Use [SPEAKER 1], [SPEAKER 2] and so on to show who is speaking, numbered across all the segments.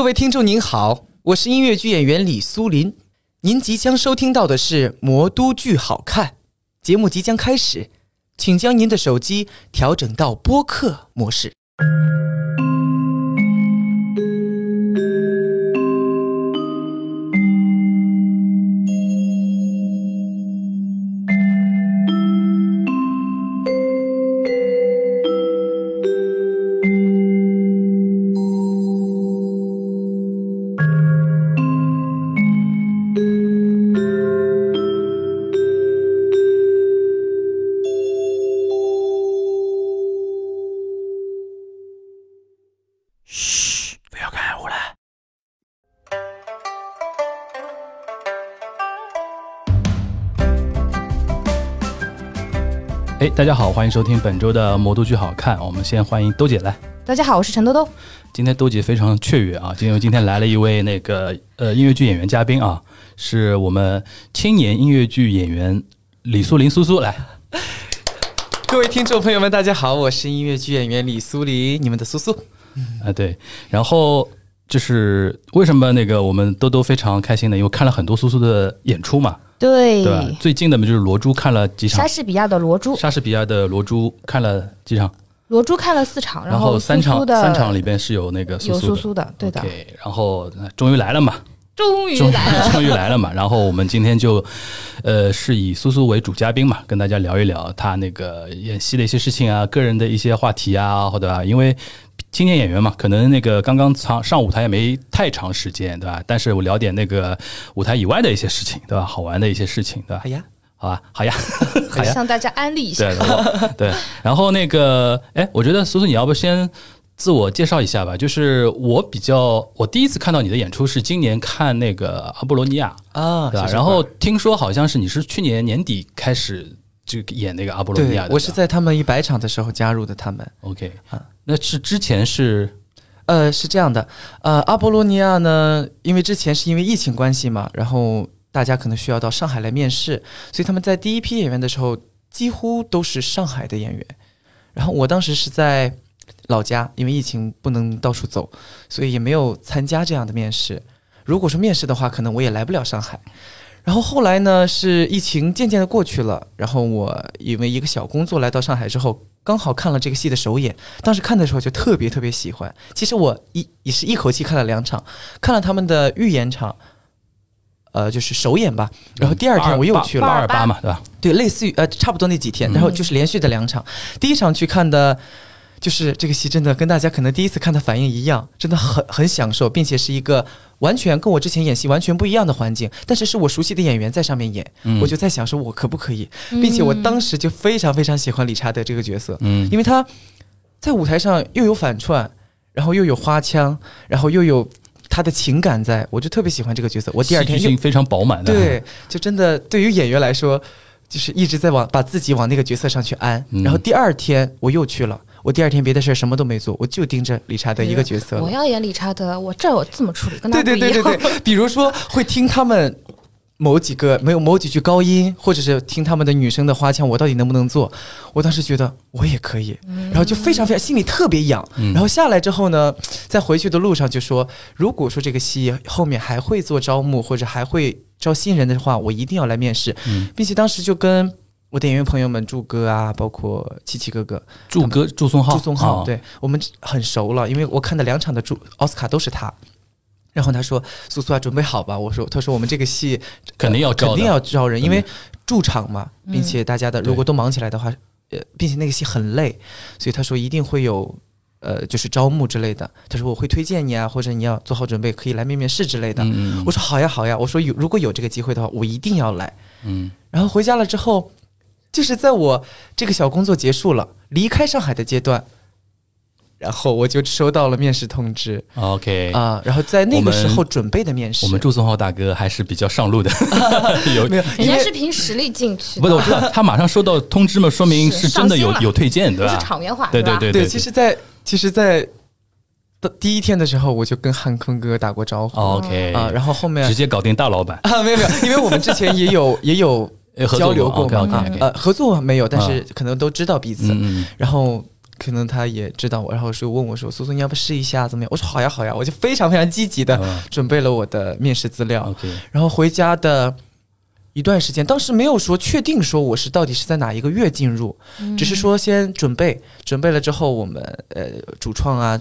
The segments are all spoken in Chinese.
[SPEAKER 1] 各位听众您好，我是音乐剧演员李苏林。您即将收听到的是《魔都剧好看》节目，即将开始，请将您的手机调整到播客模式。
[SPEAKER 2] 哎，大家好，欢迎收听本周的《魔都剧好看》。我们先欢迎兜姐来。
[SPEAKER 3] 大家好，我是陈兜兜。
[SPEAKER 2] 今天兜姐非常雀跃啊，因为今天来了一位那个呃音乐剧演员嘉宾啊，是我们青年音乐剧演员李苏林苏苏来。
[SPEAKER 1] 各位听众朋友们，大家好，我是音乐剧演员李苏林，你们的苏苏。
[SPEAKER 2] 啊，对，然后就是为什么那个我们兜兜非常开心呢？因为看了很多苏苏的演出嘛，
[SPEAKER 3] 对
[SPEAKER 2] 对吧？最近的嘛就是《罗珠》看了几场
[SPEAKER 3] 莎，士比亚的《罗珠》，《
[SPEAKER 2] 莎士比亚的《罗珠》看了几场，
[SPEAKER 3] 罗珠》看了四场，
[SPEAKER 2] 然
[SPEAKER 3] 后
[SPEAKER 2] 三场
[SPEAKER 3] 苏苏的
[SPEAKER 2] 三场里边是有那个苏
[SPEAKER 3] 有苏
[SPEAKER 2] 苏
[SPEAKER 3] 苏的，对的
[SPEAKER 2] OK，然后呃终于来了嘛，
[SPEAKER 3] 终于
[SPEAKER 2] 终于
[SPEAKER 3] 来 了。
[SPEAKER 2] 终于来了嘛。然后我们今天就，呃，是以苏苏为主嘉宾嘛，跟大家聊一聊他那个演戏的一些事情啊，个人的一些话题啊，或者啊，因为青年演员嘛，可能那个刚刚上上舞台也没太长时间，对吧？但是我聊点那个舞台以外的一些事情，对吧？好玩的一些事情，对吧
[SPEAKER 1] 哎？呀，
[SPEAKER 2] 好吧，好呀，好呀，
[SPEAKER 3] 向大家安利一 下
[SPEAKER 2] 对，对对。然后那个，哎，我觉得苏苏，你要不先自我介绍一下吧？就是我比较，我第一次看到你的演出是今年看那个阿波罗尼亚，
[SPEAKER 1] 啊，
[SPEAKER 2] 对吧？
[SPEAKER 1] 谢谢
[SPEAKER 2] 然后听说好像是你是去年年底开始就演那个阿波罗尼
[SPEAKER 1] 对
[SPEAKER 2] 亚的，，
[SPEAKER 1] 我是在他们一百场的时候加入的他们。
[SPEAKER 2] OK
[SPEAKER 1] 啊
[SPEAKER 2] 那是之前是
[SPEAKER 1] 呃，是这样的，呃，阿波罗尼亚呢，因为之前是因为疫情关系嘛，然后大家可能需要到上海来面试，所以他们在第一批演员的时候，几乎都是上海的演员。然后我当时是在老家，因为疫情不能到处走，所以也没有参加这样的面试。如果说面试的话，可能我也来不了上海。然后后来呢，是疫情渐渐的过去了，然后我因为一个小工作来到上海之后，刚好看了这个戏的首演，当时看的时候就特别特别喜欢。其实我一也是一口气看了两场，看了他们的预演场，呃，就是首演吧，然后第二天我又去了
[SPEAKER 2] 嗯八二八嘛，对吧？
[SPEAKER 1] 对，类似于呃，差不多那几天，
[SPEAKER 2] 嗯
[SPEAKER 1] 然后就是连续的两场。第一场去看的，就是这个戏真的跟大家可能第一次看的反应一样，真的很很享受，并且是一个完全跟我之前演戏完全不一样的环境，但是是我熟悉的演员在上面演，
[SPEAKER 2] 嗯
[SPEAKER 1] 我就在想说我可不可以，
[SPEAKER 3] 嗯
[SPEAKER 1] 并且我当时就非常非常喜欢理查德这个角色，
[SPEAKER 2] 嗯
[SPEAKER 1] 因为他在舞台上又有反串，然后又有花腔，然后又有他的情感在，我就特别喜欢这个角色。我第二天
[SPEAKER 2] 戏
[SPEAKER 1] 又
[SPEAKER 2] 剧性非常饱满的，
[SPEAKER 1] 对，就真的对于演员来说，就是一直在往把自己往那个角色上去安。
[SPEAKER 2] 嗯
[SPEAKER 1] 然后第二天我又去了，我第二天别的事儿什么都没做，我就盯着理查德一个角色了
[SPEAKER 3] 我要演理查德，我这儿我这么处理，跟他
[SPEAKER 1] 对
[SPEAKER 3] 不
[SPEAKER 1] 对
[SPEAKER 3] 一样。
[SPEAKER 1] 对对对，比如说会听他们。某几个没有某几句高音，或者是听他们的女生的花腔，我到底能不能做？我当时觉得我也可以，
[SPEAKER 3] 嗯
[SPEAKER 1] 然后就非常非常心里特别痒。
[SPEAKER 2] 嗯
[SPEAKER 1] 然后下来之后呢，在回去的路上就说，如果说这个戏后面还会做招募或者还会招新人的话，我一定要来面试，
[SPEAKER 2] 嗯
[SPEAKER 1] 并且当时就跟我的演员朋友们祝哥啊，包括七七哥哥、
[SPEAKER 2] 祝歌祝松浩，
[SPEAKER 1] 祝松浩，
[SPEAKER 2] 啊，
[SPEAKER 1] 对我们很熟了，因为我看的两场的祝奥斯卡都是他。然后他说：“苏苏啊，准备好吧。”我说：“他说我们这个戏呃
[SPEAKER 2] 肯定要
[SPEAKER 1] 肯
[SPEAKER 2] 招
[SPEAKER 1] 定
[SPEAKER 2] 的，
[SPEAKER 1] 要招人，因为驻场嘛，
[SPEAKER 3] 嗯
[SPEAKER 1] 并且大家的
[SPEAKER 2] 对
[SPEAKER 1] 如果都忙起来的话，呃，并且那个戏很累，所以他说一定会有呃，就是招募之类的。他说我会推荐你啊，或者你要做好准备，可以来面面试之类的。
[SPEAKER 2] 嗯嗯
[SPEAKER 1] 我说好呀好呀，我说有如果有这个机会的话，我一定要来。
[SPEAKER 2] 嗯
[SPEAKER 1] 然后回家了之后，就是在我这个小工作结束了，离开上海的阶段，然后我就收到了面试通知
[SPEAKER 2] ，OK。
[SPEAKER 1] 啊、然后在那
[SPEAKER 2] 我
[SPEAKER 1] 个
[SPEAKER 2] 们
[SPEAKER 1] 时候准备的面试，
[SPEAKER 2] 我们祝松浩大哥还是比较上路的，有
[SPEAKER 1] 没有，
[SPEAKER 3] 人
[SPEAKER 1] 因
[SPEAKER 3] 家
[SPEAKER 1] 为
[SPEAKER 3] 是凭实力进去
[SPEAKER 2] 不是，
[SPEAKER 3] 的，
[SPEAKER 2] 我知道他马上收到通知嘛，说明
[SPEAKER 3] 是
[SPEAKER 2] 是真的有
[SPEAKER 3] 上心了
[SPEAKER 2] 有推荐，对
[SPEAKER 3] 不是
[SPEAKER 2] 吧？
[SPEAKER 3] 场面话，
[SPEAKER 2] 对
[SPEAKER 3] 是吧？
[SPEAKER 2] 对
[SPEAKER 1] 对，其实在，其实，在的第一天的时候，我就跟汉坤哥打过招呼啊、
[SPEAKER 2] 哦 OK
[SPEAKER 1] 然后后面
[SPEAKER 2] 直接搞定大老板，
[SPEAKER 1] 啊，没有没有，因为我们之前也有也有
[SPEAKER 2] 哎合作
[SPEAKER 1] 交流过嘛
[SPEAKER 2] ，OK
[SPEAKER 1] 啊
[SPEAKER 2] OK，
[SPEAKER 1] 呃，合作没有，但是可能都知道彼此。
[SPEAKER 2] 嗯嗯
[SPEAKER 1] 然后可能他也知道我，然后就问我说：“苏苏，你要不试一下怎么样？”我说：“好呀，好呀。”我就非常非常积极的
[SPEAKER 2] 嗯
[SPEAKER 1] 准备了我的面试资料，
[SPEAKER 2] ，OK，
[SPEAKER 1] 然后回家的一段时间，当时没有说确定说我是到底是在哪一个月进入，只是说先准备，准备了之后我们呃主创啊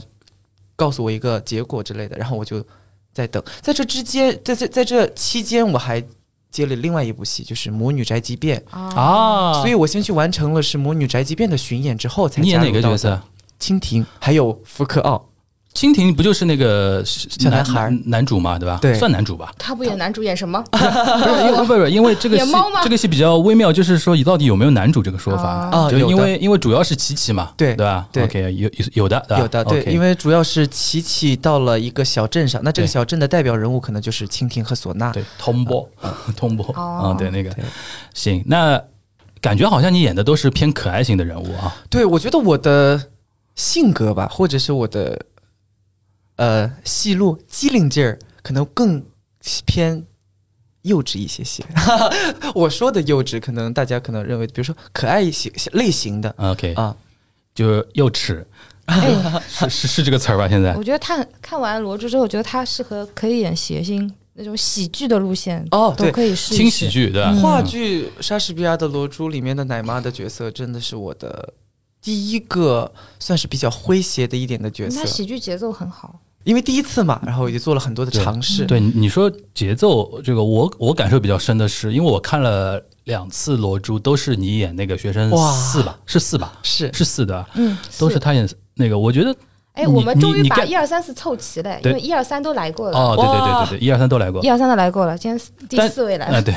[SPEAKER 1] 告诉我一个结果之类的，然后我就在等，在这之间，在这在这期间我还。接了另外一部戏，就是《魔女宅急便》，
[SPEAKER 3] 啊，
[SPEAKER 2] 啊，
[SPEAKER 1] 所以我先去完成了是《魔女宅急便》的巡演之后才
[SPEAKER 2] 你演
[SPEAKER 1] 加
[SPEAKER 2] 哪
[SPEAKER 1] 入
[SPEAKER 2] 个
[SPEAKER 1] 到
[SPEAKER 2] 角色？
[SPEAKER 1] 蜻蜓，还有福克奥，
[SPEAKER 2] 蜻蜓不就是那个小
[SPEAKER 1] 男孩儿
[SPEAKER 2] 男主嘛，对吧？
[SPEAKER 1] 对
[SPEAKER 2] 算男主 吧。
[SPEAKER 3] 他不演男主 演什么？
[SPEAKER 2] 不是，因为不是不是因为这个戏
[SPEAKER 3] 野猫吗
[SPEAKER 2] 这个戏比较微妙，就是说到底有没有男主这个说法？
[SPEAKER 1] 啊
[SPEAKER 2] 就
[SPEAKER 1] 有的
[SPEAKER 2] 因为因为主要是琪琪嘛，
[SPEAKER 1] 对
[SPEAKER 2] 对吧
[SPEAKER 1] 对
[SPEAKER 2] ？OK，有有有的吧
[SPEAKER 1] 有的对
[SPEAKER 2] OK
[SPEAKER 1] 因为主要是琪琪到了一个小镇上，那这个
[SPEAKER 2] 对
[SPEAKER 1] 小镇的代表人物可能就是蜻蜓和唢呐。
[SPEAKER 2] 对通波通波
[SPEAKER 3] 哦
[SPEAKER 2] 啊，对那个
[SPEAKER 1] 对
[SPEAKER 2] 行，那感觉好像你演的都是偏可爱型的人物啊，
[SPEAKER 1] 对，我觉得我的性格吧，或者是我的呃戏路机灵劲儿，可能更偏幼稚一些些。 我说的幼稚，可能大家可能认为，比如说可爱型类型的
[SPEAKER 2] OK，
[SPEAKER 1] 啊，
[SPEAKER 2] 就是幼齿，
[SPEAKER 3] 哎，
[SPEAKER 2] 是是是这个词儿吧？现在
[SPEAKER 3] 我觉得看看完罗志之后，我觉得他适合可以演谐星那种喜剧的路线
[SPEAKER 1] 哦对嗯
[SPEAKER 3] 都可以试一试。
[SPEAKER 2] 轻喜剧对吧？
[SPEAKER 1] 话剧《莎士比亚的罗珠》里面的奶妈的角色，真的是我的第一个算是比较诙谐的一点的角
[SPEAKER 3] 他
[SPEAKER 1] 色，
[SPEAKER 3] 喜剧节奏很好，
[SPEAKER 1] 因为第一次嘛，然后也做了很多的
[SPEAKER 2] 对
[SPEAKER 1] 尝试。
[SPEAKER 2] 对，你说节奏这个我，我感受比较深的是，因为我看了两次《罗珠》，都是你演那个学生
[SPEAKER 1] 哇
[SPEAKER 2] 四吧？是四吧？
[SPEAKER 1] 是
[SPEAKER 2] 是四的，
[SPEAKER 3] 嗯，
[SPEAKER 2] 都是他演那个。我觉得，
[SPEAKER 3] 哎，
[SPEAKER 2] 你
[SPEAKER 3] 我们终
[SPEAKER 2] 你
[SPEAKER 3] 于
[SPEAKER 2] 你
[SPEAKER 3] 把
[SPEAKER 2] 干
[SPEAKER 3] 一二三四凑齐了，
[SPEAKER 2] 对
[SPEAKER 3] 因为一二三都来过了，
[SPEAKER 2] 哦，对
[SPEAKER 1] 哇
[SPEAKER 2] 对对对对，一二三都来过
[SPEAKER 3] 一。二三都来过了，今天第
[SPEAKER 2] 但
[SPEAKER 3] 四位来
[SPEAKER 2] 啊、
[SPEAKER 3] 了
[SPEAKER 2] 对，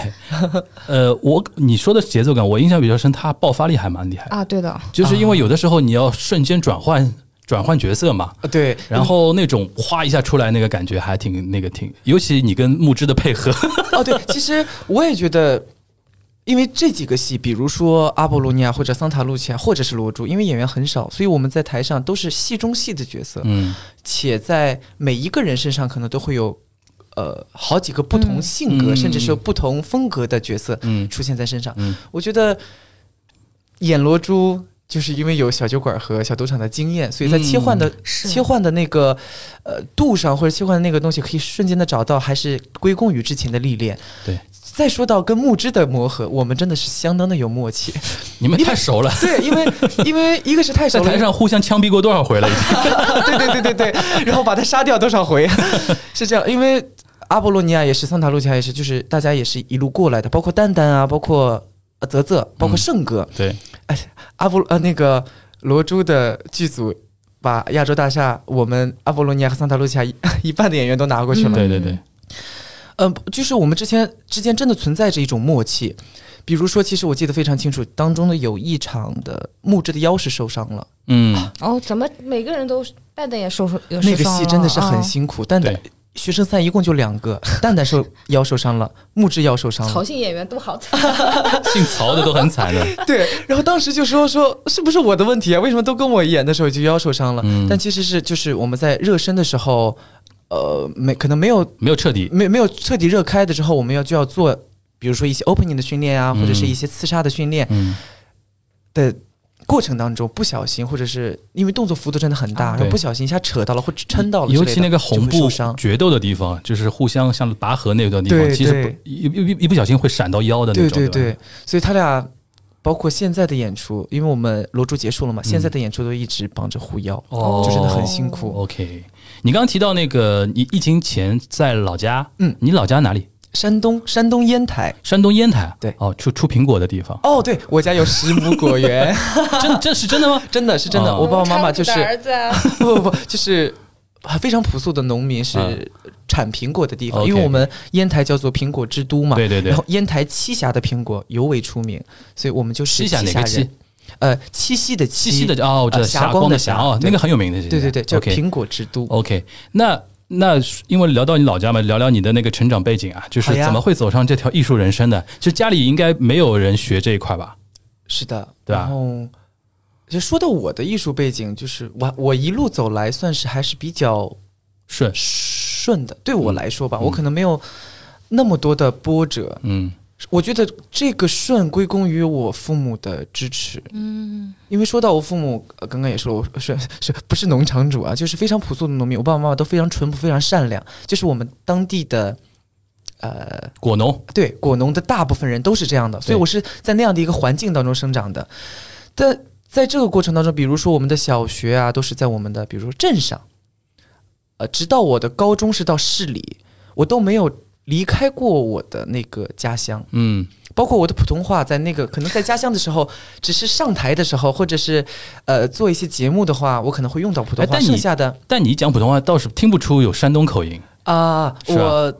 [SPEAKER 2] 呃，我你说的节奏感，我印象比较深，他爆发力还蛮厉害的，
[SPEAKER 3] 啊，对的，
[SPEAKER 2] 就是因为有的时候你要瞬间转换转换角色嘛，
[SPEAKER 1] 呃对，
[SPEAKER 2] 然后那种哗一下出来那个感觉还挺那个挺，尤其你跟木之的配合，
[SPEAKER 1] 哦，对，其实我也觉得，因为这几个戏，比如说阿波罗尼亚或者桑塔露琪亚，或者是罗珠，因为演员很少，所以我们在台上都是戏中戏的角色，
[SPEAKER 2] 嗯
[SPEAKER 1] 且在每一个人身上可能都会有。呃，好几个不同
[SPEAKER 3] 嗯
[SPEAKER 1] 性格，
[SPEAKER 2] 嗯
[SPEAKER 1] 甚至是不同风格的角色
[SPEAKER 2] 嗯
[SPEAKER 1] 出现在身上。
[SPEAKER 2] 嗯
[SPEAKER 1] 我觉得演罗珠，就是因为有小酒馆和小赌场的经验，所以在切换
[SPEAKER 2] 嗯
[SPEAKER 1] 的、
[SPEAKER 3] 是
[SPEAKER 1] 切换的那个呃度上，或者切换的那个东西，可以瞬间的找到，还是归功于之前的历练。
[SPEAKER 2] 对。
[SPEAKER 1] 再说到跟木之的磨合，我们真的是相当的有默契。
[SPEAKER 2] 你们太熟了。
[SPEAKER 1] 对，因为 因为一个是太熟
[SPEAKER 2] 在
[SPEAKER 1] 了，
[SPEAKER 2] 台上互相枪毙过多少回了？已经
[SPEAKER 1] 对对对对对，然后把他杀掉多少 回？是这样，因为阿波罗尼亚也是，桑塔露琪亚也是，就是大家也是一路过来的，包括蛋蛋啊，包括呃泽泽，包括胜哥，
[SPEAKER 2] 对，
[SPEAKER 1] 阿波呃那个罗珠的剧组。把亚洲大厦，我们阿波罗尼亚和桑塔露琪亚一 一半的演员都拿过去了。
[SPEAKER 2] 对对对，
[SPEAKER 1] 嗯、就是我们之前之间真的存在着一种默契。比如说，其实我记得非常清楚，当中的有一场的木质的腰是受伤了，
[SPEAKER 2] 嗯，
[SPEAKER 3] 哦，怎么每个人都是蛋蛋也受受有
[SPEAKER 1] 那
[SPEAKER 3] 呃受
[SPEAKER 1] 个
[SPEAKER 3] 伤
[SPEAKER 1] 戏
[SPEAKER 3] 了
[SPEAKER 1] 真的是很
[SPEAKER 3] 啊
[SPEAKER 1] 辛苦，但
[SPEAKER 2] 对
[SPEAKER 1] 学生赛一共就两个，蛋蛋受腰受伤了，木质腰受伤
[SPEAKER 3] 曹
[SPEAKER 1] 了。
[SPEAKER 3] 姓演员多好惨，
[SPEAKER 2] 姓曹的都很惨的，
[SPEAKER 1] 对，然后当时就说说是不是我的问题啊？为什么都跟我演的时候就腰受伤了？
[SPEAKER 2] 嗯
[SPEAKER 1] 但其实是就是我们在热身的时候，呃，没可能没有
[SPEAKER 2] 没有彻底。
[SPEAKER 1] 没没有彻底热开的时候，我们要就要做，比如说一些 opening 的训练啊，
[SPEAKER 2] 嗯
[SPEAKER 1] 或者是一些刺杀的训练
[SPEAKER 2] 嗯，
[SPEAKER 1] 的。过程当中不小心，或者是因为动作幅度真的很大，
[SPEAKER 2] 啊
[SPEAKER 1] 然后不小心一下扯到了或者抻到了之类
[SPEAKER 2] 尤
[SPEAKER 1] 的，
[SPEAKER 2] 其那个
[SPEAKER 1] 就
[SPEAKER 2] 红
[SPEAKER 1] 会受
[SPEAKER 2] 布
[SPEAKER 1] 伤。
[SPEAKER 2] 决斗的地方，就是互相像拔河那段地方，
[SPEAKER 1] 对
[SPEAKER 2] 其实
[SPEAKER 1] 对
[SPEAKER 2] 不一一一不小心会闪到腰的那
[SPEAKER 1] 对
[SPEAKER 2] 种。对
[SPEAKER 1] 对
[SPEAKER 2] 吧，，
[SPEAKER 1] 所以他俩包括现在的演出，因为我们罗珠结束了嘛，现在的演出都一直绑着护腰，
[SPEAKER 2] 嗯哦，
[SPEAKER 1] 就真的很辛苦。
[SPEAKER 2] OK，你刚刚提到那个，你疫情前在老家，
[SPEAKER 1] 嗯，
[SPEAKER 2] 你老家哪里？
[SPEAKER 1] 山东山东烟台。
[SPEAKER 2] 山东烟台。
[SPEAKER 1] 对，
[SPEAKER 2] 哦，出出苹果的地方
[SPEAKER 1] 哦，对我家有十亩果 园，
[SPEAKER 2] 真这是真的 吗？
[SPEAKER 1] 真的是真的。
[SPEAKER 2] 哦
[SPEAKER 1] 我爸爸妈妈就是
[SPEAKER 3] 儿 子啊，
[SPEAKER 1] 不不不，就是非常朴素的农民，
[SPEAKER 2] 嗯
[SPEAKER 1] 是产苹果的地方，
[SPEAKER 2] OK
[SPEAKER 1] 因为我们烟台叫做苹果之都嘛。
[SPEAKER 2] 对对对
[SPEAKER 1] 然，后烟台栖霞的苹果尤为出名，所以我们就是
[SPEAKER 2] 栖霞哪个栖
[SPEAKER 1] 人？呃，栖息的栖
[SPEAKER 2] 西西的哦，我知道
[SPEAKER 1] 呃霞
[SPEAKER 2] 霞
[SPEAKER 1] 光
[SPEAKER 2] 光的
[SPEAKER 1] 的
[SPEAKER 2] 霞
[SPEAKER 1] 霞
[SPEAKER 2] 哦，
[SPEAKER 1] 对
[SPEAKER 2] 那个很有名的。
[SPEAKER 1] 对对对，叫
[SPEAKER 2] OK 哦
[SPEAKER 1] 苹果之都。
[SPEAKER 2] OK，那那因为聊到你老家嘛，聊聊你的那个成长背景啊，就是
[SPEAKER 1] 好呀
[SPEAKER 2] 怎么会走上这条艺术人生的？就家里应该没有人学这一块吧？
[SPEAKER 1] 是的，
[SPEAKER 2] 对啊吧
[SPEAKER 1] 然后就说到我的艺术背景，就是我我一路走来算是还是比较
[SPEAKER 2] 是，
[SPEAKER 1] 顺的，对我来说吧，
[SPEAKER 2] 嗯
[SPEAKER 1] 我可能没有那么多的波折，
[SPEAKER 2] 嗯
[SPEAKER 1] 我觉得这个顺归功于我父母的支持，
[SPEAKER 3] 嗯
[SPEAKER 1] 因为说到我父母，呃刚刚也说了，我是是不是农场主啊，就是非常朴素的农民。我爸爸妈妈都非常淳朴，非常善良，就是我们当地的，呃，
[SPEAKER 2] 果农，
[SPEAKER 1] 对果农的大部分人都是这样的，所以我是在那样的一个环境当中生长的。但在这个过程当中，比如说我们的小学啊，都是在我们的比如说镇上，呃，直到我的高中是到市里，我都没有离开过我的那个家乡。
[SPEAKER 2] 嗯，
[SPEAKER 1] 包括我的普通话，在那个可能在家乡的时候，只是上台的时候，或者是呃做一些节目的话，我可能会用到普通
[SPEAKER 2] 哎
[SPEAKER 1] 话。
[SPEAKER 2] 但你
[SPEAKER 1] 剩下的
[SPEAKER 2] 但你讲普通话倒是听不出有山东口音，
[SPEAKER 1] 啊，
[SPEAKER 2] 是吧
[SPEAKER 1] 我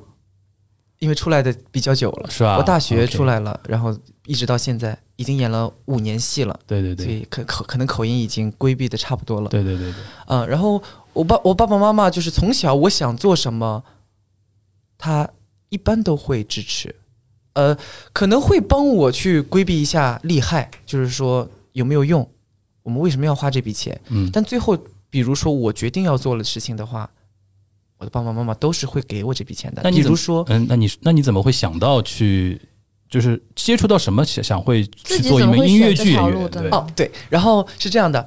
[SPEAKER 1] 因为出来的比较久了，
[SPEAKER 2] 是吧？
[SPEAKER 1] 我大学
[SPEAKER 2] 啊 OK
[SPEAKER 1] 出，来了，然后一直到现在已经演了五年戏了，
[SPEAKER 2] 对对对
[SPEAKER 1] 所，以可可可能口音已经规避的差不多了。
[SPEAKER 2] 对对对对，
[SPEAKER 1] 嗯，然后我爸我爸爸妈妈就是从小我想做什么，他一般都会支持，呃，可能会帮我去规避一下利害，就是说有没有用，我们为什么要花这笔钱？
[SPEAKER 2] 嗯，
[SPEAKER 1] 但最后，比如说我决定要做的事情的话，我的爸爸妈妈都是会给我这笔钱的。
[SPEAKER 2] 那你
[SPEAKER 1] 比
[SPEAKER 2] 怎么
[SPEAKER 1] 如说，
[SPEAKER 2] 嗯，那你那你怎么会想到去，就是接触到什么想想会去
[SPEAKER 3] 自己
[SPEAKER 2] 做一
[SPEAKER 3] 怎么
[SPEAKER 2] 名
[SPEAKER 3] 会
[SPEAKER 2] 音乐
[SPEAKER 3] 选这
[SPEAKER 2] 剧演
[SPEAKER 3] 条
[SPEAKER 2] 员？
[SPEAKER 3] 路的
[SPEAKER 2] 对，
[SPEAKER 3] 呢
[SPEAKER 1] 哦，对，然后是这样的，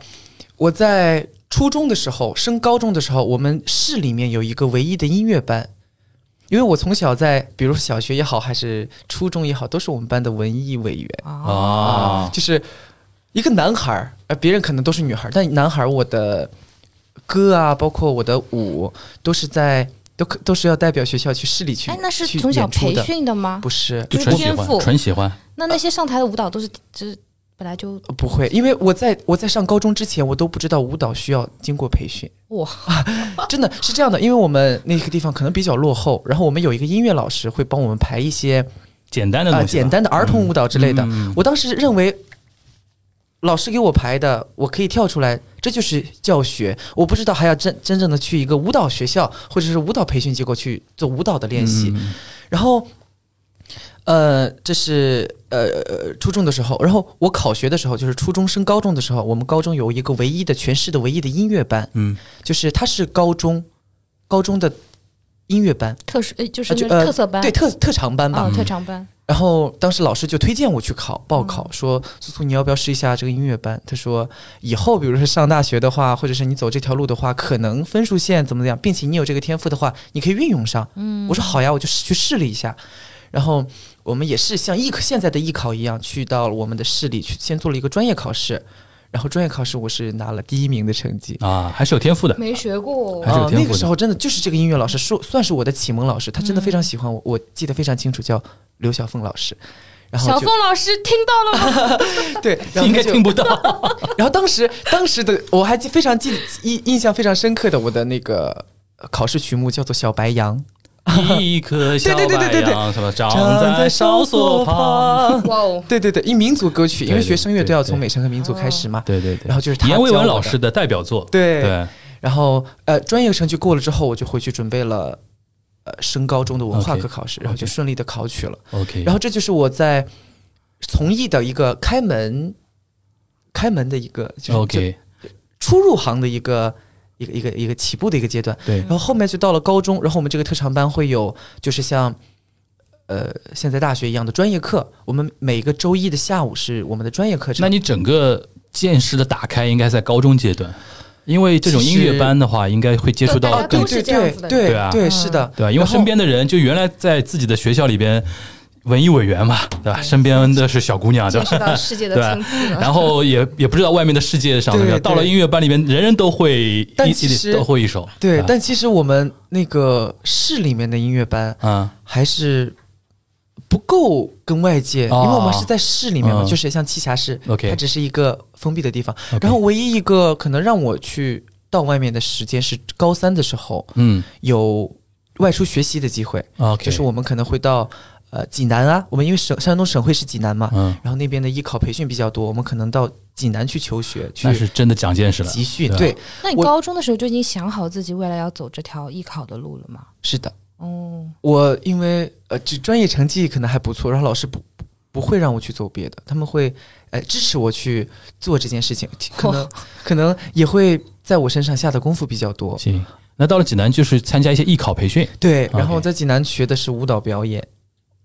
[SPEAKER 1] 我在初中的时候升高中的时候，我们市里面有一个唯一的音乐班，因为我从小在，比如小学也好，还是初中也好，都是我们班的文艺委员
[SPEAKER 3] 啊，
[SPEAKER 2] 啊，
[SPEAKER 1] 就是一个男孩儿，呃，别人可能都是女孩儿，但男孩儿我的歌啊，包括我的舞，都是在都可都是要代表学校去市里去，
[SPEAKER 3] 哎，那是
[SPEAKER 1] 去
[SPEAKER 3] 从小
[SPEAKER 1] 演出
[SPEAKER 3] 培
[SPEAKER 1] 的，
[SPEAKER 3] 训的吗？
[SPEAKER 1] 不啊是。
[SPEAKER 2] 就
[SPEAKER 3] 就是
[SPEAKER 2] 纯喜
[SPEAKER 3] 天
[SPEAKER 2] 欢，
[SPEAKER 3] 赋
[SPEAKER 2] 纯喜欢，
[SPEAKER 3] 那那些上台的舞蹈都是就是本来就
[SPEAKER 1] 呃不会，因为我在我在上高中之前，我都不知道舞蹈需要经过培训。
[SPEAKER 3] 哇，
[SPEAKER 1] 真的是这样的，因为我们那个地方可能比较落后，然后我们有一个音乐老师会帮我们排一些
[SPEAKER 2] 简单的东
[SPEAKER 1] 呃
[SPEAKER 2] 西吧，
[SPEAKER 1] 简单的儿童舞蹈之类的。
[SPEAKER 2] 啊嗯
[SPEAKER 1] 我当时认为老师给我排的，我可以跳出来，这就是教学。我不知道还要真真正的去一个舞蹈学校或者是舞蹈培训机构去做舞蹈的练习。
[SPEAKER 2] 嗯嗯
[SPEAKER 1] 然后，呃，这是呃呃初中的时候，然后我考学的时候，就是初中升高中的时候，我们高中有一个唯一的全市的唯一的音乐班，
[SPEAKER 2] 嗯，
[SPEAKER 1] 就是它是高中高中的音乐班，
[SPEAKER 3] 特殊，哎就是
[SPEAKER 1] 啊就
[SPEAKER 3] 那
[SPEAKER 1] 呃
[SPEAKER 3] 特色班，
[SPEAKER 1] 对特特长班嗯吧。
[SPEAKER 3] 啊，特长班，
[SPEAKER 1] 然后当时老师就推荐我去考报考，
[SPEAKER 3] 嗯
[SPEAKER 1] 说苏苏你要不要试一下这个音乐班？他说以后比如说上大学的话， 或者是你走这条路的话，可能分数线怎么怎么样，并且你有这个天赋的话，你可以运用上。
[SPEAKER 3] 嗯，
[SPEAKER 1] 我说好呀，我就试去试了一下。然后我们也是像艺考现在的艺考一样，去到了我们的市里去先做了一个专业考试，然后专业考试我是拿了第一名的成绩。
[SPEAKER 2] 啊，还是有天赋的，
[SPEAKER 3] 没学过
[SPEAKER 2] 还，是有
[SPEAKER 1] 啊
[SPEAKER 2] 天
[SPEAKER 1] 那
[SPEAKER 2] 赋
[SPEAKER 1] 个
[SPEAKER 2] 的
[SPEAKER 1] 时候真的就是这个音乐老师，说算是我的启蒙老师，他真的非常喜欢
[SPEAKER 2] 嗯
[SPEAKER 1] 我，我记得非常清楚，叫刘晓凤老师。然后
[SPEAKER 3] 小
[SPEAKER 1] 就
[SPEAKER 3] 凤老师听到了吗？
[SPEAKER 1] 对， 然后
[SPEAKER 2] 应该
[SPEAKER 1] 就
[SPEAKER 2] 听不到。
[SPEAKER 1] 然后当时当时的我还记非常记印印象非常深刻的我的那个呃考试曲目叫做《小白杨》，
[SPEAKER 2] 一颗小
[SPEAKER 1] 对对对
[SPEAKER 2] 白
[SPEAKER 1] 对对
[SPEAKER 2] 杨，什么长在哨所旁。。
[SPEAKER 3] 哇哦，
[SPEAKER 1] 对对对，因民族歌曲，因为学声乐都要从美声和民族开始嘛。
[SPEAKER 2] 对对对，
[SPEAKER 1] 然后就是他
[SPEAKER 2] 阎维
[SPEAKER 1] 教我的
[SPEAKER 2] 文老师的代表作。
[SPEAKER 1] 对
[SPEAKER 2] 对，
[SPEAKER 1] 然后呃，专业程序过了之后，我就回去准备了呃升高中的文化课考试
[SPEAKER 2] OK，
[SPEAKER 1] 然后就顺利的考取了。
[SPEAKER 2] OK，
[SPEAKER 1] 然
[SPEAKER 2] 后
[SPEAKER 1] 后这就是我在从艺的一个开门，开门的一个就是就
[SPEAKER 2] OK，
[SPEAKER 1] 初入行的一个一个一个一个起步的一个阶段。
[SPEAKER 2] 对
[SPEAKER 1] 然后后面就到了高中，然后我们这个特长班会有就是像。呃，现在大学一样的专业课，我们每个周一的下午是我们的专业课
[SPEAKER 2] 那
[SPEAKER 1] 程。
[SPEAKER 2] 你整个见识的打开应该在高中阶段，因为这种音乐班的话，应该会接触
[SPEAKER 3] 大
[SPEAKER 2] 到
[SPEAKER 1] 对
[SPEAKER 3] 家
[SPEAKER 2] 更
[SPEAKER 3] 都是
[SPEAKER 1] 对
[SPEAKER 3] 这样
[SPEAKER 1] 对
[SPEAKER 3] 子的嗯
[SPEAKER 1] 对
[SPEAKER 2] 对啊
[SPEAKER 1] 对，是的，
[SPEAKER 2] 对吧？因为
[SPEAKER 1] 然后
[SPEAKER 2] 身边的人就原来在自己的学校里边文艺委员嘛，对吧？身边的是小姑娘，对
[SPEAKER 3] 见
[SPEAKER 2] 吧？
[SPEAKER 3] 识到世 界的
[SPEAKER 2] 对
[SPEAKER 1] 啊
[SPEAKER 2] 吧
[SPEAKER 3] 层次了。
[SPEAKER 2] 然后也也不知道外面的世界上怎么样，
[SPEAKER 1] 对对
[SPEAKER 2] 到了音乐班里面，人人都会一
[SPEAKER 1] 但
[SPEAKER 2] 一
[SPEAKER 1] 其实
[SPEAKER 2] 都会一首，
[SPEAKER 1] 对，
[SPEAKER 3] 啊
[SPEAKER 2] 吧
[SPEAKER 1] 但其实我们那个市里面的音乐班
[SPEAKER 2] 嗯
[SPEAKER 1] 还是不够跟外界，
[SPEAKER 2] 哦
[SPEAKER 1] 因为我们是在市里面嘛，
[SPEAKER 2] 嗯
[SPEAKER 1] 就是像栖霞市
[SPEAKER 2] OK
[SPEAKER 1] 它只是一个封闭的地方。
[SPEAKER 2] OK
[SPEAKER 1] 然后唯一一个可能让我去到外面的时间是高三的时候
[SPEAKER 2] 嗯
[SPEAKER 1] 有外出学习的机会，
[SPEAKER 2] ，OK，
[SPEAKER 1] 就是我们可能会到呃济南啊，我们因为省山东省会是济南嘛，
[SPEAKER 2] 嗯，
[SPEAKER 1] 然后那边的艺考培训比较多，我们可能到济南去求学去
[SPEAKER 2] 那。是真的长见识了，
[SPEAKER 1] 集训
[SPEAKER 2] 对啊
[SPEAKER 1] 对，
[SPEAKER 3] 那你
[SPEAKER 1] 我
[SPEAKER 3] 高中的时候就已经想好自己未来要走这条艺考的路了吗？
[SPEAKER 1] 是的，
[SPEAKER 3] 哦，
[SPEAKER 1] 我因为呃，就专业成绩可能还不错，然后老师不不不会让我去走别的，他们会呃支持我去做这件事情，可能、可能也会在我身上下的功夫比较多。
[SPEAKER 2] 行。那到了济南，就是参加一些艺考培训
[SPEAKER 1] 对，
[SPEAKER 2] OK
[SPEAKER 1] 然后我在济南学的是舞蹈表演，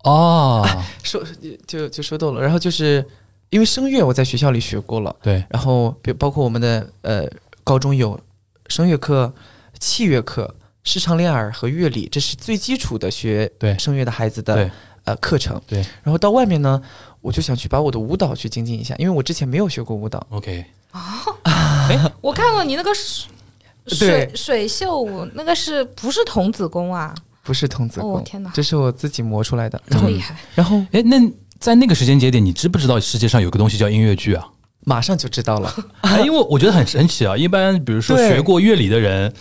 [SPEAKER 2] 哦，
[SPEAKER 1] 说就就说到了。然后就是因为声乐我在学校里学过了，
[SPEAKER 2] 对，
[SPEAKER 1] 然后比包括我们的呃高中有声乐课、器乐课、视唱练耳和乐理，这是最基础的学
[SPEAKER 2] 对
[SPEAKER 1] 声乐的孩子的
[SPEAKER 2] 对
[SPEAKER 1] 呃课程。
[SPEAKER 2] 对，
[SPEAKER 1] 然后到外面呢，我就想去把我的舞蹈去精进一下，因为我之前没有学过舞蹈。
[SPEAKER 2] ，OK，
[SPEAKER 3] 我看过你那个水水
[SPEAKER 1] 对
[SPEAKER 3] 水袖舞，那个是不是童子功啊？
[SPEAKER 1] 不是童子功，
[SPEAKER 3] 哦天哪
[SPEAKER 1] 这是我自己磨出来的。
[SPEAKER 3] 这
[SPEAKER 1] 然
[SPEAKER 3] 么
[SPEAKER 1] 后，
[SPEAKER 3] 厉害！
[SPEAKER 1] 然后
[SPEAKER 2] 哎，那在那个时间节点，你知不知道世界上有个东西叫音乐剧啊？
[SPEAKER 1] 马上就知道了。
[SPEAKER 2] 哎，因为我觉得很神奇啊。一般比如说
[SPEAKER 1] 对
[SPEAKER 2] 学过乐理的人，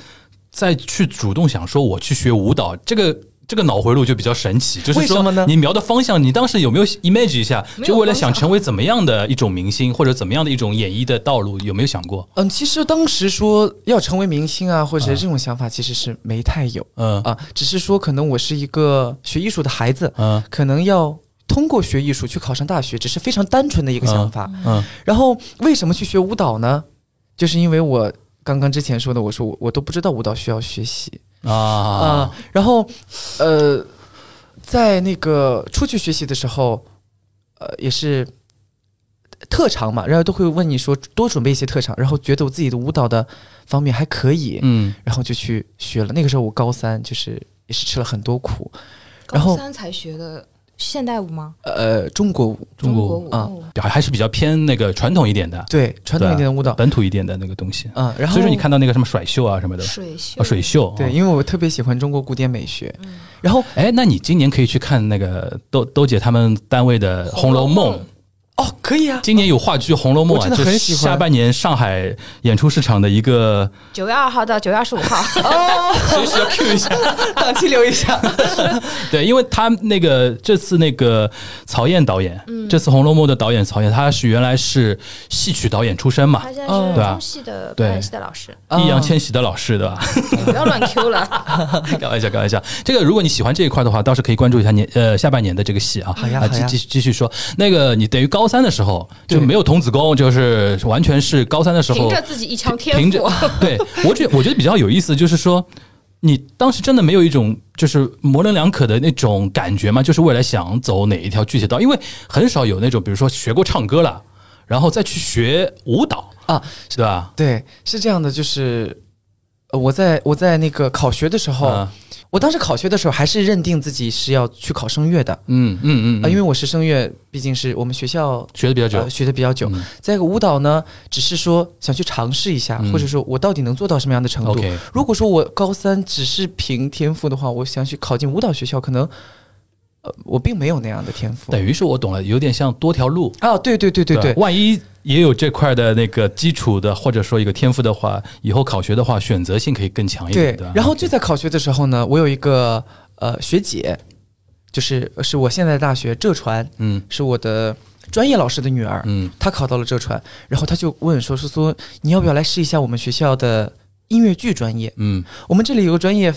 [SPEAKER 2] 再去主动想说我去学舞蹈，这个这个脑回路就比较神奇。就是
[SPEAKER 1] 为什
[SPEAKER 2] 说
[SPEAKER 1] 么呢，
[SPEAKER 2] 你瞄的方向，你当时有没有 image 一下？
[SPEAKER 3] 没有
[SPEAKER 2] 就为了
[SPEAKER 3] 方向
[SPEAKER 2] 想成为怎么样的一种明星，或者怎么样的一种演艺的道路，有没有想过？
[SPEAKER 1] 嗯，其实当时说要成为明星啊，或者这种想法，其实是没太有
[SPEAKER 2] 嗯
[SPEAKER 1] 啊，只是说可能我是一个学艺术的孩子，
[SPEAKER 2] 嗯
[SPEAKER 1] 可能要通过学艺术去考上大学，只是非常单纯的一个想法。
[SPEAKER 2] 嗯
[SPEAKER 1] 然后为什么去学舞蹈呢？就是因为我刚刚之前说的，我说我我都不知道舞蹈需要学习啊、
[SPEAKER 2] 啊
[SPEAKER 1] 然后呃，在那个出去学习的时候，呃，也是特长嘛，然后都会问你说多准备一些特长，然后觉得我自己的舞蹈的方面还可以，
[SPEAKER 2] 嗯
[SPEAKER 1] 然后就去学了。那个时候我高三，就是也是吃了很多苦，然后
[SPEAKER 3] 高三才学的现代舞吗？
[SPEAKER 1] 呃，中国舞
[SPEAKER 2] 中国舞
[SPEAKER 3] 国舞
[SPEAKER 1] 啊
[SPEAKER 3] 哦
[SPEAKER 2] 还还是比较偏那个传统一点的、
[SPEAKER 1] 对传统一点的
[SPEAKER 2] 啊
[SPEAKER 1] 舞蹈，
[SPEAKER 2] 本土一点的那个东西。
[SPEAKER 1] 嗯，然后
[SPEAKER 2] 所以说你看到那个什么甩袖啊什么的，
[SPEAKER 3] 水袖
[SPEAKER 2] 啊水袖，
[SPEAKER 1] 对，因为我特别喜欢中国古典美学，然后
[SPEAKER 2] 哎，那你今年可以去看那个兜兜姐他们单位的《红楼梦》
[SPEAKER 1] 哦，可以啊，
[SPEAKER 2] 今年有话剧《红楼梦》啊，
[SPEAKER 1] 我真的
[SPEAKER 2] 这是
[SPEAKER 1] 很喜欢
[SPEAKER 2] 下半年上海演出市场的一 个，
[SPEAKER 3] 九月二号到九月二十五号，
[SPEAKER 2] 随时要 Q 一下。
[SPEAKER 1] 档期留一下。
[SPEAKER 2] 对，因为他那个这次那个曹燕导演，
[SPEAKER 1] 嗯
[SPEAKER 2] 这次《红楼梦》的导演曹燕，他是原来是戏曲导演出身嘛
[SPEAKER 3] 他，现在
[SPEAKER 1] 哦
[SPEAKER 3] 是
[SPEAKER 2] 对啊
[SPEAKER 3] 中戏的
[SPEAKER 2] 对
[SPEAKER 3] 表演系的老师，
[SPEAKER 1] 啊
[SPEAKER 2] 易烊千玺的老师，对吧？
[SPEAKER 3] 你哎不要乱 Q 了。
[SPEAKER 2] 开玩笑，开玩笑。这个如果你喜欢这一块的话，倒是可以关注一下年呃下半年的这个戏啊。
[SPEAKER 1] 好呀
[SPEAKER 2] 啊
[SPEAKER 1] 好
[SPEAKER 2] 继
[SPEAKER 1] 呀
[SPEAKER 2] 继继续说，那个你等于高三的时候就
[SPEAKER 1] 对
[SPEAKER 2] 没有童子功，就是完全是高三的时候
[SPEAKER 3] 凭着自己一腔天赋，啊
[SPEAKER 2] 凭着 对我觉我觉得比较有意思，就是说你当时真的没有一种就是模棱两可的那种感觉吗？就是未来想走哪一条具体道？因为很少有那种，比如说学过唱歌了，然后再去学舞蹈
[SPEAKER 1] 啊，
[SPEAKER 2] 对吧？
[SPEAKER 1] 对，是这样的，就是。呃我在我在那个考学的时候，
[SPEAKER 2] 嗯
[SPEAKER 1] 我当时考学的时候还是认定自己是要去考声乐的啊、
[SPEAKER 2] 嗯嗯嗯，
[SPEAKER 1] 因为
[SPEAKER 2] 为
[SPEAKER 1] 我是声乐，毕竟是我们学校
[SPEAKER 2] 学的比较久
[SPEAKER 1] 呃、，学的比较久。
[SPEAKER 2] 嗯
[SPEAKER 1] 再一个舞蹈呢，只是说想去尝试一下，
[SPEAKER 2] 嗯
[SPEAKER 1] 或者说我到底能做到什么样的程度。
[SPEAKER 2] OK，
[SPEAKER 1] 如果说我高三只是凭天赋的话，我想去考进舞蹈学校，可能呃我并没有那样的天赋。
[SPEAKER 2] 等于是我懂了，有点像多条路。
[SPEAKER 1] 啊，对对对对对
[SPEAKER 2] 吧，万一也有这块的那个基础的，或者说一个天赋的话，以后考学的话，选择性可以更强一点
[SPEAKER 1] 对
[SPEAKER 2] 的。，啊
[SPEAKER 1] 然后就在考学的时候呢，我有一个呃学姐，就是呃是我现在的大学浙传，
[SPEAKER 2] 嗯
[SPEAKER 1] 是我的专业老师的女儿，
[SPEAKER 2] 嗯
[SPEAKER 1] 她考到了浙传，然后她就问说：“苏苏，你要不要来试一下我们学校的音乐剧专业？
[SPEAKER 2] 嗯
[SPEAKER 1] 我们这里有个专业。”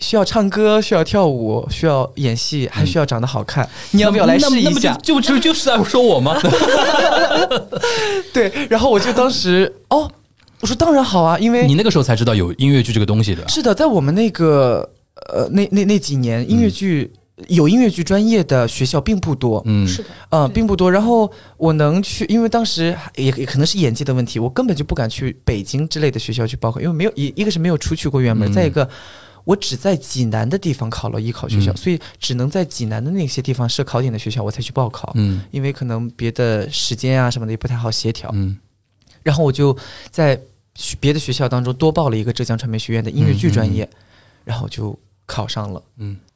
[SPEAKER 1] 需要唱歌，需要跳舞，需要演戏，还需要长得好看。 你要不要来
[SPEAKER 2] 那
[SPEAKER 1] 试
[SPEAKER 2] 那
[SPEAKER 1] 一
[SPEAKER 2] 不
[SPEAKER 1] 下？
[SPEAKER 2] 就就就就是在说我 吗？
[SPEAKER 1] 对，然后我就当时哦，我说当然好啊，因为
[SPEAKER 2] 你那个时候才知道有音乐剧这个东西的。
[SPEAKER 1] 是的，在我们那个呃那那那几年，音乐剧、有音乐剧专业的学校并不多，
[SPEAKER 2] 嗯，
[SPEAKER 3] 是的，
[SPEAKER 1] 呃，
[SPEAKER 3] 对
[SPEAKER 1] 并不多。然后我能去，因为当时也也可能是演技的问题，我根本就不敢去北京之类的学校去报考，因为没有一一个是没有出去过院门，
[SPEAKER 2] 嗯
[SPEAKER 1] 再一个。我只在济南的地方考了艺考学校，
[SPEAKER 2] 嗯
[SPEAKER 1] 所以只能在济南的那些地方设考点的学校，我才去报考，
[SPEAKER 2] 嗯
[SPEAKER 1] 因为可能别的时间啊什么的也不太好协调。
[SPEAKER 2] 嗯，
[SPEAKER 1] 然后我就在学别的学校当中多报了一个浙江传媒学院的音乐剧专
[SPEAKER 3] 嗯
[SPEAKER 1] 业，然后就考上了。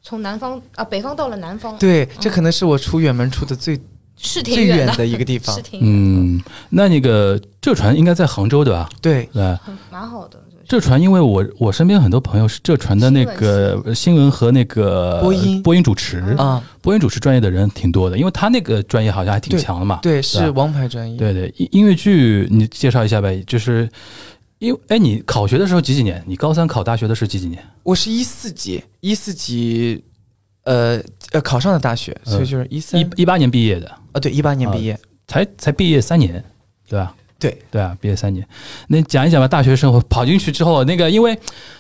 [SPEAKER 3] 从南方啊北方到了南方，
[SPEAKER 1] 对，这可能是我出远门出的最
[SPEAKER 3] 是 挺
[SPEAKER 1] 最
[SPEAKER 3] 远
[SPEAKER 1] 远
[SPEAKER 3] 的，
[SPEAKER 1] 的一个地方
[SPEAKER 3] 是。挺远
[SPEAKER 2] 嗯，那那个浙传应该在杭州对吧？
[SPEAKER 1] 对，
[SPEAKER 2] 对，
[SPEAKER 3] 很蛮好的。
[SPEAKER 2] 浙传，因为我我身边很多朋友是浙传的那个新闻和那个
[SPEAKER 1] 播音
[SPEAKER 2] 播音主持
[SPEAKER 3] 嗯
[SPEAKER 1] 啊、
[SPEAKER 2] 播音主持专业的人挺多的，因为他那个专业好像还挺
[SPEAKER 1] 对
[SPEAKER 2] 强的嘛。
[SPEAKER 1] 对，
[SPEAKER 2] 对
[SPEAKER 1] 是
[SPEAKER 2] 啊
[SPEAKER 1] 王牌专业。
[SPEAKER 2] 对对，音音乐剧你介绍一下呗，就是因为哎，你考学的时候几几年？你高三考大学的是几几年？
[SPEAKER 1] 我是一四级，一四级，呃呃，考上的大学，
[SPEAKER 2] 嗯
[SPEAKER 1] 所以就是一三
[SPEAKER 2] 一一八年毕业的，
[SPEAKER 1] 啊，对，一八年毕业。
[SPEAKER 2] 才才毕业三年，对吧？
[SPEAKER 1] 对
[SPEAKER 2] 对啊，毕业三年，那讲一讲吧。大学生活跑进去之后，那个因为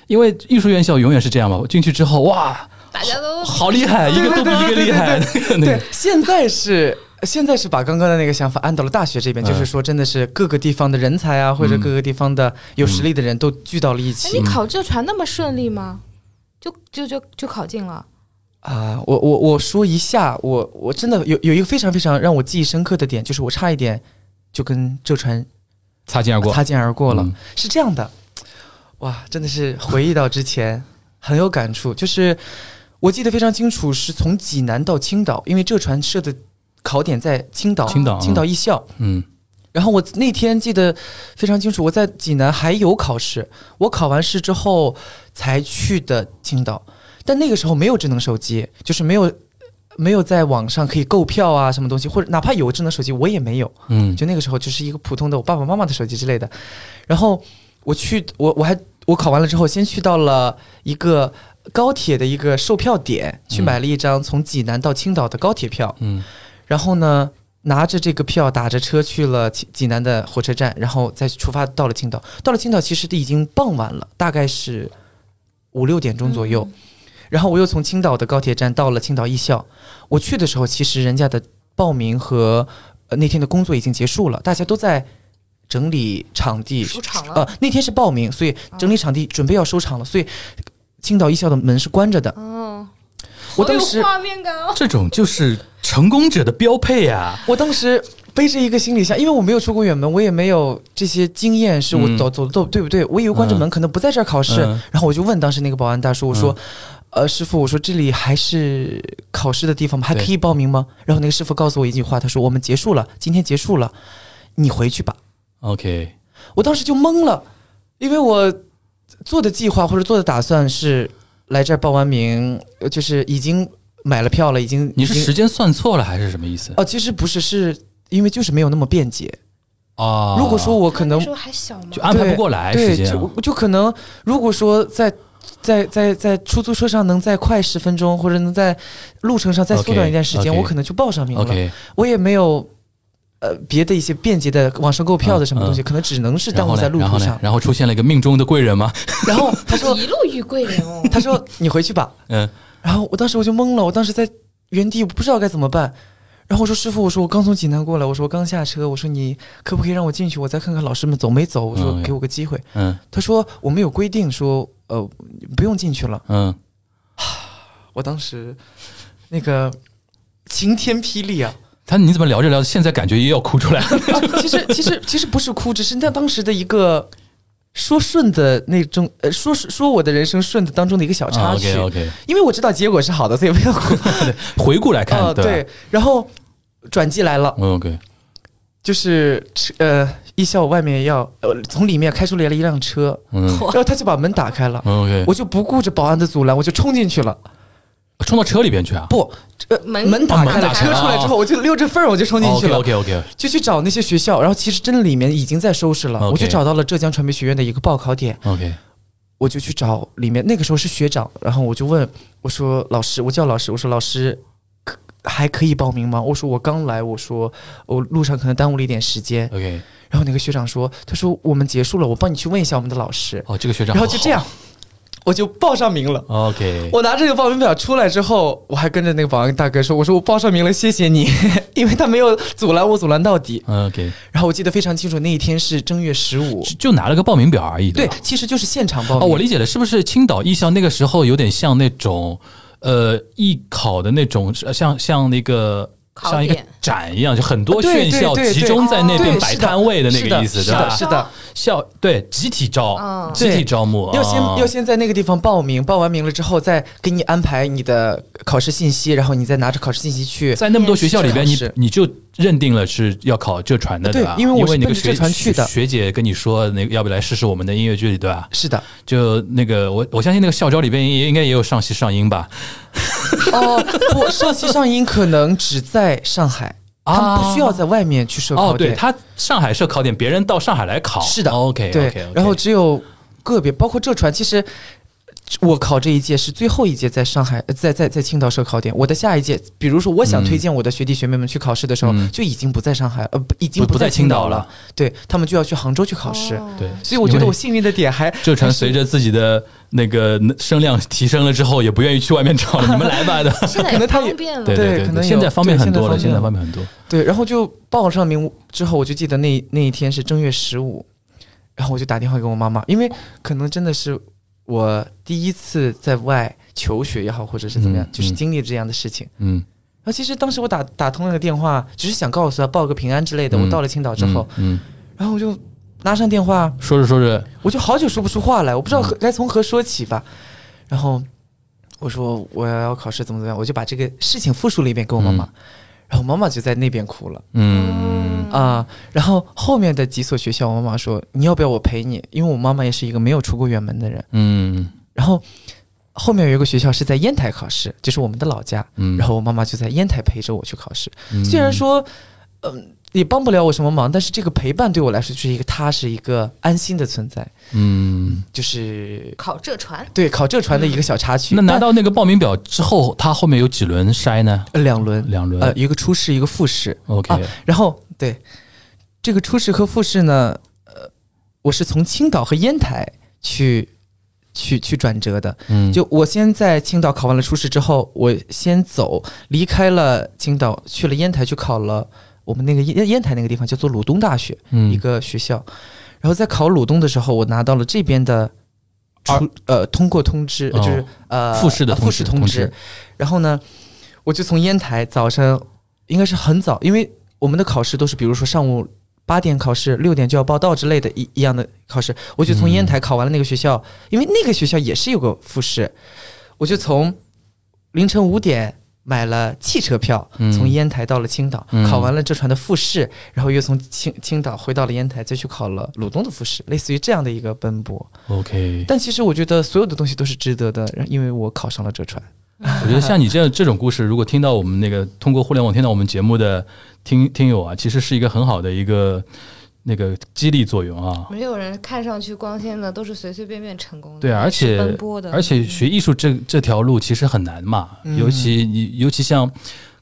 [SPEAKER 2] 因为艺术院校永远是这样嘛，我进去之后哇，
[SPEAKER 3] 大家都
[SPEAKER 2] 好厉害，一
[SPEAKER 1] 对
[SPEAKER 2] 个都比
[SPEAKER 1] 对
[SPEAKER 2] 一个
[SPEAKER 1] 对对
[SPEAKER 2] 厉害。那个那
[SPEAKER 1] 对
[SPEAKER 2] 个，，
[SPEAKER 1] 现在是现在是把刚刚的那个想法安到了大学这边，
[SPEAKER 2] 嗯
[SPEAKER 1] 就是说真的是各个地方的人才啊，或者
[SPEAKER 2] 嗯
[SPEAKER 1] 各个地方的有实力的人都聚到了一
[SPEAKER 3] 哎，
[SPEAKER 1] 起
[SPEAKER 3] 你考浙传那么顺利吗？就就就就考进了，
[SPEAKER 1] 啊、我我我说一下，我我真的有有一个非常非常让我记忆深刻的点，就是我差一点就跟浙传
[SPEAKER 2] 擦肩而过，
[SPEAKER 1] 擦肩而过了。
[SPEAKER 2] 嗯
[SPEAKER 1] 是这样的，哇，真的是回忆到之前很有感触，就是我记得非常清楚，是从济南到青岛，因为浙传社的考点在青岛，
[SPEAKER 2] 青岛啊
[SPEAKER 1] 青岛艺校。
[SPEAKER 2] 嗯
[SPEAKER 1] 然后我那天记得非常清楚，我在济南还有考试，我考完试之后才去的青岛，但那个时候没有智能手机，就是没有没有在网上可以购票啊什么东西，或者哪怕有智能手机我也没有，
[SPEAKER 2] 嗯
[SPEAKER 1] 就那个时候就是一个普通的我爸爸妈妈的手机之类的。然后我去，我我还我考完了之后，先去到了一个高铁的一个售票点，去买了一张从济南到青岛的高铁票。
[SPEAKER 2] 嗯
[SPEAKER 1] 然后呢，拿着这个票打着车去了济济南的火车站，然后再出发到了青岛。到了青岛其实已经傍晚了，大概是五六点钟左右。
[SPEAKER 3] 嗯
[SPEAKER 1] 然后我又从青岛的高铁站到了青岛艺校。我去的时候，其实人家的报名和、呃、那天的工作已经结束了，大家都在整理场地。
[SPEAKER 3] 出场了。
[SPEAKER 1] 呃，那天是报名，所以整理场地准备要收场了，所以青岛艺校的门是关着的。
[SPEAKER 3] 哦，
[SPEAKER 1] 我
[SPEAKER 3] 好有
[SPEAKER 1] 当时
[SPEAKER 3] 画面感哦。
[SPEAKER 2] 这种就是成功者的标配啊！
[SPEAKER 1] 我当时背着一个行李箱，因为我没有出过远门，我也没有这些经验，是我
[SPEAKER 2] 嗯
[SPEAKER 1] 走、走的对对不对？我以为关着门可能不在这儿考试，
[SPEAKER 2] 嗯
[SPEAKER 1] 然后我就问当时那个保安大叔，我说。呃，师傅，我说这里还是考试的地方吗？还可以报名吗？然后那个师傅告诉我一句话，他说：“我们结束了，今天结束了，你回去吧。
[SPEAKER 2] OK，”
[SPEAKER 1] 我当时就懵了，因为我做的计划或者做的打算是来这儿报完名，呃就是已经买了票了，已经
[SPEAKER 2] 你是
[SPEAKER 1] 已经
[SPEAKER 2] 时间算错了还是什么意思
[SPEAKER 1] 哦、其实不是，是因为就是没有那么便捷，
[SPEAKER 2] 啊？
[SPEAKER 1] 如果说我可能
[SPEAKER 3] 那时候还小嘛，
[SPEAKER 2] 就安排不过来时
[SPEAKER 1] 对，
[SPEAKER 2] 间啊，
[SPEAKER 1] 就就可能如果说在在在在出租车上能再快十分钟，或者能在路程上再缩短
[SPEAKER 2] OK，
[SPEAKER 1] 一段时间
[SPEAKER 2] OK
[SPEAKER 1] 我可能就报上名了。
[SPEAKER 2] OK，
[SPEAKER 1] 我也没有呃别的一些便捷的网上购票的什么东西，
[SPEAKER 2] 嗯
[SPEAKER 1] 可能只能是
[SPEAKER 2] 然
[SPEAKER 1] 耽
[SPEAKER 2] 后
[SPEAKER 1] 误
[SPEAKER 2] 呢
[SPEAKER 1] 在路
[SPEAKER 2] 然后
[SPEAKER 1] 途
[SPEAKER 2] 呢
[SPEAKER 1] 上。
[SPEAKER 2] 然后出现了一个命中的贵人吗？
[SPEAKER 1] 然后他说。
[SPEAKER 3] 一路遇贵人哦
[SPEAKER 1] 他说你回去吧，
[SPEAKER 2] 嗯，
[SPEAKER 1] 然后我当时我就懵了，我当时在原地，我不知道该怎么办。然后我说师傅，我说我刚从济南过来，我说我刚下车，我说你可不可以让我进去，我再看看老师们走没走，我说
[SPEAKER 2] 嗯
[SPEAKER 1] 给我个机会。
[SPEAKER 2] 嗯
[SPEAKER 1] 他说我们有规定说，呃，不用进去了。
[SPEAKER 2] 嗯，
[SPEAKER 1] 我当时那个晴天霹雳啊！
[SPEAKER 2] 他你怎么聊着聊着，现在感觉也要哭出来了？
[SPEAKER 1] 其实其实其实不是哭，只是那当时的一个说顺的那种，呃，说说我的人生顺的当中的一个小插曲。
[SPEAKER 2] OK OK，
[SPEAKER 1] 因为我知道结果是好的，所以不要 哭。
[SPEAKER 2] 回顾来
[SPEAKER 1] 啊，
[SPEAKER 2] 看，吧
[SPEAKER 1] 对，然后转机来了，
[SPEAKER 2] ？OK，
[SPEAKER 1] 就是呃，艺校外面要呃从里面开出来了一辆车，
[SPEAKER 2] 嗯
[SPEAKER 1] 然后他就把门打开了，
[SPEAKER 2] OK，
[SPEAKER 1] 我就不顾着保安的阻拦，我就冲进去了。
[SPEAKER 2] 冲到车里边去啊？
[SPEAKER 1] 不，呃，
[SPEAKER 3] 门
[SPEAKER 1] 门打
[SPEAKER 2] 门
[SPEAKER 1] 开
[SPEAKER 2] 打
[SPEAKER 1] 了，
[SPEAKER 2] 开
[SPEAKER 1] 车
[SPEAKER 2] 了
[SPEAKER 1] 出来之后，我就溜着缝儿我就冲进去了。
[SPEAKER 2] OK OK，
[SPEAKER 1] 就去找那些学校，然后其实真的里面已经在收拾了。
[SPEAKER 2] OK
[SPEAKER 1] 我就找到了浙江传媒学院的一个报考点，
[SPEAKER 2] OK，
[SPEAKER 1] 我就去找里面，那个时候是学长，然后我就问我说老师，我叫老师，我说老师。可还可以报名吗？我说我刚来，我说我路上可能耽误了一点时间。
[SPEAKER 2] OK，
[SPEAKER 1] 然后那个学长说，他说我们结束了，我帮你去问一下我们的老师。
[SPEAKER 2] 哦，这个学长，
[SPEAKER 1] 然后就这样，我就报上名了。
[SPEAKER 2] 好。OK，
[SPEAKER 1] 我拿这个报名表出来之后，我还跟着那个保安大哥说，我说我报上名了，谢谢你， 因为他没有阻拦我，阻拦到底。
[SPEAKER 2] OK，
[SPEAKER 1] 然后我记得非常清楚，那一天是正月十五，
[SPEAKER 2] 就就拿了个报名表而已。
[SPEAKER 1] 对
[SPEAKER 2] 吧，
[SPEAKER 1] 其实就是现场报
[SPEAKER 2] 哦，
[SPEAKER 1] 名。
[SPEAKER 2] 我理解了，是不是青岛艺校那个时候有点像那种呃艺考的那种，呃像像那个
[SPEAKER 3] 考
[SPEAKER 2] 像一
[SPEAKER 3] 点
[SPEAKER 2] 个展一样，就很多
[SPEAKER 1] 对啊对
[SPEAKER 2] 炫校
[SPEAKER 1] 对对
[SPEAKER 2] 集中在那边
[SPEAKER 1] 对
[SPEAKER 2] 摆
[SPEAKER 1] 是的
[SPEAKER 2] 摊位的那
[SPEAKER 1] 是
[SPEAKER 2] 个意思，
[SPEAKER 1] 是
[SPEAKER 2] 对
[SPEAKER 1] 的，
[SPEAKER 2] 吧
[SPEAKER 1] 是？的，
[SPEAKER 2] 校对集体招
[SPEAKER 3] 嗯，
[SPEAKER 2] 集体招募，
[SPEAKER 1] 要先
[SPEAKER 2] 哦
[SPEAKER 1] 要先在那个地方报名，报完名了之后，再给你安排你的考试信息，然后你再拿着考试信息去。
[SPEAKER 2] 在那么多学校里边，你
[SPEAKER 1] 面试考试
[SPEAKER 2] 你就认定了是要考浙传的，
[SPEAKER 1] 对
[SPEAKER 2] 吧？
[SPEAKER 1] 因为
[SPEAKER 2] 为
[SPEAKER 1] 我是
[SPEAKER 2] 那个
[SPEAKER 1] 奔着
[SPEAKER 2] 学
[SPEAKER 1] 浙传去的
[SPEAKER 2] 学学姐跟你说，那个要不要来试试我们的音乐剧，对吧？
[SPEAKER 1] 是的，
[SPEAKER 2] 就那个我我相信那个校招里边也应该也有上戏上音吧？
[SPEAKER 1] 哦，不，上期上音可能只在上海，他们不需要在外面去设
[SPEAKER 2] 啊哦
[SPEAKER 1] 考，
[SPEAKER 2] 对
[SPEAKER 1] 点。
[SPEAKER 2] 他上海设考点，别人到上海来考，
[SPEAKER 1] 是的
[SPEAKER 2] ，OK
[SPEAKER 1] 对
[SPEAKER 2] OK，
[SPEAKER 1] 然后只有个别，包括浙传，其实我考这一届是最后一届在上海，呃在在在青岛设考点。我的下一届，比如说我想
[SPEAKER 2] 嗯
[SPEAKER 1] 推荐我的学弟学妹们去考试的时候，
[SPEAKER 2] 嗯
[SPEAKER 1] 就已经不在上海，呃，不已经
[SPEAKER 2] 不不
[SPEAKER 1] 在
[SPEAKER 2] 在
[SPEAKER 1] 青
[SPEAKER 2] 青
[SPEAKER 1] 岛
[SPEAKER 2] 岛
[SPEAKER 1] 了
[SPEAKER 2] 了，
[SPEAKER 1] 对他们就要去杭州去考试。
[SPEAKER 3] 哦
[SPEAKER 2] 对
[SPEAKER 1] 所以我觉
[SPEAKER 2] 因
[SPEAKER 1] 得
[SPEAKER 2] 为
[SPEAKER 1] 我幸运的点还
[SPEAKER 2] 浙
[SPEAKER 1] 还
[SPEAKER 2] 传
[SPEAKER 1] 是
[SPEAKER 2] 随着自己的那个声量提升了之后，也不愿意去外面找了，你们来 吧的。
[SPEAKER 3] 现在
[SPEAKER 1] 可
[SPEAKER 3] 也
[SPEAKER 1] 能他也
[SPEAKER 3] 方便了，
[SPEAKER 2] 对
[SPEAKER 1] 对
[SPEAKER 2] 对
[SPEAKER 1] 可能有
[SPEAKER 2] 现在方便
[SPEAKER 1] 对
[SPEAKER 2] 很
[SPEAKER 1] 现在
[SPEAKER 2] 多了，
[SPEAKER 1] 方便
[SPEAKER 2] 现在
[SPEAKER 1] 了
[SPEAKER 2] 方便很多。
[SPEAKER 1] 对，然后就报上名之后，我就记得那那一天是正月十五，然后我就打电话给我妈妈，因为可能真的是我第一次在外求学也好，或者是怎么样，
[SPEAKER 2] 嗯
[SPEAKER 1] 就是
[SPEAKER 2] 嗯
[SPEAKER 1] 经历这样的事情。
[SPEAKER 2] 嗯，
[SPEAKER 1] 然啊后其实当时我打打通那个电话，只是想告诉她报个平安之类的。我
[SPEAKER 2] 嗯
[SPEAKER 1] 到了青岛之后，
[SPEAKER 2] 嗯，
[SPEAKER 1] 然后我就拿上电话，
[SPEAKER 2] 嗯，说着说着，
[SPEAKER 1] 我就好久说不出话来，我不知道何该从何说起吧。然后我说我要考试怎么怎么样，我就把这个事情复述了一遍给我妈妈，然后妈妈就在那边哭了。
[SPEAKER 2] 嗯，
[SPEAKER 1] 啊、然后后面的几所学校，我妈妈说你要不要我陪你？因为我妈妈也是一个没有出过远门的人。
[SPEAKER 2] 嗯
[SPEAKER 1] 然后后面有一个学校是在烟台考试，就是我们的老家。
[SPEAKER 2] 嗯，
[SPEAKER 1] 然后我妈妈就在烟台陪着我去考试。
[SPEAKER 2] 嗯
[SPEAKER 1] 虽然，说，嗯、也帮不了我什么忙，但是这个陪伴对我来说就是一个踏实、一个安心的存在。
[SPEAKER 2] 嗯，
[SPEAKER 1] 就是
[SPEAKER 3] 考浙传，
[SPEAKER 1] 对考浙传的一个小插曲。
[SPEAKER 2] 那拿
[SPEAKER 1] 但
[SPEAKER 2] 到那个报名表之后，他后面有几轮筛呢？
[SPEAKER 1] 呃两轮，
[SPEAKER 2] 两
[SPEAKER 1] 呃，
[SPEAKER 2] 轮
[SPEAKER 1] 一个初试，一个复试。
[SPEAKER 2] ，OK，
[SPEAKER 1] 啊然后对这个初试和复试呢，呃，我是从青岛和烟台去去去转折的。
[SPEAKER 2] 嗯，
[SPEAKER 1] 就我先在青岛考完了初试之后，我先走离开了青岛，去了烟台去考了我们那个烟烟台那个地方叫做鲁东大学、
[SPEAKER 2] 嗯
[SPEAKER 1] 一个学校。然后在考鲁东的时候，我拿到了这边的
[SPEAKER 2] 二
[SPEAKER 1] 出呃通过通知，
[SPEAKER 2] 哦
[SPEAKER 1] 就是呃
[SPEAKER 2] 复试的
[SPEAKER 1] 呃
[SPEAKER 2] 通
[SPEAKER 1] 复
[SPEAKER 2] 知
[SPEAKER 1] 试通
[SPEAKER 2] 通
[SPEAKER 1] 知
[SPEAKER 2] 知。
[SPEAKER 1] 然后呢，我就从烟台早上应该是很早，因为我们的考试都是比如说上午八点考试，六点就要报到之类的一一样的考试。我就从烟台考完了那个学校，因为那个学校也是有个复试，我就从凌晨五点。买了汽车票，
[SPEAKER 2] 嗯
[SPEAKER 1] 从烟台到了青岛，
[SPEAKER 2] 嗯
[SPEAKER 1] 考完了浙传的复试，然后又从青青岛回到了烟台，再去考了鲁东的复试，类似于这样的一个奔波。
[SPEAKER 2] OK，
[SPEAKER 1] 但其实我觉得所有的东西都是值得的，因为我考上了浙传。
[SPEAKER 2] 我觉得像你这样这种故事，如果听到我们那个通过互联网听到我们节目的听听友啊，其实是一个很好的一个那个激励作用啊。
[SPEAKER 3] 没有人看上去光鲜的，都是随随便便成功的，
[SPEAKER 2] 对啊而且
[SPEAKER 3] 是嗯奔波的，嗯
[SPEAKER 2] 而且学艺术这这条路其实很难嘛，
[SPEAKER 1] 嗯
[SPEAKER 2] 尤其你尤其像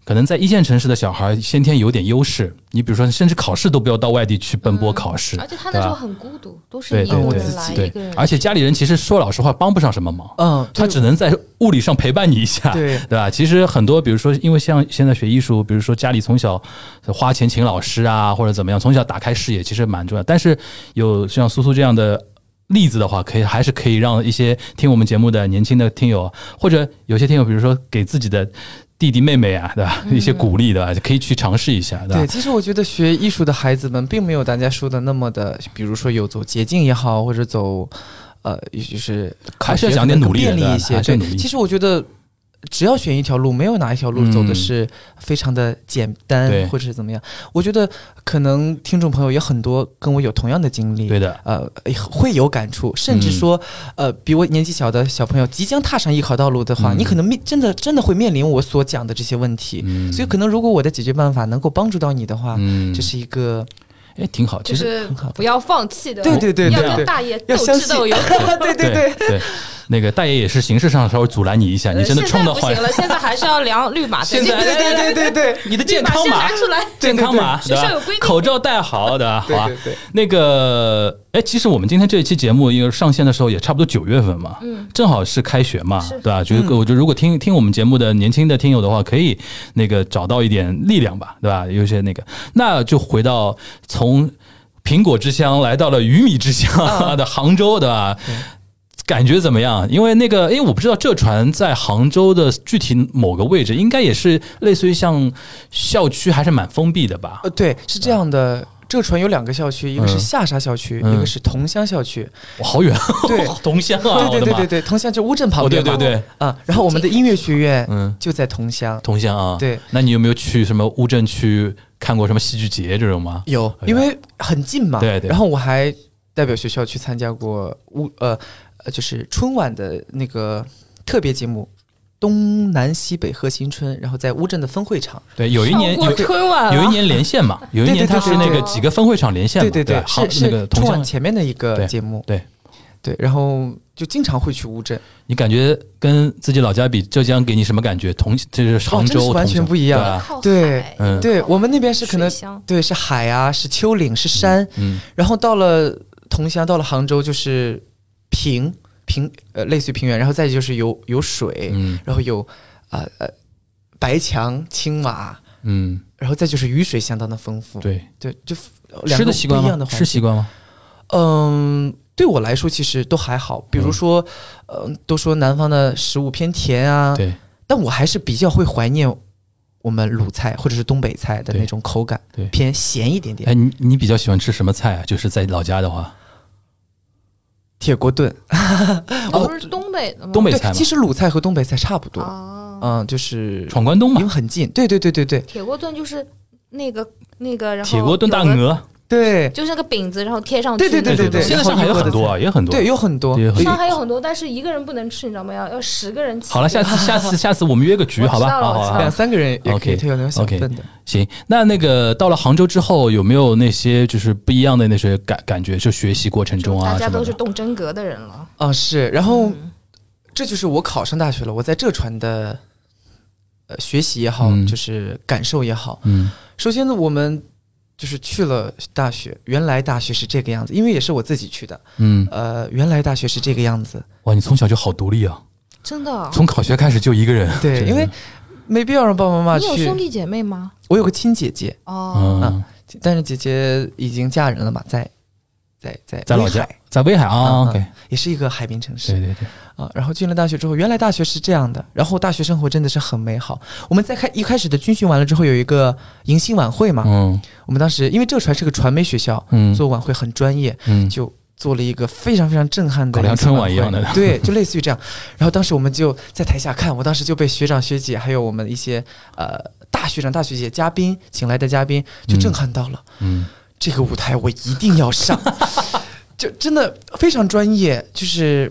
[SPEAKER 2] 可能在一线城市的小孩先天有点优势，你比如说甚至考试都不要到外地去奔波考试
[SPEAKER 3] 嗯而，且他
[SPEAKER 2] 对
[SPEAKER 3] 那时候
[SPEAKER 2] 吧
[SPEAKER 3] 很孤独，都是
[SPEAKER 2] 对
[SPEAKER 3] 一
[SPEAKER 2] 对
[SPEAKER 3] 个
[SPEAKER 1] 我
[SPEAKER 3] 人
[SPEAKER 1] 自
[SPEAKER 3] 来
[SPEAKER 1] 己
[SPEAKER 2] 对对
[SPEAKER 3] 一个人
[SPEAKER 2] 对，，而且家里人其实说老实话帮不上什么忙，
[SPEAKER 1] 嗯，
[SPEAKER 2] 他只能在物理上陪伴你一下，
[SPEAKER 1] 对
[SPEAKER 2] 对吧？其实很多，比如说，因为像现在学艺术，比如说家里从小花钱请老师啊，或者怎么样，从小打开视野，其实蛮重要。但是有像苏苏这样的例子的话，可以还是可以让一些听我们节目的年轻的听友，或者有些听友，比如说给自己的弟弟妹妹啊，对
[SPEAKER 3] 嗯
[SPEAKER 2] 吧？一些鼓励，对吧？可以去尝试一下，对吧
[SPEAKER 1] 对，？其实我觉得学艺术的孩子们并没有大家说的那么的，比如说有走捷径也好，或者走呃，就是
[SPEAKER 2] 还是要讲点努力的
[SPEAKER 1] 便利一些。
[SPEAKER 2] 还是
[SPEAKER 1] 对
[SPEAKER 2] 要努力，
[SPEAKER 1] 其实我觉得。只要选一条路，没有哪一条路
[SPEAKER 2] 嗯
[SPEAKER 1] 走的是非常的简单，
[SPEAKER 2] 对
[SPEAKER 1] 或者是怎么样。我觉得可能听众朋友也很多跟我有同样的经历，
[SPEAKER 2] 对嗯的，
[SPEAKER 1] 呃，会有感触，甚至说，呃，比我年纪小的小朋友即将踏上艺考道路的话，
[SPEAKER 2] 嗯
[SPEAKER 1] 你可能面真的真的会面临我所讲的这些问题。
[SPEAKER 2] 嗯，
[SPEAKER 1] 所以，可能如果我的解决办法能够帮助到你的话，
[SPEAKER 2] 嗯，
[SPEAKER 1] 这是一个
[SPEAKER 2] 哎，挺好，其
[SPEAKER 3] 就
[SPEAKER 2] 实
[SPEAKER 3] 是
[SPEAKER 1] 很好的
[SPEAKER 3] 不要放弃的，
[SPEAKER 1] 对对对
[SPEAKER 3] 要
[SPEAKER 2] 对
[SPEAKER 3] 跟大爷
[SPEAKER 1] 要
[SPEAKER 3] 斗
[SPEAKER 1] 相
[SPEAKER 3] 智
[SPEAKER 1] 信
[SPEAKER 3] 斗勇。
[SPEAKER 1] 对对对
[SPEAKER 2] 对对，那个大爷也是形式上稍微阻拦你一下，你真的
[SPEAKER 3] 呃现
[SPEAKER 2] 冲
[SPEAKER 3] 在
[SPEAKER 2] 的
[SPEAKER 3] 不
[SPEAKER 2] 话
[SPEAKER 3] 行，了，现在还是要量绿码 的，
[SPEAKER 2] 现在
[SPEAKER 3] 对对对
[SPEAKER 1] 对对对，
[SPEAKER 2] 你的
[SPEAKER 3] 对，
[SPEAKER 2] 健
[SPEAKER 3] 绿码
[SPEAKER 2] 康
[SPEAKER 3] 先
[SPEAKER 2] 码
[SPEAKER 3] 拿出来。
[SPEAKER 2] 健康码，
[SPEAKER 1] 对
[SPEAKER 3] 对对
[SPEAKER 2] 对吧
[SPEAKER 3] 学校有规定
[SPEAKER 2] 口罩戴好，对吧？好
[SPEAKER 1] 对
[SPEAKER 2] 吧
[SPEAKER 1] 对。对，
[SPEAKER 2] 那个，哎，其实我们今天这一期节目，因为上线的时候也差不多九月份嘛，
[SPEAKER 3] 嗯，
[SPEAKER 2] 正好是开学嘛，
[SPEAKER 3] 是
[SPEAKER 2] 对吧？觉得我觉得如果听听我们节目的年轻的听友的话，可以那个找到一点力量吧，对吧？有些那个，那就回到从苹果之乡来到了鱼米之
[SPEAKER 1] 啊
[SPEAKER 2] 乡 的杭州，对吧？感觉怎么样？因为那个，因为我不知道浙传在杭州的具体某个位置，应该也是类似于像校区，还是蛮封闭的吧？
[SPEAKER 1] 呃，对，是这样的。浙传有两个校区，一个是
[SPEAKER 2] 嗯
[SPEAKER 1] 下沙校区，
[SPEAKER 2] 嗯
[SPEAKER 1] 一个是桐乡校区。
[SPEAKER 2] 哇好远，
[SPEAKER 1] 对
[SPEAKER 2] 桐乡啊，
[SPEAKER 1] 对对
[SPEAKER 2] 我的
[SPEAKER 1] 对
[SPEAKER 2] 妈！
[SPEAKER 1] 对对，桐乡就乌镇旁
[SPEAKER 2] 哦，对
[SPEAKER 1] 边嘛。
[SPEAKER 2] 对对，
[SPEAKER 1] 啊，然后我们的音乐学院
[SPEAKER 2] 嗯，
[SPEAKER 1] 就在桐乡。
[SPEAKER 2] 桐乡啊，
[SPEAKER 1] 对，
[SPEAKER 2] 那你有没有去什么乌镇去看过什么戏剧节这种吗？
[SPEAKER 1] 有，
[SPEAKER 2] 哎呀
[SPEAKER 1] 因为很近嘛。
[SPEAKER 2] 对对
[SPEAKER 1] 然后我还代表学校去参加过乌呃呃，就是春晚的那个特别节目《东南西北贺新春》，然后在乌镇的分会场。
[SPEAKER 2] 对，有一年
[SPEAKER 3] 过
[SPEAKER 2] 有
[SPEAKER 3] 春晚
[SPEAKER 2] 有一
[SPEAKER 3] 了，
[SPEAKER 2] 年连线嘛，有一
[SPEAKER 1] 对对
[SPEAKER 2] 年
[SPEAKER 1] 对
[SPEAKER 2] 它是
[SPEAKER 1] 对
[SPEAKER 2] 那
[SPEAKER 1] 对
[SPEAKER 2] 个几个分会场连线嘛，
[SPEAKER 1] 对对
[SPEAKER 2] 吧好
[SPEAKER 1] 是
[SPEAKER 2] 那
[SPEAKER 1] 是
[SPEAKER 2] 个
[SPEAKER 1] 春
[SPEAKER 2] 桐
[SPEAKER 1] 晚
[SPEAKER 2] 乡
[SPEAKER 1] 前面的一个
[SPEAKER 2] 对
[SPEAKER 1] 节目。
[SPEAKER 2] 对。
[SPEAKER 1] 对，然后就经常会去乌镇，
[SPEAKER 2] 你感觉跟自己老家比，浙江给你什么感觉？同这是杭
[SPEAKER 1] 真的
[SPEAKER 2] 州，
[SPEAKER 1] 是完
[SPEAKER 2] 同
[SPEAKER 1] 全不一样
[SPEAKER 2] 对啊
[SPEAKER 3] 靠海
[SPEAKER 1] 对
[SPEAKER 2] 嗯
[SPEAKER 1] 对我们那边是可能
[SPEAKER 3] 水乡
[SPEAKER 1] 对，是海啊，是丘陵，是山，
[SPEAKER 2] 嗯，
[SPEAKER 1] 然后到了桐乡，到了杭州就是平平呃，类似于平原，然后再就是有有水，
[SPEAKER 2] 嗯
[SPEAKER 1] 然后有啊呃白墙青瓦，
[SPEAKER 2] 嗯，
[SPEAKER 1] 然后再就是雨水相当的丰富。
[SPEAKER 2] 对，
[SPEAKER 1] 对，就呃两个
[SPEAKER 2] 吃的习惯
[SPEAKER 1] 不一样的
[SPEAKER 2] 吗？
[SPEAKER 1] 环
[SPEAKER 2] 吃
[SPEAKER 1] 境
[SPEAKER 2] 习惯吗？
[SPEAKER 1] 嗯，对我来说其实都还好。比如说，嗯、都说南方的食物偏甜啊，
[SPEAKER 2] 对
[SPEAKER 1] 但我还是比较会怀念我们鲁菜或者是东北菜的
[SPEAKER 2] 对
[SPEAKER 1] 那种口感，
[SPEAKER 2] 对。
[SPEAKER 1] 偏咸一点点。
[SPEAKER 2] 哎，你你比较喜欢吃什么菜啊？就是在老家的话，
[SPEAKER 1] 铁锅炖，
[SPEAKER 3] 我不是东北的吗？
[SPEAKER 2] 东北
[SPEAKER 1] 对
[SPEAKER 2] 菜，嘛
[SPEAKER 1] 其，实鲁菜和东北菜差不多，
[SPEAKER 3] 啊，
[SPEAKER 1] 嗯，就是
[SPEAKER 2] 闯关东
[SPEAKER 1] 因为
[SPEAKER 2] 嘛，
[SPEAKER 1] 很近。对对对对对
[SPEAKER 3] 铁锅炖就是那个那个，然后
[SPEAKER 2] 铁锅炖大
[SPEAKER 3] 有个，
[SPEAKER 2] 鹅，
[SPEAKER 1] 对
[SPEAKER 3] 就是那个饼子，然后贴上去。
[SPEAKER 1] 对对对对
[SPEAKER 2] 现在上海有很多啊，也很多。
[SPEAKER 1] 对，有很多
[SPEAKER 2] 也有很
[SPEAKER 3] 上海有很多，但是一个人不能吃，你知道吗？要要十个人吃。
[SPEAKER 2] 好 了，下次下次下次我们约个局，
[SPEAKER 3] 我
[SPEAKER 2] 好吧？
[SPEAKER 3] 知道了
[SPEAKER 2] 好好
[SPEAKER 3] 我知道
[SPEAKER 2] 好
[SPEAKER 1] 两，三个人也可
[SPEAKER 2] OK，
[SPEAKER 1] 以，他有那种小
[SPEAKER 2] OK
[SPEAKER 1] 份的。
[SPEAKER 2] 行。那那个到了杭州之后，有没有那些就是不一样的那些感感觉？就学习过程中啊
[SPEAKER 3] 大
[SPEAKER 2] 什
[SPEAKER 3] 家
[SPEAKER 2] 么
[SPEAKER 3] 都是
[SPEAKER 2] 的。
[SPEAKER 3] 动真格的人了。
[SPEAKER 1] 啊，是，然后
[SPEAKER 3] 嗯
[SPEAKER 1] 这就是我考上大学了，我在浙传的呃学习也好，
[SPEAKER 2] 嗯
[SPEAKER 1] 就是感受也好。
[SPEAKER 2] 嗯
[SPEAKER 1] 首先呢，我们就是去了大学，原来大学是这个样子，因为也是我自己去的。
[SPEAKER 2] 嗯，
[SPEAKER 1] 呃，原来大学是这个样子，
[SPEAKER 2] 哇，你从小就好独立啊，
[SPEAKER 3] 真的？
[SPEAKER 2] 从考学开始就一个人。
[SPEAKER 1] 对，
[SPEAKER 2] 真的
[SPEAKER 1] 因为没必要让爸爸妈妈
[SPEAKER 3] 你有兄
[SPEAKER 1] 去。
[SPEAKER 3] 弟姐妹吗？
[SPEAKER 1] 我有个亲姐姐，
[SPEAKER 3] 哦，
[SPEAKER 2] 嗯
[SPEAKER 1] 啊，但是姐姐已经嫁人了嘛，在在在
[SPEAKER 2] 在老
[SPEAKER 1] 威
[SPEAKER 2] 家
[SPEAKER 1] 海，
[SPEAKER 2] 在威海啊
[SPEAKER 1] 嗯嗯
[SPEAKER 2] ，OK，
[SPEAKER 1] 也是一个海滨城市。
[SPEAKER 2] 对对对，
[SPEAKER 1] 啊，然后进了大学之后，原来大学是这样的，然后大学生活真的是很美好。我们在开一开始的军训完了之后，有一个迎新晚会嘛，
[SPEAKER 2] 嗯
[SPEAKER 1] 我们当时因为浙传是个传媒学校，
[SPEAKER 2] 嗯
[SPEAKER 1] 啊做晚会很专业，
[SPEAKER 2] 嗯，
[SPEAKER 1] 就做了一个非常非常震撼的
[SPEAKER 2] 搞得像
[SPEAKER 1] 迎新
[SPEAKER 2] 春
[SPEAKER 1] 晚
[SPEAKER 2] 晚一样
[SPEAKER 1] 会
[SPEAKER 2] 的
[SPEAKER 1] 对，就类似于这样。然后当时我们就在台下看，我当时就被学长学姐还有我们一些呃大学长大学姐嘉宾请来的嘉宾就震撼到了。
[SPEAKER 2] 嗯
[SPEAKER 1] 这个舞台我一定要上， 就真的非常专业，就是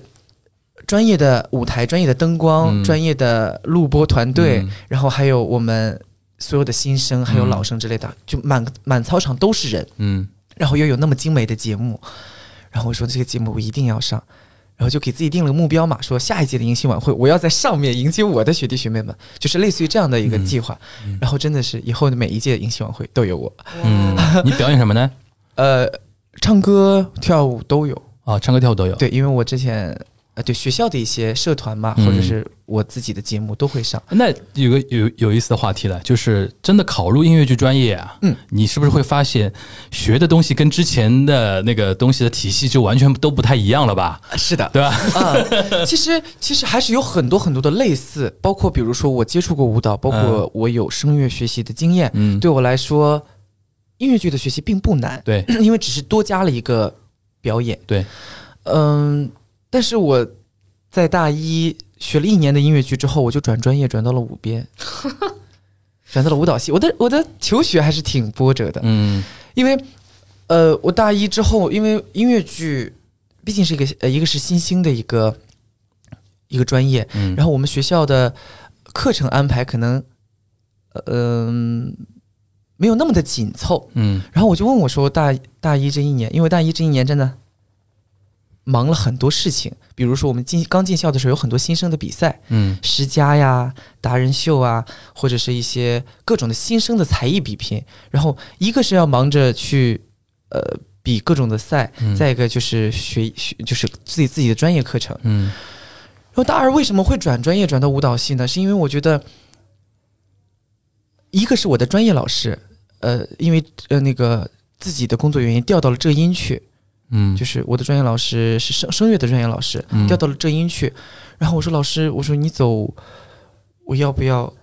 [SPEAKER 1] 专业的舞台、专业的灯光、
[SPEAKER 2] 嗯
[SPEAKER 1] 专业的录播团队，
[SPEAKER 2] 嗯
[SPEAKER 1] 然后还有我们所有的新生还有老生之类的，就满满操场都是人，
[SPEAKER 2] 嗯，
[SPEAKER 1] 然后又有那么精美的节目，然后我说这个节目我一定要上。然后就给自己定了目标嘛，说下一届的迎新晚会，我要在上面迎接我的学弟学妹们，就是类似于这样的一个计划。
[SPEAKER 2] 嗯嗯
[SPEAKER 1] 然后真的是以后的每一届迎新晚会都有我。
[SPEAKER 2] 嗯， 你表演什么呢？
[SPEAKER 1] 呃，唱歌、跳舞都有。
[SPEAKER 2] 啊，唱歌跳舞都有。
[SPEAKER 1] 对，因为我之前呃，对学校的一些社团嘛，
[SPEAKER 2] 嗯
[SPEAKER 1] 或者是我自己的节目都会上。
[SPEAKER 2] 那有个有有意思的话题了，就是真的考入音乐剧专业啊，
[SPEAKER 1] 嗯，
[SPEAKER 2] 你是不是会发现学的东西跟之前的那个东西的体系就完全都不太一样了吧？
[SPEAKER 1] 是的，
[SPEAKER 2] 对吧？
[SPEAKER 1] 啊、其实其实还是有很多很多的类似，包括比如说我接触过舞蹈，包括我有声乐学习的经验。
[SPEAKER 2] 嗯，
[SPEAKER 1] 对我来说，音乐剧的学习并不难，
[SPEAKER 2] 对，
[SPEAKER 1] 因为只是多加了一个表演。
[SPEAKER 2] 对，
[SPEAKER 1] 嗯，但是我在大一学了一年的音乐剧之后，我就转专业，转到了舞 编，转到了舞蹈系。我的我的求学还是挺波折的，
[SPEAKER 2] 嗯
[SPEAKER 1] 因为呃，我大一之后，因为音乐剧毕竟是一个呃，一个是新兴的一个一个专业，
[SPEAKER 2] 嗯，
[SPEAKER 1] 然后我们学校的课程安排可能呃嗯、没有那么的紧凑，
[SPEAKER 2] 嗯
[SPEAKER 1] 然后我就问我说大大一这一年，因为大一这一年真的忙了很多事情，比如说我们进刚进校的时候有很多新生的比赛，
[SPEAKER 2] 嗯
[SPEAKER 1] 十佳呀、达人秀啊，或者是一些各种的新生的才艺比拼。然后一个是要忙着去呃比各种的赛，
[SPEAKER 2] 嗯，
[SPEAKER 1] 再一个就是学学就是自己自己的专业课程。
[SPEAKER 2] 嗯
[SPEAKER 1] 然后大二为什么会转专业转到舞蹈系呢？是因为我觉得，一个是我的专业老师，呃，因为呃那个自己的工作原因调到了浙音去，
[SPEAKER 2] 嗯，
[SPEAKER 1] 就是是我的专业老师是声声乐的专业老师
[SPEAKER 2] 嗯，
[SPEAKER 1] 调到了浙音去。然后我说老师，我说你走，我要不要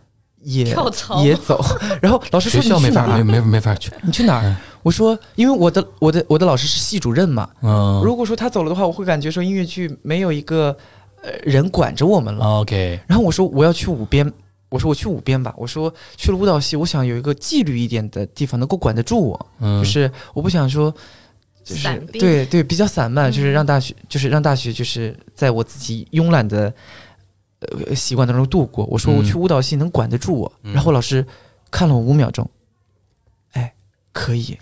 [SPEAKER 1] 也
[SPEAKER 3] 跳槽
[SPEAKER 1] 也 走？然后老师
[SPEAKER 2] 学
[SPEAKER 1] 说
[SPEAKER 2] 校
[SPEAKER 1] 你
[SPEAKER 2] 没
[SPEAKER 1] 去哪
[SPEAKER 2] 法没
[SPEAKER 1] 儿？
[SPEAKER 2] 没没法去，
[SPEAKER 1] 你去哪
[SPEAKER 2] 嗯
[SPEAKER 1] 儿？我说因为我的我的我的老师是系主任嘛。
[SPEAKER 2] 嗯
[SPEAKER 1] 如果说他走了的话，我会感觉说音乐剧没有一个呃人管着我们了。
[SPEAKER 2] 哦，OK，
[SPEAKER 1] 然后我说我要去舞编，我说我去舞编吧，我说去了舞蹈系，我想有一个纪律一点的地方能够管得住我，
[SPEAKER 2] 嗯，
[SPEAKER 1] 就是我不想说。就是
[SPEAKER 3] 散兵
[SPEAKER 1] 对对，比较散漫，就是
[SPEAKER 3] 嗯
[SPEAKER 1] 让大学，就是让大学，就是在我自己慵懒的呃习惯当中度过。我说我
[SPEAKER 2] 嗯
[SPEAKER 1] 去舞蹈系能管得住我，
[SPEAKER 2] 嗯
[SPEAKER 1] 然后老师看了我五秒钟，哎，可以，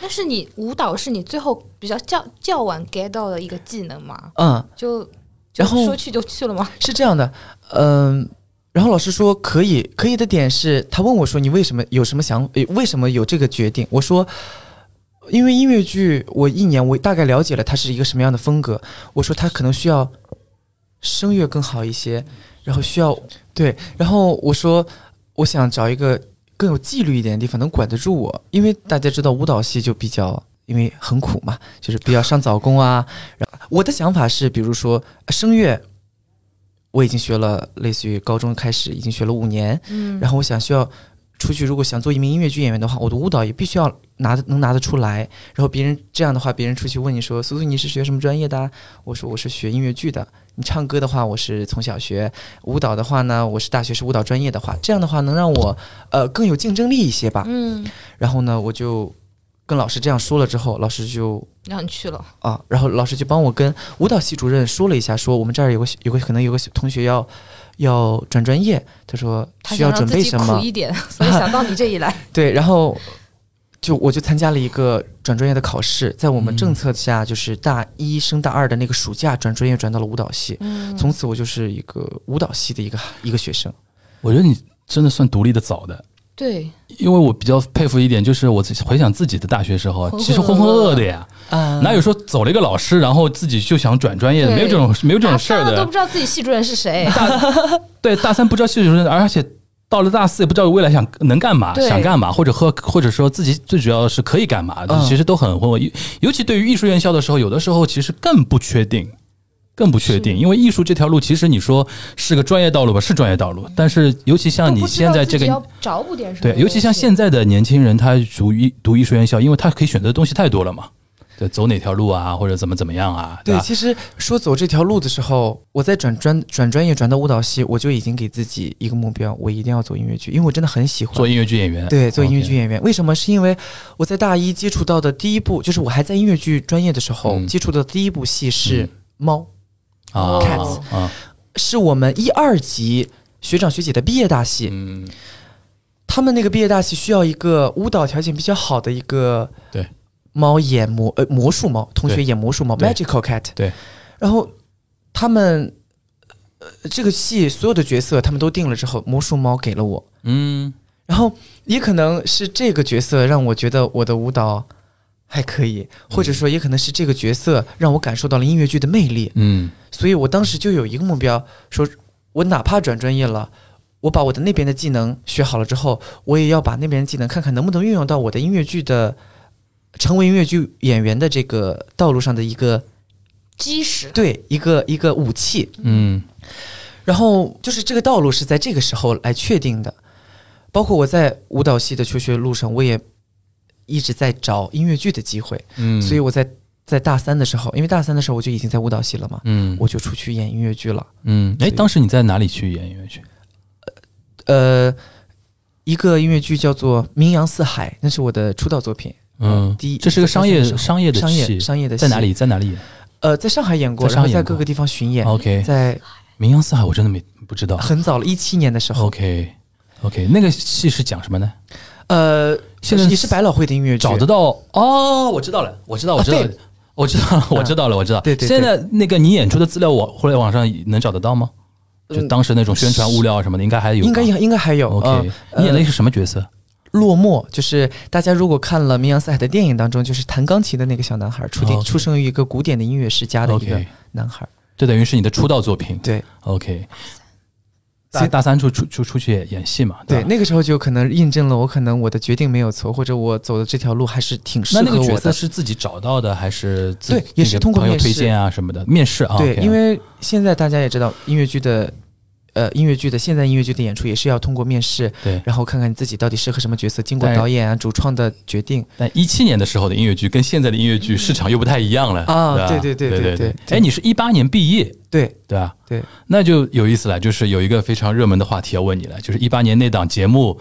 [SPEAKER 3] 但是你舞蹈是你最后比较较较晚 get 到的一个技能嘛，
[SPEAKER 1] 嗯，
[SPEAKER 3] 就就
[SPEAKER 1] 然后
[SPEAKER 3] 说去就去了嘛。
[SPEAKER 1] 是这样的，嗯、然后老师说可以，可以的点是他问我说你为什么有什么想，诶为什么有这个决定？我说。因为音乐剧，我一年我大概了解了它是一个什么样的风格。我说它可能需要声乐更好一些，然后需要对，然后我说我想找一个更有纪律一点的地方，能管得住我。因为大家知道舞蹈系就比较，因为很苦嘛，就是比较上早工啊。然后我的想法是，比如说声乐，我已经学了，类似于高中开始已经学了五年，
[SPEAKER 3] 嗯，
[SPEAKER 1] 然后我想需要出去，如果想做一名音乐剧演员的话，我的舞蹈也必须要拿得能拿得出来。然后别人这样的话，别人出去问你说：“苏苏，你是学什么专业的啊？”我说：“我是学音乐剧的。”你唱歌的话，我是从小学；舞蹈的话呢，我是大学是舞蹈专业的话，这样的话能让我呃更有竞争力一些吧。
[SPEAKER 3] 嗯，
[SPEAKER 1] 然后呢，我就跟老师这样说了之后，老师就
[SPEAKER 3] 让你去了，
[SPEAKER 1] 啊，然后老师就帮我跟舞蹈系主任说了一下，说我们这儿有个有个可能有个同学要要转专业，他说
[SPEAKER 3] 他
[SPEAKER 1] 需要
[SPEAKER 3] 想让
[SPEAKER 1] 准
[SPEAKER 3] 自
[SPEAKER 1] 备
[SPEAKER 3] 己
[SPEAKER 1] 什
[SPEAKER 3] 苦
[SPEAKER 1] 么？
[SPEAKER 3] 一点， 所以想到你这一来，
[SPEAKER 1] 对，然后就我就参加了一个转专业的考试，在我们政策下，就是大一升大二的那个暑假转专业转到了舞蹈系，
[SPEAKER 3] 嗯
[SPEAKER 1] 从此我就是一个舞蹈系的一个一个学生。
[SPEAKER 2] 我觉得你真的算独立的早的，
[SPEAKER 3] 对，
[SPEAKER 2] 因为我比较佩服一点，就是我自己回想自己的大学时候，
[SPEAKER 3] 浑浑嗯
[SPEAKER 2] 其实浑浑噩噩的呀，
[SPEAKER 1] 啊
[SPEAKER 2] 哪有说走了一个老师，然后自己就想转专业的？
[SPEAKER 3] 对
[SPEAKER 2] 没有这种没有这
[SPEAKER 3] 大
[SPEAKER 2] 种事儿
[SPEAKER 3] 家都
[SPEAKER 2] 的
[SPEAKER 3] 不。知道自己系主任是谁，
[SPEAKER 2] 对，大三不知道系主任，而且到了大四也不知道未来想能干嘛，
[SPEAKER 3] 对
[SPEAKER 2] 想干嘛，或者和或者说自己最主要的是可以干嘛，
[SPEAKER 1] 嗯
[SPEAKER 2] 其实都很混混。尤其对于艺术院校的时候，有的时候其实更不确定。更不确定，因为艺术这条路，其实你说是个专业道路吧，是专业道路，但是尤其像
[SPEAKER 3] 都
[SPEAKER 2] 你
[SPEAKER 3] 不知道
[SPEAKER 2] 现在这
[SPEAKER 3] 自己
[SPEAKER 2] 个
[SPEAKER 3] 要找补点什么东
[SPEAKER 2] 对，
[SPEAKER 3] 西，
[SPEAKER 2] 尤其像现在的年轻人，他读艺读艺术院校，因为他可以选择的东西太多了嘛，对，走哪条路啊，或者怎么怎么样啊，
[SPEAKER 1] 对，
[SPEAKER 2] 吧？
[SPEAKER 1] 其实说走这条路的时候，我在转专转专业转到舞蹈系，我就已经给自己一个目标，我一定要走音乐剧，因为我真的很喜欢
[SPEAKER 2] 做音乐剧演员，
[SPEAKER 1] 对，做音乐剧
[SPEAKER 2] OK，
[SPEAKER 1] 演员，为什么？是因为我在大一接触到的第一部，就是我还在音乐剧专业的时候、
[SPEAKER 2] 嗯
[SPEAKER 1] 接触的第一部戏是《
[SPEAKER 2] 嗯
[SPEAKER 1] 猫》，
[SPEAKER 2] 啊
[SPEAKER 1] Cats
[SPEAKER 2] 啊，
[SPEAKER 1] 是我们一二级学长学姐的毕业大戏。
[SPEAKER 2] 嗯，
[SPEAKER 1] 他们那个毕业大戏需要一个舞蹈条件比较好的一个
[SPEAKER 2] 对
[SPEAKER 1] 猫演魔呃魔术猫，同学
[SPEAKER 2] 对
[SPEAKER 1] 演魔术猫
[SPEAKER 2] 对
[SPEAKER 1] Magical Cat。
[SPEAKER 2] 对，
[SPEAKER 1] 然后他们。呃，这个戏所有的角色他们都定了之后，魔术猫给了我，
[SPEAKER 2] 嗯，
[SPEAKER 1] 然后也可能是这个角色让我觉得我的舞蹈还可以，或者说也可能是这个角色让我感受到了音乐剧的魅力，
[SPEAKER 2] 嗯，
[SPEAKER 1] 所以我当时就有一个目标，说我哪怕转专业了。我把我的那边的技能学好了之后，我也要把那边的技能看看能不能运用到我的音乐剧的，成为音乐剧演员的这个道路上的一个
[SPEAKER 3] 基石，
[SPEAKER 1] 对一个一个武器。
[SPEAKER 2] 嗯，
[SPEAKER 1] 然后就是这个道路是在这个时候来确定的，包括我在舞蹈系的求学路上，我也一直在找音乐剧的机会，
[SPEAKER 2] 嗯，
[SPEAKER 1] 所以，我在在大三的时候，因为大三的时候我就已经在舞蹈系了嘛，
[SPEAKER 2] 嗯，
[SPEAKER 1] 我就出去演音乐剧了。
[SPEAKER 2] 嗯，哎，当时你在哪里去演音乐剧？
[SPEAKER 1] 呃，一个音乐剧叫做《名扬四海》，那是我的出道作品。
[SPEAKER 2] 嗯，
[SPEAKER 1] 哦第一，
[SPEAKER 2] 这是个商业
[SPEAKER 1] 在大三的时候
[SPEAKER 2] 商业的
[SPEAKER 1] 商
[SPEAKER 2] 戏
[SPEAKER 1] 业商业的戏
[SPEAKER 2] 在哪？里？在哪里演
[SPEAKER 1] 呃，在上海演过，
[SPEAKER 2] 在
[SPEAKER 1] 然
[SPEAKER 2] 上
[SPEAKER 1] 后
[SPEAKER 2] 海
[SPEAKER 1] 在
[SPEAKER 2] 演过哦
[SPEAKER 1] 各个地方巡演，
[SPEAKER 2] ？OK，
[SPEAKER 1] 在
[SPEAKER 2] 名扬四海，我真的没不知道。
[SPEAKER 1] 很早了，一七年的时
[SPEAKER 2] 哦
[SPEAKER 1] 候，
[SPEAKER 2] OK OK，那个戏是讲什么呢？
[SPEAKER 1] 呃，
[SPEAKER 2] 现在
[SPEAKER 1] 也是百老汇的音乐剧，
[SPEAKER 2] 找得到哦，我知道了，我知道，我知道
[SPEAKER 1] 啊
[SPEAKER 2] 了
[SPEAKER 1] 对，啊
[SPEAKER 2] 我知道了，我知道了，我知道。
[SPEAKER 1] 对对对
[SPEAKER 2] 现在那个你演出的资料，我互联网上能找得到吗？就当时那种宣传物料什么的，应该还有
[SPEAKER 1] 嗯
[SPEAKER 2] 吧。
[SPEAKER 1] 应该也应该还有。呃
[SPEAKER 2] OK。你演的是什么角色？
[SPEAKER 1] 落寞，就是大家如果看了《名扬四海》的电影当中，就是弹钢琴的那个小男孩，出定
[SPEAKER 2] 哦 OK
[SPEAKER 1] 出生于一个古典的音乐世家的一个
[SPEAKER 2] OK
[SPEAKER 1] 男孩。
[SPEAKER 2] 这等于是你的出道作品。
[SPEAKER 1] 对
[SPEAKER 2] OK，
[SPEAKER 1] 所
[SPEAKER 2] 大
[SPEAKER 1] 以
[SPEAKER 2] 大三出出出出去演戏嘛？
[SPEAKER 1] 对，
[SPEAKER 2] 吧
[SPEAKER 1] 那个时候就可能印证了我可能我的决定没有错，或者我走的这条路还是挺适
[SPEAKER 2] 那那
[SPEAKER 1] 合
[SPEAKER 2] 个角
[SPEAKER 1] 我
[SPEAKER 2] 色
[SPEAKER 1] 的。
[SPEAKER 2] 是自己找到的，还是自
[SPEAKER 1] 对也是
[SPEAKER 2] 那个
[SPEAKER 1] 通过
[SPEAKER 2] 朋友
[SPEAKER 1] 面试
[SPEAKER 2] 推荐啊什么的面试啊？
[SPEAKER 1] 对，
[SPEAKER 2] OK
[SPEAKER 1] 因为现在大家也知道音乐剧的。呃，音乐剧的现在音乐剧的演出也是要通过面试，
[SPEAKER 2] 对
[SPEAKER 1] 然后看看你自己到底适合什么角色，经过
[SPEAKER 2] 但
[SPEAKER 1] 导演啊、主创的决定。
[SPEAKER 2] 但一七年的时候的音乐剧跟现在的音乐剧市场又不太一样了
[SPEAKER 1] 啊对
[SPEAKER 2] 对
[SPEAKER 1] 对
[SPEAKER 2] 吧对
[SPEAKER 1] 对对对对
[SPEAKER 2] 哎，你是一八年毕业，
[SPEAKER 1] 对
[SPEAKER 2] 对吧？
[SPEAKER 1] 对，
[SPEAKER 2] 那就有意思了，就是有一个非常热门的话题要问你了，就是一八年那档节目，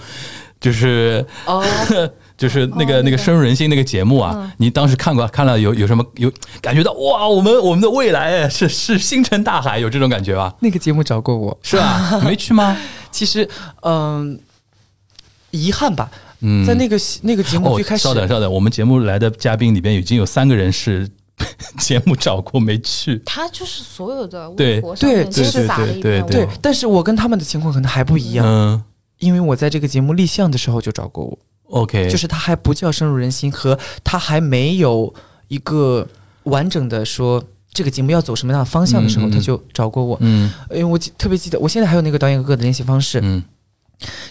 [SPEAKER 2] 就是
[SPEAKER 1] 哦，
[SPEAKER 2] 就是那个、那
[SPEAKER 3] 哦那
[SPEAKER 2] 个
[SPEAKER 3] 个
[SPEAKER 2] 深入人心那个节目啊，
[SPEAKER 3] 嗯
[SPEAKER 2] 你当时看过看了有有什么有感觉到哇，我们我们的未来哎是是星辰大海，有这种感觉吧？
[SPEAKER 1] 那个节目找过我，
[SPEAKER 2] 是吧？你没去吗？
[SPEAKER 1] 其实，嗯、遗憾吧，
[SPEAKER 2] 嗯，
[SPEAKER 1] 在那个戏那个节目
[SPEAKER 2] 哦
[SPEAKER 1] 最，开始
[SPEAKER 2] 稍，等稍等，我们节目来的嘉宾里边已经有三个人是 节目找过没去，
[SPEAKER 3] 他就是所有的
[SPEAKER 2] 对
[SPEAKER 3] 微博上
[SPEAKER 1] 对
[SPEAKER 3] 面就
[SPEAKER 2] 对
[SPEAKER 3] 是撒了一
[SPEAKER 2] 对
[SPEAKER 3] 遍
[SPEAKER 2] 对对
[SPEAKER 3] 我，
[SPEAKER 1] 对，但是我跟他们的情况可能还不一样，
[SPEAKER 2] 嗯
[SPEAKER 1] 因为我在这个节目立项的时候就找过我，
[SPEAKER 2] ，OK，
[SPEAKER 1] 就是他还不叫深入人心，和他还没有一个完整的说这个节目要走什么样的方向的时候，
[SPEAKER 2] 嗯嗯嗯
[SPEAKER 1] 他就找过我。
[SPEAKER 2] 嗯
[SPEAKER 1] 因为我记特别记得，我现在还有那个导演哥哥的联系方式。
[SPEAKER 2] 嗯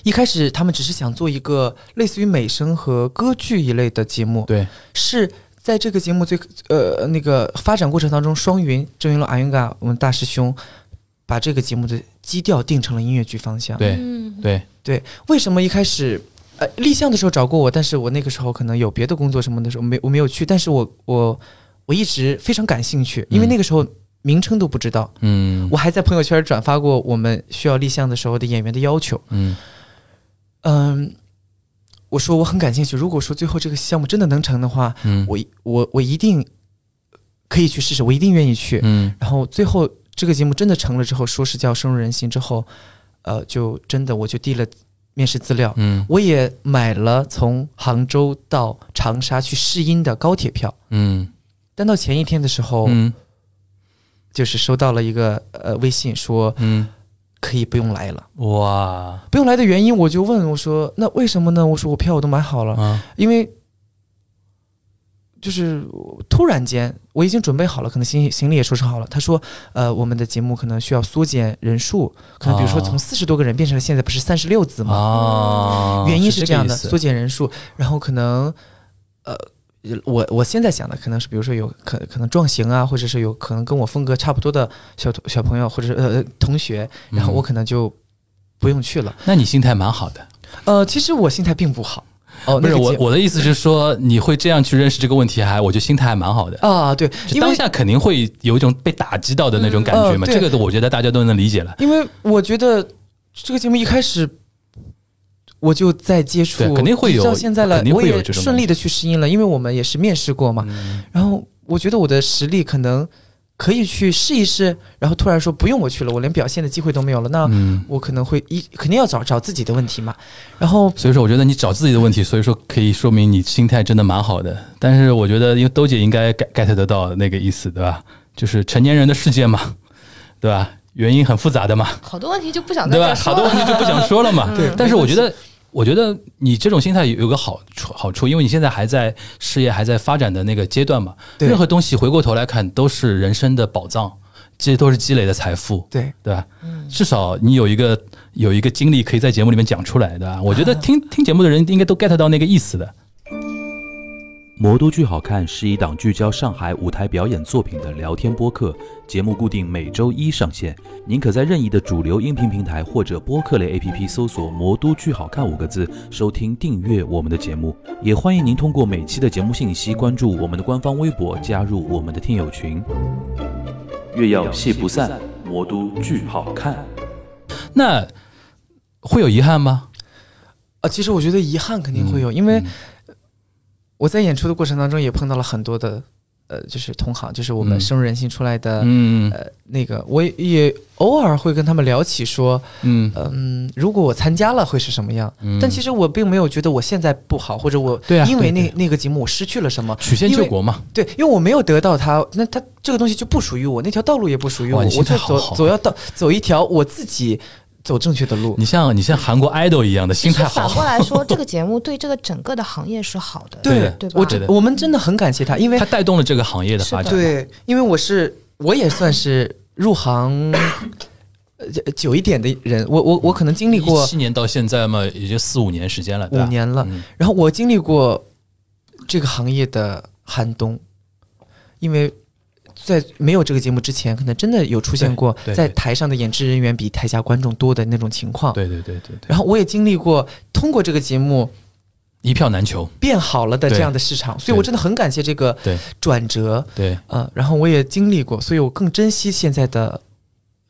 [SPEAKER 1] 一开始他们只是想做一个类似于美声和歌剧一类的节目，
[SPEAKER 2] 对，
[SPEAKER 1] 是在这个节目最呃那个发展过程当中，双云、郑云龙、阿云嘎，我们大师兄把这个节目的基调定成了音乐剧方向。
[SPEAKER 2] 对
[SPEAKER 3] 嗯，
[SPEAKER 2] 对，
[SPEAKER 1] 为什么一开始呃立项的时候找过我，但是我那个时候可能有别的工作什么的时候没我没有去，但是我我我一直非常感兴趣，因为
[SPEAKER 2] 嗯
[SPEAKER 1] 那个时候名称都不知道，
[SPEAKER 2] 嗯
[SPEAKER 1] 我还在朋友圈转发过我们需要立项的时候的演员的要求。
[SPEAKER 2] 嗯
[SPEAKER 1] 嗯，我说我很感兴趣，如果说最后这个项目真的能成的话，
[SPEAKER 2] 嗯
[SPEAKER 1] 我一我我一定可以去试试，我一定愿意去。
[SPEAKER 2] 嗯
[SPEAKER 1] 然后最后这个节目真的成了之后，说是叫深入人心之后，呃，就真的我就递了面试资料，
[SPEAKER 2] 嗯
[SPEAKER 1] 我也买了从杭州到长沙去试音的高铁票。
[SPEAKER 2] 嗯
[SPEAKER 1] 但到前一天的时候，
[SPEAKER 2] 嗯
[SPEAKER 1] 就是收到了一个呃微信说
[SPEAKER 2] 嗯，
[SPEAKER 1] 可以不用来了。
[SPEAKER 2] 哇
[SPEAKER 1] 不用来的原因，我就问我说那为什么呢？我说我票我都买好了，
[SPEAKER 2] 啊
[SPEAKER 1] 因为就是突然间我已经准备好了，可能行行李也收拾好了。他说，呃，我们的节目可能需要缩减人数，可能比如说
[SPEAKER 2] 哦
[SPEAKER 1] 从四十多个人变成了现在不是三十六字吗？
[SPEAKER 2] 啊，
[SPEAKER 1] 原因
[SPEAKER 2] 哦是
[SPEAKER 1] 是这样的，
[SPEAKER 2] 个意思
[SPEAKER 1] 缩减人数，然后可能呃。我我现在想的可能是，比如说有可可能撞型啊，或者是有可能跟我风格差不多的小小朋友，或者是呃同学，然后我可能就不用去了。
[SPEAKER 2] 嗯那你心态蛮好的，
[SPEAKER 1] 呃，其实我心态并不好。哦，
[SPEAKER 2] 不是
[SPEAKER 1] 那个
[SPEAKER 2] 我
[SPEAKER 1] 节
[SPEAKER 2] 我的意思是说，你会这样去认识这个问题，还我觉得心态还蛮好的。
[SPEAKER 1] 啊，对，
[SPEAKER 2] 就
[SPEAKER 1] 因
[SPEAKER 2] 当
[SPEAKER 1] 为
[SPEAKER 2] 下肯定会有一种被打击到的那种感觉
[SPEAKER 1] 嗯
[SPEAKER 2] 嘛，
[SPEAKER 1] 呃对
[SPEAKER 2] 这个我觉得大家都能理解了。
[SPEAKER 1] 因为我觉得这个节目一开始我就在接触，
[SPEAKER 2] 对肯定会有
[SPEAKER 1] 到现在了
[SPEAKER 2] 肯，定
[SPEAKER 1] 我
[SPEAKER 2] 会有
[SPEAKER 1] 也
[SPEAKER 2] 这种嗯
[SPEAKER 1] 顺利的去试音了，因为我们也是面试过嘛。然后我觉得我的实力可能可以去试一试，然后突然说不用我去了，我连表现的机会都没有了，那
[SPEAKER 2] 嗯，
[SPEAKER 1] 我可能会一肯定要找找自己的问题嘛。然后
[SPEAKER 2] 所以说我觉得你找自己的问题，所以说可以说明你心态真的蛮好的。但是我觉得，因为兜姐应该 get get 得到那个意思，对吧？就是成年人的世界嘛，对吧？原因很复杂的嘛，
[SPEAKER 3] 好多问题就不想再
[SPEAKER 2] 对吧？
[SPEAKER 3] 再
[SPEAKER 2] 好
[SPEAKER 3] 说
[SPEAKER 2] 多
[SPEAKER 3] 了
[SPEAKER 2] 问题就不想说了嘛。
[SPEAKER 1] 对
[SPEAKER 2] 但是
[SPEAKER 1] 没关
[SPEAKER 2] 我觉得，我觉得你这种心态有有个好处，好处，因为你现在还在事业还在发展的那个阶段嘛。
[SPEAKER 1] 对
[SPEAKER 2] 任何东西回过头来看，都是人生的宝藏，这都是积累的财富，
[SPEAKER 1] 对，
[SPEAKER 2] 对吧？
[SPEAKER 1] 嗯
[SPEAKER 2] 至少你有一个有一个经历可以在节目里面讲出来，对啊
[SPEAKER 1] 啊
[SPEAKER 2] 吧？我觉得听、听节目的人应该都 get 到那个意思的。
[SPEAKER 4] 《魔都剧好看》是一档聚焦上海舞台表演作品的聊天播客，节目固定每周一上线。您可在任意的主流音频平台或者播客类 APP 搜索“魔都剧好看”五个字，收听订阅我们的节目。也欢迎您通过每期的节目信息关注我们的官方微博，加入我们的听友群。月要戏不散，魔都剧好看。
[SPEAKER 2] 那会有遗憾吗？
[SPEAKER 1] 呃，其实我觉得遗憾肯定会有，因为
[SPEAKER 2] 嗯
[SPEAKER 1] 我在演出的过程当中也碰到了很多的呃，就是同行，就是我们
[SPEAKER 2] 嗯
[SPEAKER 1] 深入人心出来的。
[SPEAKER 2] 嗯
[SPEAKER 1] 呃，那个我也也偶尔会跟他们聊起说，
[SPEAKER 2] 嗯
[SPEAKER 1] 嗯，如果我参加了会是什么样？
[SPEAKER 2] 嗯
[SPEAKER 1] 但其实我并没有觉得我现在不好，或者我
[SPEAKER 2] 对啊
[SPEAKER 1] 因为
[SPEAKER 2] 对
[SPEAKER 1] 那那个节目我失去了什么？
[SPEAKER 2] 曲线
[SPEAKER 1] 因为
[SPEAKER 2] 救国嘛，
[SPEAKER 1] 对，因为我没有得到它，那它这个东西就不属于我，那条道路也不属于我，我
[SPEAKER 2] 哇你
[SPEAKER 1] 就
[SPEAKER 2] 心态好
[SPEAKER 1] 走
[SPEAKER 2] 好啊
[SPEAKER 1] 走要到走一条我自己走正确的路。
[SPEAKER 2] 你像你像韩国 idol 一样的
[SPEAKER 3] 其
[SPEAKER 2] 心
[SPEAKER 3] 实
[SPEAKER 2] 态
[SPEAKER 3] 反过
[SPEAKER 2] 好，
[SPEAKER 3] 来说，这个节目对这个整个的行业是好的，
[SPEAKER 2] 对
[SPEAKER 1] 对
[SPEAKER 2] 的
[SPEAKER 3] 对吧
[SPEAKER 1] 我
[SPEAKER 2] 对的
[SPEAKER 1] 我们真的很感谢他，因为
[SPEAKER 2] 它带动了这个行业的发展。
[SPEAKER 1] 对，因为我是我也算是入行呃久一点的人，我我我可能经历过
[SPEAKER 2] 一七年到现在嘛，也就四五年时间了，对
[SPEAKER 1] 五
[SPEAKER 2] 吧？
[SPEAKER 1] 年了，
[SPEAKER 2] 嗯
[SPEAKER 1] 然后我经历过这个行业的寒冬，因为在没有这个节目之前，可能真的有出现过
[SPEAKER 2] 对对
[SPEAKER 1] 在
[SPEAKER 2] 对
[SPEAKER 1] 台上的演职人员比台下观众多的那种情况。
[SPEAKER 2] 对对对对对，
[SPEAKER 1] 然后我也经历过通过这个节目
[SPEAKER 2] 一票难求。
[SPEAKER 1] 变好了的
[SPEAKER 2] 对
[SPEAKER 1] 这样的市场，所以我真的很感谢这个
[SPEAKER 2] 对
[SPEAKER 1] 转折。
[SPEAKER 2] 对，
[SPEAKER 1] 呃，然后我也经历过，所以我更珍惜现在的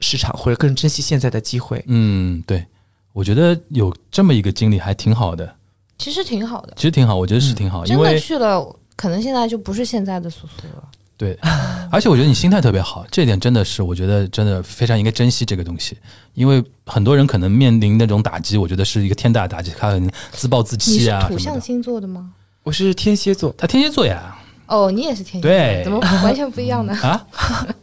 [SPEAKER 1] 市场，或者更珍惜现在的机会。
[SPEAKER 2] 嗯，对，我觉得有这么一个经历还挺好的，
[SPEAKER 3] 其实挺好的。
[SPEAKER 1] 嗯
[SPEAKER 2] 啊其实挺好，我觉得是挺好，因
[SPEAKER 3] 真的
[SPEAKER 2] 为
[SPEAKER 3] 去了，可能现在就不是现在的苏苏了。
[SPEAKER 2] 对，而且我觉得你心态特别好，这一点真的是我觉得真的非常应该珍惜这个东西，因为很多人可能面临那种打击，我觉得是一个天大的打击，他很自暴自
[SPEAKER 3] 你
[SPEAKER 2] 弃
[SPEAKER 3] 是
[SPEAKER 2] 啊
[SPEAKER 3] 土
[SPEAKER 2] 什么
[SPEAKER 3] 象
[SPEAKER 2] 的。
[SPEAKER 3] 星座的吗？
[SPEAKER 1] 我是天蝎座，
[SPEAKER 2] 他天蝎座 呀
[SPEAKER 3] 哦，你也是天蝎，
[SPEAKER 2] 对
[SPEAKER 3] 怎么完全不一样呢？
[SPEAKER 2] 啊，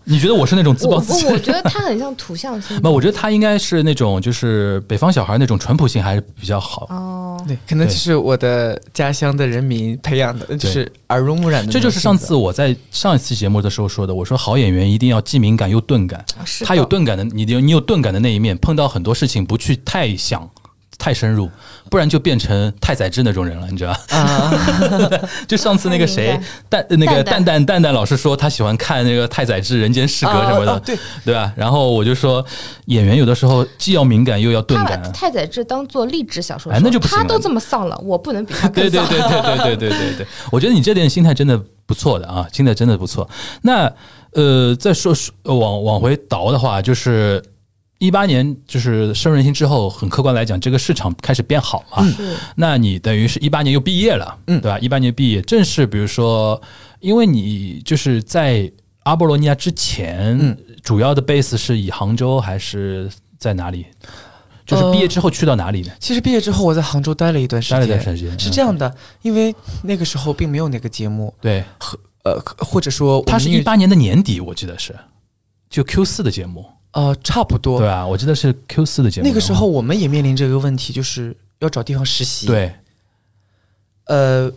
[SPEAKER 2] 你觉得我是那种 自
[SPEAKER 3] 我
[SPEAKER 2] 暴自
[SPEAKER 3] 我我
[SPEAKER 2] 弃？
[SPEAKER 3] 觉得他很像土象星
[SPEAKER 2] 那
[SPEAKER 3] 座。
[SPEAKER 2] 我觉得他应该是那种就是北方小孩那种淳朴性还是比较好，
[SPEAKER 3] 哦，
[SPEAKER 1] 对，可能
[SPEAKER 2] 对
[SPEAKER 1] 就是我的家乡的人民培养的，就是耳濡目染的那种性格。
[SPEAKER 2] 这就是上次我在上一期节目的时候说的，我说好演员一定要既敏感又钝感，
[SPEAKER 3] 是的
[SPEAKER 2] 他有钝感的，你有你有钝感的那一面，碰到很多事情不去太想。太深入，不然就变成太宰治那种人了，你知道吧？
[SPEAKER 1] 啊，
[SPEAKER 2] 就上次那个谁
[SPEAKER 3] 太
[SPEAKER 2] 蛋
[SPEAKER 3] 敏
[SPEAKER 2] 那个蛋
[SPEAKER 3] 蛋蛋
[SPEAKER 2] 蛋蛋蛋老师说他喜欢看那个太宰治《人间失格》什么的，
[SPEAKER 1] 啊啊对，
[SPEAKER 2] 对吧？然后我就说，演员有的时候既要敏感又要钝
[SPEAKER 3] 他把
[SPEAKER 2] 感，啊
[SPEAKER 3] 太宰治当做励志小说
[SPEAKER 2] 哎
[SPEAKER 3] 说，
[SPEAKER 2] 那就不行
[SPEAKER 3] 他
[SPEAKER 2] 了
[SPEAKER 3] 都这么丧了，我不能比 他
[SPEAKER 2] 对
[SPEAKER 3] 更
[SPEAKER 2] 对
[SPEAKER 3] 丧。
[SPEAKER 2] 对对对对对对对，我觉得你这点心态真的不错的啊，心态真的不错。那呃，再说说呃往往回倒的话，就是一八年就是深入人心之后，很客观来讲，这个市场开始变好嘛。
[SPEAKER 3] 是
[SPEAKER 2] 那你等于是一八年又毕业了，
[SPEAKER 1] 嗯
[SPEAKER 2] 对吧？一八年毕业，正是比如说，因为你就是在阿波罗尼亚之前，
[SPEAKER 1] 嗯
[SPEAKER 2] 主要的 base 是以杭州还是在哪里？就是
[SPEAKER 1] 呃
[SPEAKER 2] 毕业之后去到哪里呢？
[SPEAKER 1] 其实毕业之后我在杭州待了一段时
[SPEAKER 2] 待了一段
[SPEAKER 1] 间。
[SPEAKER 2] 时间，嗯
[SPEAKER 1] 是这
[SPEAKER 2] 样，
[SPEAKER 1] 样的，因为那个时候并没有那个节目，
[SPEAKER 2] 对。
[SPEAKER 1] 呃，或者说我
[SPEAKER 2] 它是
[SPEAKER 1] 们
[SPEAKER 2] 一八年的年底，我记得是，就 Q 四的节目，
[SPEAKER 1] 呃差不
[SPEAKER 2] 对
[SPEAKER 1] 多。
[SPEAKER 2] 吧？我记得是 Q 四的节目。
[SPEAKER 1] 那个时候，我们也面临这个问题，就是要找地方实习。，
[SPEAKER 2] 对
[SPEAKER 1] 呃，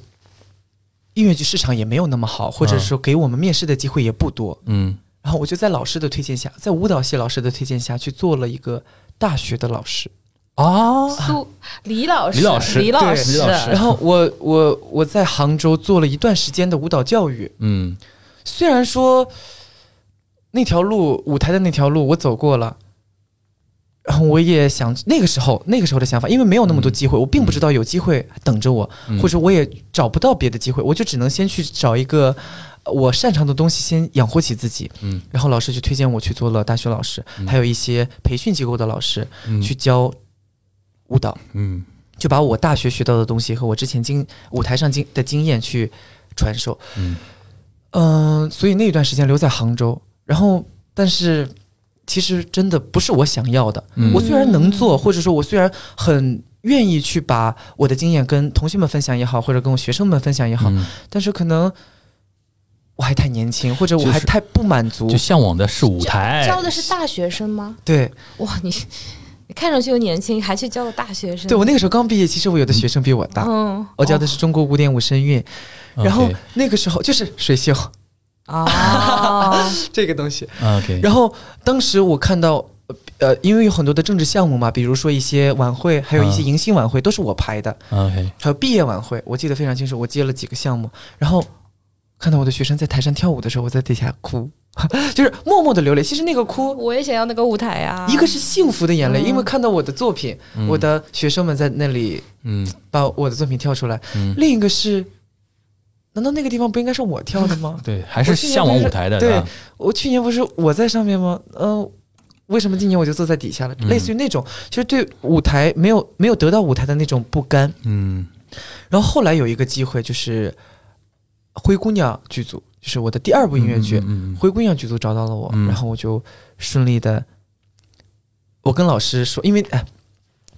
[SPEAKER 1] 音乐剧市场也没有那么好，或者说给我们面试的机会也不多。
[SPEAKER 2] 嗯
[SPEAKER 1] 然后我就在老师的推荐下，在舞蹈系老师的推荐下去做了一个大学的老师。
[SPEAKER 2] 啊，
[SPEAKER 3] 苏李老师，
[SPEAKER 2] 李老师
[SPEAKER 3] 李老
[SPEAKER 1] 对
[SPEAKER 3] 师，
[SPEAKER 2] 李老师
[SPEAKER 1] 然后我我我在杭州做了一段时间的舞蹈教育，
[SPEAKER 2] 嗯
[SPEAKER 1] 虽然说那条路舞台的那条路我走过了。然后我也想那个时候那个时候的想法，因为没有那么多机会，我并不知道有机会等着我，
[SPEAKER 2] 嗯
[SPEAKER 1] 或者我也找不到别的机会，我就只能先去找一个呃我擅长的东西，先养活起自己。
[SPEAKER 2] 嗯
[SPEAKER 1] 然后老师就推荐我去做了大学老师，
[SPEAKER 2] 嗯
[SPEAKER 1] 还有一些培训机构的老师
[SPEAKER 2] 嗯
[SPEAKER 1] 去教舞蹈。
[SPEAKER 2] 嗯
[SPEAKER 1] 就把我大学学到的东西和我之前经舞台上经的经验去传授。
[SPEAKER 2] 嗯
[SPEAKER 1] 嗯、所以那段时间留在杭州，然后但是其实真的不是我想要的。
[SPEAKER 2] 嗯
[SPEAKER 1] 我虽然能做，或者说我虽然很愿意去把我的经验跟同学们分享也好，或者跟我学生们分享也好，
[SPEAKER 2] 嗯
[SPEAKER 1] 但是可能我还太年轻，或者我
[SPEAKER 2] 就是
[SPEAKER 1] 还太不满足。
[SPEAKER 2] 就向往的是舞台，
[SPEAKER 3] 教的是大学生吗？
[SPEAKER 1] 对，
[SPEAKER 3] 哇，你你看上去又年轻，还去教了大学生？
[SPEAKER 1] 对我那个时候刚毕业，其实我有的学生比我大，
[SPEAKER 3] 嗯，
[SPEAKER 1] 我教的是中国古典舞声韵，
[SPEAKER 2] 哦 OK，
[SPEAKER 1] 然后那个时候就是水袖
[SPEAKER 3] 啊，
[SPEAKER 1] 这个东西，
[SPEAKER 2] OK，
[SPEAKER 1] 然后当时我看到，呃，因为有很多的政治项目嘛，比如说一些晚会，还有一些
[SPEAKER 2] 嗯
[SPEAKER 1] 迎新晚会，都是我排的，
[SPEAKER 2] OK，
[SPEAKER 1] 还有毕业晚会，我记得非常清楚，我接了几个项目，然后看到我的学生在台上跳舞的时候，我在底下哭， 就是默默的流泪。其实那个哭，
[SPEAKER 3] 我也想要那个舞台啊，
[SPEAKER 1] 一个是幸福的眼泪，
[SPEAKER 3] 嗯
[SPEAKER 1] 因为看到我的作品，
[SPEAKER 2] 嗯
[SPEAKER 1] 我的学生们在那里
[SPEAKER 2] 嗯
[SPEAKER 1] 把我的作品跳出来；
[SPEAKER 2] 嗯，
[SPEAKER 1] 另一个是，难道那个地方不应该是我跳的吗？
[SPEAKER 2] 对，还是
[SPEAKER 1] 我去年
[SPEAKER 2] 向往
[SPEAKER 1] 不是
[SPEAKER 2] 舞台的，
[SPEAKER 1] 对
[SPEAKER 2] 吧
[SPEAKER 1] 我去年不是我在上面吗？嗯、为什么今年我就坐在底下了？
[SPEAKER 2] 嗯
[SPEAKER 1] 类似于那种，其实对舞台没有没有得到舞台的那种不甘。
[SPEAKER 2] 嗯
[SPEAKER 1] 然后后来有一个机会，就是《灰姑娘》剧组，就是我的第二部音乐剧，
[SPEAKER 2] 嗯嗯
[SPEAKER 1] 灰姑娘》剧组找到了我，
[SPEAKER 2] 嗯
[SPEAKER 1] 然后我就顺利的，我跟老师说，因为哎，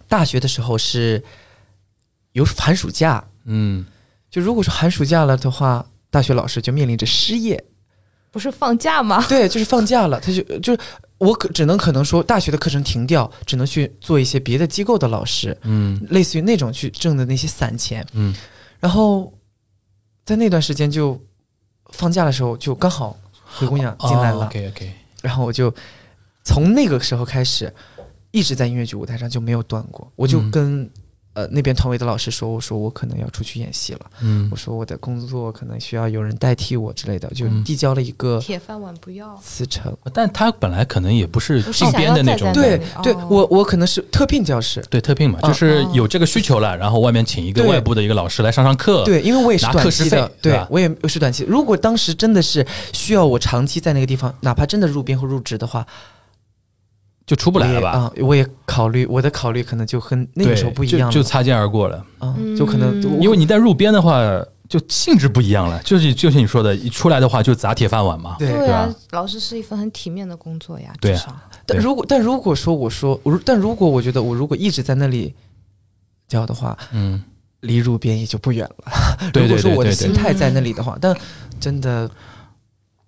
[SPEAKER 1] 大学的时候是有寒暑假，
[SPEAKER 2] 嗯
[SPEAKER 1] 就如果说寒暑假了的话，大学老师就面临着失业。
[SPEAKER 3] 不是放假吗？
[SPEAKER 1] 对，就是放假了，他就就是我可只能可能说大学的课程停掉，只能去做一些别的机构的老师，
[SPEAKER 2] 嗯
[SPEAKER 1] 类似于那种去挣的那些散钱。
[SPEAKER 2] 嗯
[SPEAKER 1] 然后在那段时间就放假的时候，就刚好灰姑娘进来了，
[SPEAKER 2] 哦，OK OK，
[SPEAKER 1] 然后我就从那个时候开始，一直在音乐剧舞台上就没有断过。我就
[SPEAKER 2] 嗯
[SPEAKER 1] 跟、呃那边团委的老师说，我说我可能要出去演戏了，
[SPEAKER 2] 嗯
[SPEAKER 1] 我说我的工作可能需要有人代替我之类的，就
[SPEAKER 2] 嗯
[SPEAKER 1] 递交了一个
[SPEAKER 3] 铁饭碗不要，
[SPEAKER 1] 辞呈。
[SPEAKER 2] 但他本来可能也不是
[SPEAKER 3] 不是
[SPEAKER 2] 竞
[SPEAKER 3] 想
[SPEAKER 2] 编
[SPEAKER 3] 要
[SPEAKER 2] 的那
[SPEAKER 3] 再
[SPEAKER 2] 种
[SPEAKER 3] 在
[SPEAKER 2] 人，
[SPEAKER 3] 那
[SPEAKER 1] 对
[SPEAKER 3] 里
[SPEAKER 1] 对
[SPEAKER 3] 哦，
[SPEAKER 1] 我我可能是特聘教师，
[SPEAKER 2] 对特聘嘛，
[SPEAKER 1] 啊
[SPEAKER 2] 就是有这个需求了，然后外面请一个
[SPEAKER 1] 对
[SPEAKER 2] 外部的一个老师来上上课。，
[SPEAKER 1] 对，因为我也是
[SPEAKER 2] 呃拿
[SPEAKER 1] 短
[SPEAKER 2] 课时
[SPEAKER 1] 期的
[SPEAKER 2] 费，对
[SPEAKER 1] 对
[SPEAKER 2] 吧
[SPEAKER 1] 我也是短期。如果当时真的是需要我长期在那个地方，哪怕真的入编或入职的话，
[SPEAKER 2] 就出不
[SPEAKER 1] 我
[SPEAKER 2] 来了
[SPEAKER 1] 也
[SPEAKER 2] 吧？
[SPEAKER 1] 啊，我也考虑我的考虑可能就和那
[SPEAKER 2] 对，
[SPEAKER 1] 个时候不一样
[SPEAKER 2] 就就
[SPEAKER 1] 了
[SPEAKER 2] 擦肩而过了。
[SPEAKER 1] 啊，就可能
[SPEAKER 3] 嗯
[SPEAKER 1] 我
[SPEAKER 2] 因为你在入编的话，就性质不一样了，就是就是你说的，一出来的话就砸铁饭碗嘛。
[SPEAKER 1] 对
[SPEAKER 3] 对啊
[SPEAKER 2] 对，
[SPEAKER 3] 老师是一份很体面的工作呀，
[SPEAKER 2] 对
[SPEAKER 3] 至
[SPEAKER 2] 啊
[SPEAKER 3] 少
[SPEAKER 1] 但
[SPEAKER 2] 对
[SPEAKER 1] 如果但如果说我说我如，但如果我觉得我如果一直在那里教的话，
[SPEAKER 2] 嗯，
[SPEAKER 1] 离入编也就不远了。
[SPEAKER 2] 对
[SPEAKER 1] 如
[SPEAKER 2] 对
[SPEAKER 1] 果说
[SPEAKER 2] 对
[SPEAKER 1] 我的
[SPEAKER 2] 对
[SPEAKER 1] 心
[SPEAKER 2] 对，
[SPEAKER 1] 态
[SPEAKER 3] 嗯
[SPEAKER 1] 在那里的话，但真的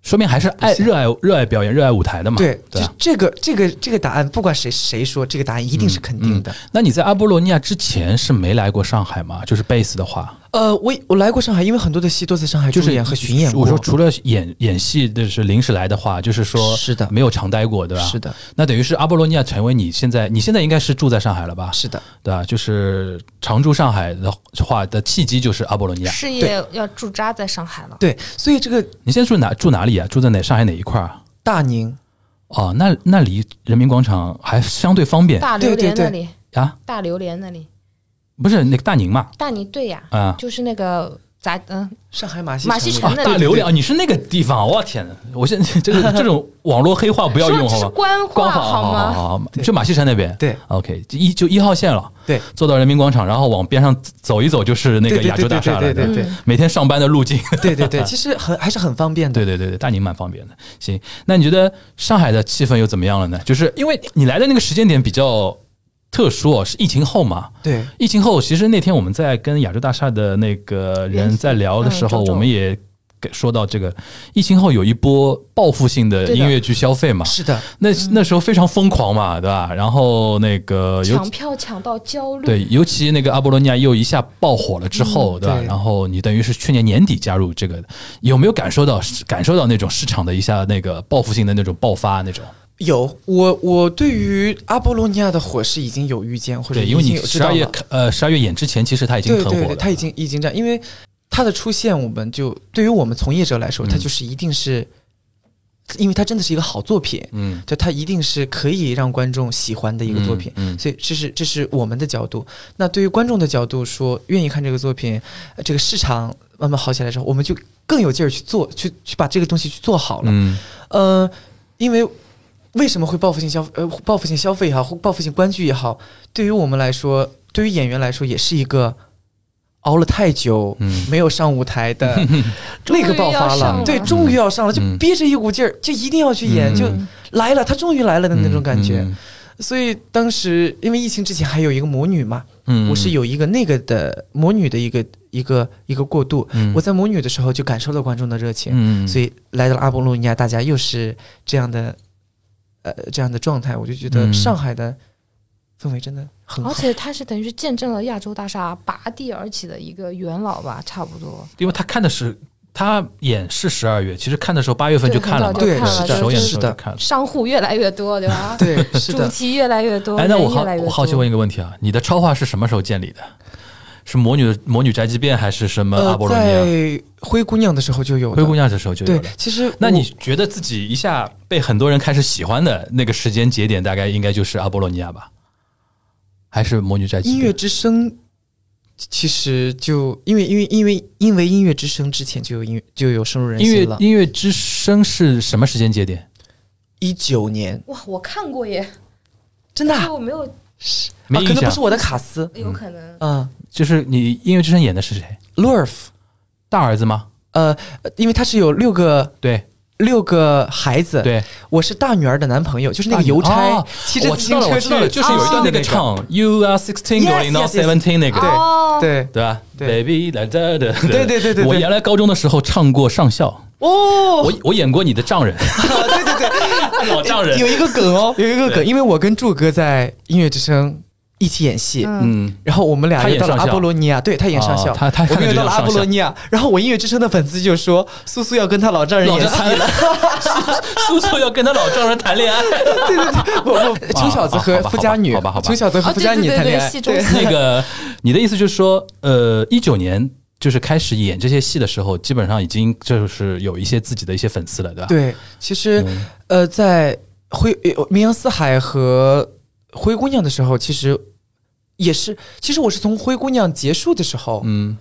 [SPEAKER 2] 说明还是爱热爱热爱表演、热爱舞台的嘛。
[SPEAKER 1] 对，就
[SPEAKER 2] 对啊
[SPEAKER 1] 这个这个这个答案，不管谁谁说，这个答案一定
[SPEAKER 2] 嗯
[SPEAKER 1] 是肯定的。
[SPEAKER 2] 那你在阿波罗尼亚之前是没来过上海吗？就是 base 的话，
[SPEAKER 1] 呃，我我来过上海，因为很多的戏都在上海
[SPEAKER 2] 就是
[SPEAKER 1] 驻演和巡演过。
[SPEAKER 2] 我说除了演演戏，就是临时来的话，就是说
[SPEAKER 1] 是的，
[SPEAKER 2] 没有常待过，对吧？
[SPEAKER 1] 是的，
[SPEAKER 2] 那等于是阿波罗尼亚成为你现在，你现在应该是住在上海了吧？
[SPEAKER 1] 是的，
[SPEAKER 2] 对吧？就是常住上海的话的契机就是阿波罗尼亚。
[SPEAKER 3] 事业要驻扎在上海了。
[SPEAKER 1] 对，所以这个
[SPEAKER 2] 你现在住哪住哪里啊？住在哪上海哪一块儿啊？
[SPEAKER 1] 大宁
[SPEAKER 2] 哦，那那离人民广场还相对方便
[SPEAKER 3] 大榴莲
[SPEAKER 1] 对对对
[SPEAKER 3] 那里，
[SPEAKER 2] 啊？
[SPEAKER 3] 大榴莲那里，
[SPEAKER 2] 不是那个大宁嘛？
[SPEAKER 3] 大宁对呀，
[SPEAKER 2] 啊、
[SPEAKER 3] 就是那个杂嗯，
[SPEAKER 1] 上海马戏
[SPEAKER 3] 马戏
[SPEAKER 1] 城
[SPEAKER 3] 城
[SPEAKER 1] 那
[SPEAKER 2] 啊
[SPEAKER 1] 里，
[SPEAKER 2] 大榴莲，啊你是那个地方，我天哪！我 现在这个这种网络黑话不要
[SPEAKER 3] 说
[SPEAKER 2] 用
[SPEAKER 3] 这
[SPEAKER 2] 好
[SPEAKER 3] 是
[SPEAKER 2] 吗？
[SPEAKER 3] 官
[SPEAKER 2] 官
[SPEAKER 3] 话
[SPEAKER 2] 话好好
[SPEAKER 3] 吗？
[SPEAKER 2] 好好，
[SPEAKER 1] 对
[SPEAKER 2] 就马戏城那边。
[SPEAKER 1] 对
[SPEAKER 2] OK，就一就一号线了，
[SPEAKER 1] 对，
[SPEAKER 2] 坐到人民广场，然后往边上走一走就是那个
[SPEAKER 1] 对对
[SPEAKER 2] 亚洲大厦了。
[SPEAKER 1] 对对对对
[SPEAKER 3] 嗯
[SPEAKER 2] 每天上班的路径。
[SPEAKER 1] 对对 对，其实很还是很方便的。
[SPEAKER 2] 对对对对，大宁蛮方便的。行，那你觉得上海的气氛又怎么样了呢？就是因为你来的那个时间点比较特殊哦，是疫情后嘛。
[SPEAKER 1] 对
[SPEAKER 2] 疫情后，其实那天我们在跟亚洲大厦的那个人在聊的时候，
[SPEAKER 3] 嗯周周
[SPEAKER 2] 我们也给说到这个疫情后有一波报复性的
[SPEAKER 3] 对的
[SPEAKER 2] 音乐剧消费嘛，
[SPEAKER 1] 是的，
[SPEAKER 2] 那那时候非常疯狂嘛，对吧？然后那个有
[SPEAKER 3] 抢票抢到焦虑，
[SPEAKER 2] 对，尤其那个阿波罗尼亚又一下爆火了之后，对吧？
[SPEAKER 1] 嗯对
[SPEAKER 2] 然后你等于是去年年底加入这个，有没有感受到感受到那种市场的一下那个报复性的那种爆发那种？
[SPEAKER 1] 有我我对于阿波罗尼亚的火是已经有预见，或者
[SPEAKER 2] 对，因为
[SPEAKER 1] 已经
[SPEAKER 2] 你
[SPEAKER 1] 有知
[SPEAKER 2] 十
[SPEAKER 1] 道
[SPEAKER 2] 二月
[SPEAKER 1] 了
[SPEAKER 2] 呃十二月演之前，其实它已经
[SPEAKER 1] 对
[SPEAKER 2] 很
[SPEAKER 1] 对
[SPEAKER 2] 火了，啊
[SPEAKER 1] 对，它已经已经这样，因为它的出现，我们就对于我们从业者来说，
[SPEAKER 2] 嗯
[SPEAKER 1] 它就是一定是，因为它真的是一个好作品，
[SPEAKER 2] 嗯
[SPEAKER 1] 就它一定是可以让观众喜欢的一个作品。
[SPEAKER 2] 嗯嗯
[SPEAKER 1] 所以这是这是我们的角度。那对于观众的角度说，愿意看这个作品，呃这个市场慢慢好起来之后，我们就更有劲儿去做，去去把这个东西去做好了。
[SPEAKER 2] 嗯
[SPEAKER 1] 呃，因为为什么会报复性消呃报复性消费也好，或报复性观剧也好，对于我们来说，对于演员来说，也是一个熬了太久、
[SPEAKER 2] 嗯
[SPEAKER 1] 没有上舞台 的
[SPEAKER 3] 终于
[SPEAKER 1] 那个爆发
[SPEAKER 3] 要上了
[SPEAKER 1] 对，终于要上了，就
[SPEAKER 2] 嗯
[SPEAKER 1] 憋着一股劲儿，就一定要去演，
[SPEAKER 2] 嗯
[SPEAKER 1] 就
[SPEAKER 3] 嗯
[SPEAKER 1] 来了，他终于来了的那种感觉。
[SPEAKER 2] 嗯
[SPEAKER 1] 所以当时因为疫情之前还有一个魔女嘛，
[SPEAKER 2] 嗯
[SPEAKER 1] 我是有一个那个的魔女的一个一个一个过渡。
[SPEAKER 2] 嗯
[SPEAKER 1] 我在魔女的时候就感受到观众的热情，
[SPEAKER 2] 嗯
[SPEAKER 1] 所
[SPEAKER 2] 以
[SPEAKER 1] 以来到了阿波罗尼亚，大家又是这样的，呃，这样的状态，我就觉
[SPEAKER 2] 嗯
[SPEAKER 1] 得上海的氛围真的很 好
[SPEAKER 3] 而。且他是等于是见证了亚洲大厦拔地而起的一个元老吧，差不多。
[SPEAKER 2] 因为他看的是他演是十二月，其实看的时候八月份就看了嘛，
[SPEAKER 3] 对
[SPEAKER 1] 对，
[SPEAKER 3] 看
[SPEAKER 1] 是
[SPEAKER 3] 了
[SPEAKER 1] 的，
[SPEAKER 2] 首演时
[SPEAKER 1] 是
[SPEAKER 2] 候就
[SPEAKER 1] 的，？
[SPEAKER 2] 看了。
[SPEAKER 3] 商户越来越多，对 吧
[SPEAKER 1] 对，是
[SPEAKER 3] 主
[SPEAKER 1] 的。
[SPEAKER 3] 题越来越多，
[SPEAKER 2] 哎，那我
[SPEAKER 3] 人
[SPEAKER 2] 好
[SPEAKER 3] 越来越
[SPEAKER 2] 我好奇
[SPEAKER 3] 多
[SPEAKER 2] 问一个问题啊，你的超话是什么时候建立的？是魔女魔女宅急便还是什么阿
[SPEAKER 1] 呃
[SPEAKER 2] 波，罗尼亚？
[SPEAKER 1] 在灰姑娘的时候就有的
[SPEAKER 2] 灰姑娘的时候就有
[SPEAKER 1] 对
[SPEAKER 2] 了。，
[SPEAKER 1] 其实
[SPEAKER 2] 那
[SPEAKER 1] 我
[SPEAKER 2] 你觉得自己一下被很多人开始喜欢的那个时间节点，大概应该就是阿波罗尼亚吧？还是魔女宅急
[SPEAKER 1] 音
[SPEAKER 2] 便？
[SPEAKER 1] 乐之声，其实就因为因为因为因为音乐之声之前就有音乐就有深入人
[SPEAKER 2] 音
[SPEAKER 1] 心
[SPEAKER 2] 乐
[SPEAKER 1] 了，
[SPEAKER 2] 音乐之声是什么时间节点？
[SPEAKER 1] 一九年
[SPEAKER 3] 哇，我看过耶，
[SPEAKER 1] 真的啊、
[SPEAKER 3] 但是我没有，
[SPEAKER 2] 没
[SPEAKER 1] 啊
[SPEAKER 2] 印
[SPEAKER 1] 可能
[SPEAKER 2] 象
[SPEAKER 1] 不是，我的卡斯，
[SPEAKER 3] 有可能
[SPEAKER 1] 嗯
[SPEAKER 2] 就是你音乐之声演的是谁？
[SPEAKER 1] ，Lurf，
[SPEAKER 2] 大儿子吗？
[SPEAKER 1] 呃，因为他是有六个
[SPEAKER 2] 对
[SPEAKER 1] 六个孩子，
[SPEAKER 2] 对，
[SPEAKER 1] 我是大女儿的男朋友，就是那个邮
[SPEAKER 2] 啊
[SPEAKER 1] 差
[SPEAKER 2] 哦
[SPEAKER 1] 骑着
[SPEAKER 2] 我
[SPEAKER 1] 自
[SPEAKER 2] 知道
[SPEAKER 1] 行
[SPEAKER 2] 了，我
[SPEAKER 1] 车
[SPEAKER 2] 知道了，
[SPEAKER 1] 去，
[SPEAKER 2] 就是有一段
[SPEAKER 1] 那
[SPEAKER 2] 那个，唱 You are sixteen
[SPEAKER 1] Yes,
[SPEAKER 2] going on
[SPEAKER 1] yes, yes.
[SPEAKER 2] seventeen 那个，
[SPEAKER 3] 哦，
[SPEAKER 1] 对
[SPEAKER 2] 对吧
[SPEAKER 1] 对
[SPEAKER 2] ？Baby，哒哒哒，
[SPEAKER 1] 对对对对
[SPEAKER 2] 我
[SPEAKER 1] 对
[SPEAKER 2] 原来高中的时候唱过上校，
[SPEAKER 1] 哦，
[SPEAKER 2] 我我演过你的丈人，
[SPEAKER 1] 对对对，
[SPEAKER 2] 老丈人
[SPEAKER 1] 有，一个梗哦，有一个
[SPEAKER 2] 对
[SPEAKER 1] 梗，因为我跟柱哥在音乐之声一起演戏，
[SPEAKER 3] 嗯，
[SPEAKER 2] 嗯。
[SPEAKER 1] 然后我们俩
[SPEAKER 2] 他
[SPEAKER 1] 又
[SPEAKER 2] 演
[SPEAKER 1] 到了
[SPEAKER 2] 上
[SPEAKER 1] 阿
[SPEAKER 2] 校
[SPEAKER 1] 波罗尼亚，对他演上校，
[SPEAKER 2] 哦他他
[SPEAKER 1] 我们
[SPEAKER 2] 看着
[SPEAKER 1] 又
[SPEAKER 2] 就
[SPEAKER 1] 到了
[SPEAKER 2] 像
[SPEAKER 1] 阿波
[SPEAKER 2] 上
[SPEAKER 1] 罗
[SPEAKER 2] 校
[SPEAKER 1] 尼亚，然后我音乐之声的粉丝就说苏苏要跟她老丈人
[SPEAKER 2] 老
[SPEAKER 1] 演
[SPEAKER 2] 丈
[SPEAKER 1] 戏，
[SPEAKER 2] 人， 苏苏要跟他老丈人谈 恋爱。
[SPEAKER 1] 对对对，我我
[SPEAKER 2] 啊
[SPEAKER 1] 穷小子
[SPEAKER 2] 好
[SPEAKER 1] 和
[SPEAKER 2] 吧
[SPEAKER 1] 富家女，
[SPEAKER 2] 好吧好吧好吧
[SPEAKER 1] 穷小子和
[SPEAKER 3] 哦
[SPEAKER 1] 富
[SPEAKER 3] 对
[SPEAKER 1] 家
[SPEAKER 3] 对
[SPEAKER 1] 女
[SPEAKER 3] 对
[SPEAKER 1] 谈
[SPEAKER 3] 对
[SPEAKER 1] 恋爱，
[SPEAKER 3] 戏中
[SPEAKER 1] 对
[SPEAKER 2] 那个，你的意思就是说，呃，一九年就是开始演这些戏的时候，基本上已经就是有一些自己的一些粉丝了，对吧？
[SPEAKER 1] 对，其实
[SPEAKER 2] 嗯
[SPEAKER 1] 呃，在灰呃名扬四海和灰姑娘的时候，其实也是，其实我是从灰姑娘结束的时候
[SPEAKER 2] 嗯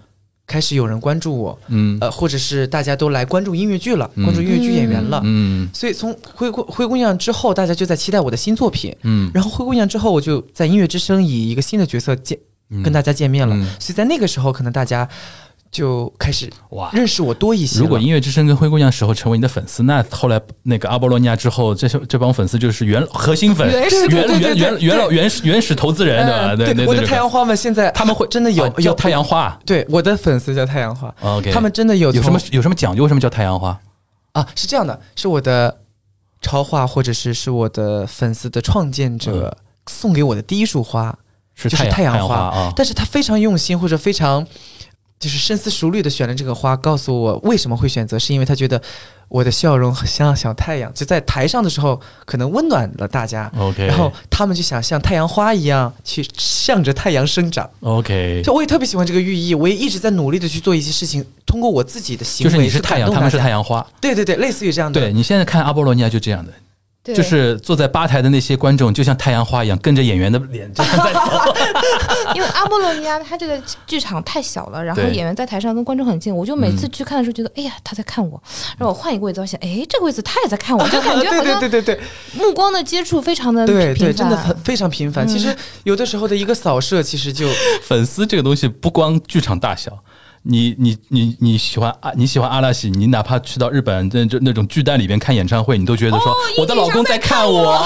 [SPEAKER 1] 开始有人关注我，
[SPEAKER 2] 嗯
[SPEAKER 1] 呃，或者是大家都来关注音乐剧了，
[SPEAKER 2] 嗯
[SPEAKER 1] 关注音乐剧演员了。
[SPEAKER 2] 嗯
[SPEAKER 1] 所以从灰姑灰姑娘之后，大家就在期待我的新作品。
[SPEAKER 2] 嗯，
[SPEAKER 1] 然后灰姑娘之后，我就在音乐之声以一个新的角色见跟大家见面了。
[SPEAKER 2] 嗯
[SPEAKER 1] 所以在那个时候，可能大家就开始
[SPEAKER 2] 哇！
[SPEAKER 1] 认识我多一些了。
[SPEAKER 2] 如果音乐之声跟灰姑娘时候成为你的粉丝，那后来那个阿波罗尼亚之后，这些这帮粉丝就是元核心粉、
[SPEAKER 3] 原始
[SPEAKER 1] 对
[SPEAKER 2] 元
[SPEAKER 1] 对对
[SPEAKER 2] 元元
[SPEAKER 1] 对嗯
[SPEAKER 2] 元老原始原始投资人，对吧？对对
[SPEAKER 1] 我
[SPEAKER 2] 对
[SPEAKER 1] 的
[SPEAKER 2] 对
[SPEAKER 1] 太
[SPEAKER 2] 吧，
[SPEAKER 1] 阳花们现在
[SPEAKER 2] 他们 会
[SPEAKER 1] 真的有、
[SPEAKER 2] 啊
[SPEAKER 1] 有
[SPEAKER 2] 叫太阳花。
[SPEAKER 1] 对我的粉丝叫太阳花，
[SPEAKER 2] OK，
[SPEAKER 1] 他们真的有
[SPEAKER 2] 有什
[SPEAKER 1] 从
[SPEAKER 2] 么有什么讲究？为什么叫太阳花？
[SPEAKER 1] 啊？是这样的，是我的超话或者是是我的粉丝的创建者
[SPEAKER 2] 嗯
[SPEAKER 1] 送给我的第一束花，
[SPEAKER 2] 是
[SPEAKER 1] 就是
[SPEAKER 2] 阳
[SPEAKER 1] 太阳
[SPEAKER 2] 阳
[SPEAKER 1] 花
[SPEAKER 2] 啊！
[SPEAKER 1] 但是他非常用心或者非常就是深思熟虑的选了这个花，告诉我为什么会选择，是因为他觉得我的笑容很像小太阳，就在台上的时候可能温暖了大家。
[SPEAKER 2] 哦 OK，
[SPEAKER 1] 然后他们就想像太阳花一样去向着太阳生长，
[SPEAKER 2] OK，
[SPEAKER 1] 就我也特别喜欢这个寓意，我也一直在努力的去做一些事情，通过我自己的行
[SPEAKER 2] 就
[SPEAKER 1] 为
[SPEAKER 2] 是你是
[SPEAKER 1] 去
[SPEAKER 2] 太
[SPEAKER 1] 感
[SPEAKER 2] 阳，
[SPEAKER 1] 动
[SPEAKER 2] 他们是
[SPEAKER 1] 大家
[SPEAKER 2] 太阳花。
[SPEAKER 1] 对对对，类似于这样的。
[SPEAKER 2] 对你现在看阿波罗尼亚就这样的，
[SPEAKER 3] 对
[SPEAKER 2] 就是坐在吧台的那些观众，就像太阳花一样，跟着演员的脸这样在走。
[SPEAKER 3] 因为阿波罗尼亚它这个剧场太小了，然后
[SPEAKER 2] 对
[SPEAKER 3] 演员在台上跟观众很近，我就每次
[SPEAKER 1] 嗯
[SPEAKER 3] 去看的时候觉得，哎呀，他在看我，然后我换一个位置，发现，哎，这个位置他也在看我，就感觉
[SPEAKER 1] 对
[SPEAKER 3] 好
[SPEAKER 1] 对对
[SPEAKER 3] 像
[SPEAKER 1] 对对
[SPEAKER 3] 目光的接触非常的
[SPEAKER 1] 对对，
[SPEAKER 3] 频
[SPEAKER 1] 真的很
[SPEAKER 3] 繁。
[SPEAKER 1] 非常频繁。其
[SPEAKER 3] 嗯
[SPEAKER 1] 实有的时候的一个扫射，其实就
[SPEAKER 2] 粉丝这个东西不光剧场大小。你你你你喜欢阿你喜欢阿拉西，你哪怕去到日本那那种巨蛋里边看演唱会，你都觉得
[SPEAKER 3] 哦
[SPEAKER 2] 说、我的老公在看我，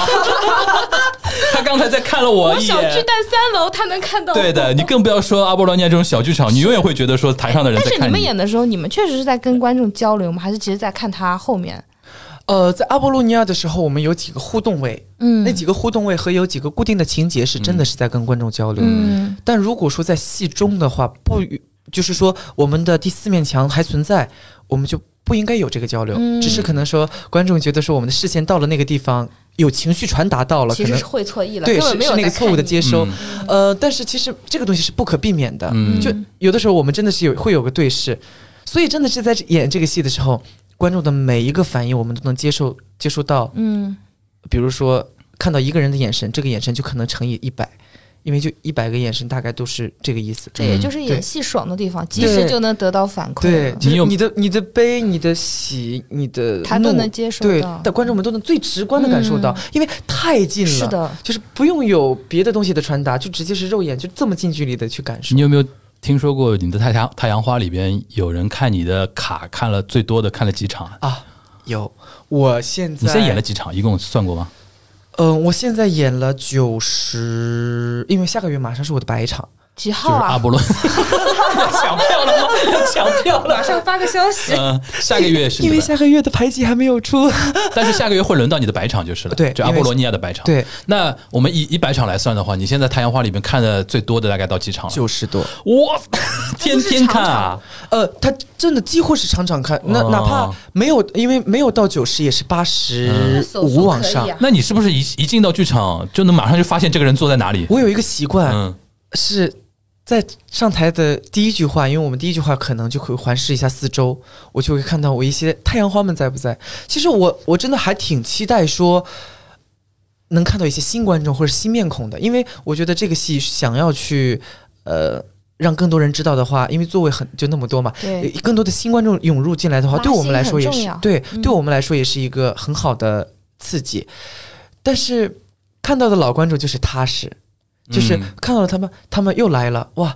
[SPEAKER 2] 他刚才在看了我
[SPEAKER 3] 我
[SPEAKER 2] 一
[SPEAKER 3] 小巨
[SPEAKER 2] 眼。
[SPEAKER 3] 蛋三楼，他能看到我。
[SPEAKER 2] 对的，你更不要说阿波罗尼亚这种小剧场，你永远会觉得说台上的人
[SPEAKER 3] 但
[SPEAKER 2] 在
[SPEAKER 3] 是
[SPEAKER 2] 看
[SPEAKER 3] 你们演的时候，你们确实是在跟观众交流吗？还是其实在看他后面？
[SPEAKER 1] 呃，在阿波罗尼亚的时候，我们有几个互动位，
[SPEAKER 3] 嗯
[SPEAKER 1] 那几个互动位和有几个固定的情节是
[SPEAKER 2] 嗯
[SPEAKER 1] 真的是在跟观众交流。
[SPEAKER 3] 嗯，
[SPEAKER 1] 但如果说在戏中的话，不就是说我们的第四面墙还存在，我们就不应该有这个交流，
[SPEAKER 3] 嗯
[SPEAKER 1] 只是可能说观众觉得说我们的视线到了那个地方，有情绪传达到了，可
[SPEAKER 3] 其实
[SPEAKER 1] 能
[SPEAKER 3] 是会错意了，
[SPEAKER 1] 对
[SPEAKER 3] 根
[SPEAKER 1] 是
[SPEAKER 3] 本没有
[SPEAKER 1] 是那个
[SPEAKER 3] 在
[SPEAKER 1] 错误的
[SPEAKER 3] 看你
[SPEAKER 1] 接收。
[SPEAKER 2] 嗯
[SPEAKER 1] 呃，但是其实这个东西是不可避免的，
[SPEAKER 2] 嗯
[SPEAKER 1] 就有的时候我们真的是有会有个对视，所以真的是在演这个戏的时候，观众的每一个反应我们都能接受接收到，
[SPEAKER 3] 嗯，
[SPEAKER 1] 比如说看到一个人的眼神，这个眼神就可能乘以一百，因为就一百个眼神大概都是这个意思。
[SPEAKER 3] 这也就是
[SPEAKER 1] 嗯对
[SPEAKER 3] 演戏爽的地方，及时就能得到反馈
[SPEAKER 1] 对，
[SPEAKER 3] 了，
[SPEAKER 1] 就
[SPEAKER 2] 你
[SPEAKER 1] 是
[SPEAKER 2] 有
[SPEAKER 1] 你的你的悲、你的喜、你的
[SPEAKER 3] 他
[SPEAKER 1] 怒
[SPEAKER 3] 都能接受
[SPEAKER 1] 对
[SPEAKER 3] 到。嗯
[SPEAKER 1] 的观众们都能最直观的感受到，因为太近了，
[SPEAKER 3] 是，的，
[SPEAKER 1] 就是不用有别的东西的传达，就直接是肉眼就这么近距离的去感受
[SPEAKER 2] 你。有没有听说过你的太阳太阳花里边有人看你的卡看了最多的看了几场啊？
[SPEAKER 1] 啊，有，我现在
[SPEAKER 2] 你现在演了，几场？一共算过吗？
[SPEAKER 1] 嗯、我现在演了九十，因为下个月马上是我的白场，
[SPEAKER 3] 几
[SPEAKER 2] 就是
[SPEAKER 3] 号
[SPEAKER 2] 阿
[SPEAKER 3] 啊？
[SPEAKER 2] 波罗要抢票了吗？要抢票了。
[SPEAKER 3] 马上发个消息。
[SPEAKER 2] 嗯，下个月是
[SPEAKER 1] 因
[SPEAKER 2] 你
[SPEAKER 1] 为
[SPEAKER 2] 的，
[SPEAKER 1] 下个月的排集还没有出，
[SPEAKER 2] 但是下个月会轮到你的百场就是了，
[SPEAKER 1] 对
[SPEAKER 2] 就阿波罗尼亚的百场。，
[SPEAKER 1] 对，
[SPEAKER 2] 那我们以一百场来算的话，你现在太阳花里面看的最多的大概到几场了？
[SPEAKER 1] 九十多，
[SPEAKER 2] 哇，天天看啊！
[SPEAKER 1] 呃，他真的几乎是场场看，那
[SPEAKER 2] 哦
[SPEAKER 1] 哪怕没有，因为没有到九十，也是八
[SPEAKER 3] 那
[SPEAKER 1] 十
[SPEAKER 3] 手速
[SPEAKER 1] 五往
[SPEAKER 3] 可以
[SPEAKER 1] 上。
[SPEAKER 3] 啊
[SPEAKER 2] 那你是不是一一进到剧场就能马上就发现这个人坐在哪里？
[SPEAKER 1] 我有一个习惯、
[SPEAKER 2] 嗯，
[SPEAKER 1] 是。在上台的第一句话，因为我们第一句话可能就会环视一下四周，我就会看到我一些太阳花们在不在。其实我我真的还挺期待说能看到一些新观众或者新面孔的，因为我觉得这个戏想要去呃让更多人知道的话，因为座位很就那么多嘛，
[SPEAKER 3] 对，
[SPEAKER 1] 更多的新观众涌入进来的话，
[SPEAKER 3] 拉
[SPEAKER 1] 对我们来说也
[SPEAKER 3] 新很
[SPEAKER 1] 是
[SPEAKER 3] 重要
[SPEAKER 1] 对，
[SPEAKER 3] 嗯
[SPEAKER 1] 对我们来说也是一个很好的刺激。但是看到的老观众就是踏实，就是
[SPEAKER 2] 嗯
[SPEAKER 1] 看到了他们，他们又来了，哇，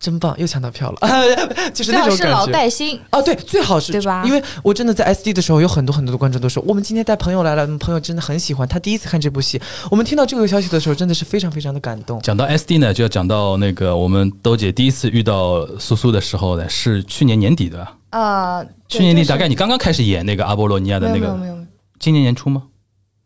[SPEAKER 1] 真棒，又抢到票了，
[SPEAKER 2] 嗯
[SPEAKER 1] 就是
[SPEAKER 3] 最
[SPEAKER 1] 那
[SPEAKER 3] 好
[SPEAKER 1] 种
[SPEAKER 3] 是老
[SPEAKER 1] 感觉。
[SPEAKER 3] 带新，
[SPEAKER 1] 啊，对，最好是
[SPEAKER 3] 对吧
[SPEAKER 1] 因为我真的在 SD 的时候，有很多很多的观众都说，我们今天带朋友来了，朋友真的很喜欢，他第一次看这部戏。我们听到这个消息的时候，真的是非常非常的感动。
[SPEAKER 2] 讲到 SD 呢，就要讲到那个我们兜姐第一次遇到苏苏的时候呢，是去年年底的吧，
[SPEAKER 3] 呃，对
[SPEAKER 2] 去年底
[SPEAKER 3] 就是
[SPEAKER 2] 大概你刚刚开始演那个阿波罗尼亚的那
[SPEAKER 3] 没有没
[SPEAKER 2] 个，
[SPEAKER 3] 有没有
[SPEAKER 2] 今年年初吗？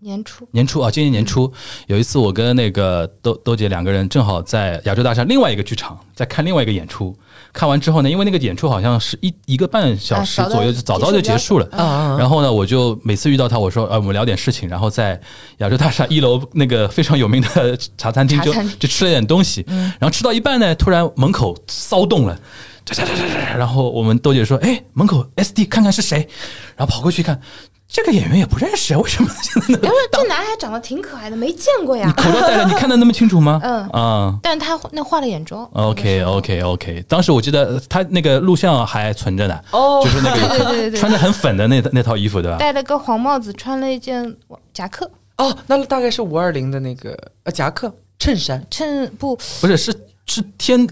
[SPEAKER 3] 年初，
[SPEAKER 2] 年初啊，今年年初有一次，我跟那个兜兜姐两个人正好在亚洲大厦另外一个剧场在看另外一个演出，看完之后呢，因为那个演出好像是一一个半小时
[SPEAKER 3] 啊早到
[SPEAKER 2] 左右，就早早就结束了。
[SPEAKER 1] 啊啊！
[SPEAKER 2] 然后呢，我就每次遇到他，我说，呃，我们聊点事情，然后在亚洲大厦一楼那个非常有名的茶餐厅就
[SPEAKER 3] 茶餐厅
[SPEAKER 2] 就吃了点东西，然后吃到一半呢，突然门口骚动了。喳喳喳喳喳然后我们豆姐说：“哎，门口 SD 看看是谁。”然后跑过去看，这个演员也不认识啊，为什么现在能
[SPEAKER 3] 然后这男孩长得挺可爱的，没见过呀
[SPEAKER 2] 你。口罩戴了，你看得那么清楚吗？
[SPEAKER 3] 嗯
[SPEAKER 2] 啊。
[SPEAKER 3] 但是他那画了眼妆
[SPEAKER 2] OK OK OK，当时我记得他那个录像还存着呢，
[SPEAKER 1] 哦
[SPEAKER 2] 就是那
[SPEAKER 3] 对对
[SPEAKER 2] 个
[SPEAKER 3] 对对
[SPEAKER 2] 穿
[SPEAKER 3] 对，
[SPEAKER 2] 的很粉的那那套衣服，对吧？
[SPEAKER 3] 戴了个黄帽子，穿了一件夹克，
[SPEAKER 1] 哦，那大概是五二零的那个呃夹克衬衫，
[SPEAKER 3] 衬不
[SPEAKER 2] 不是，是是天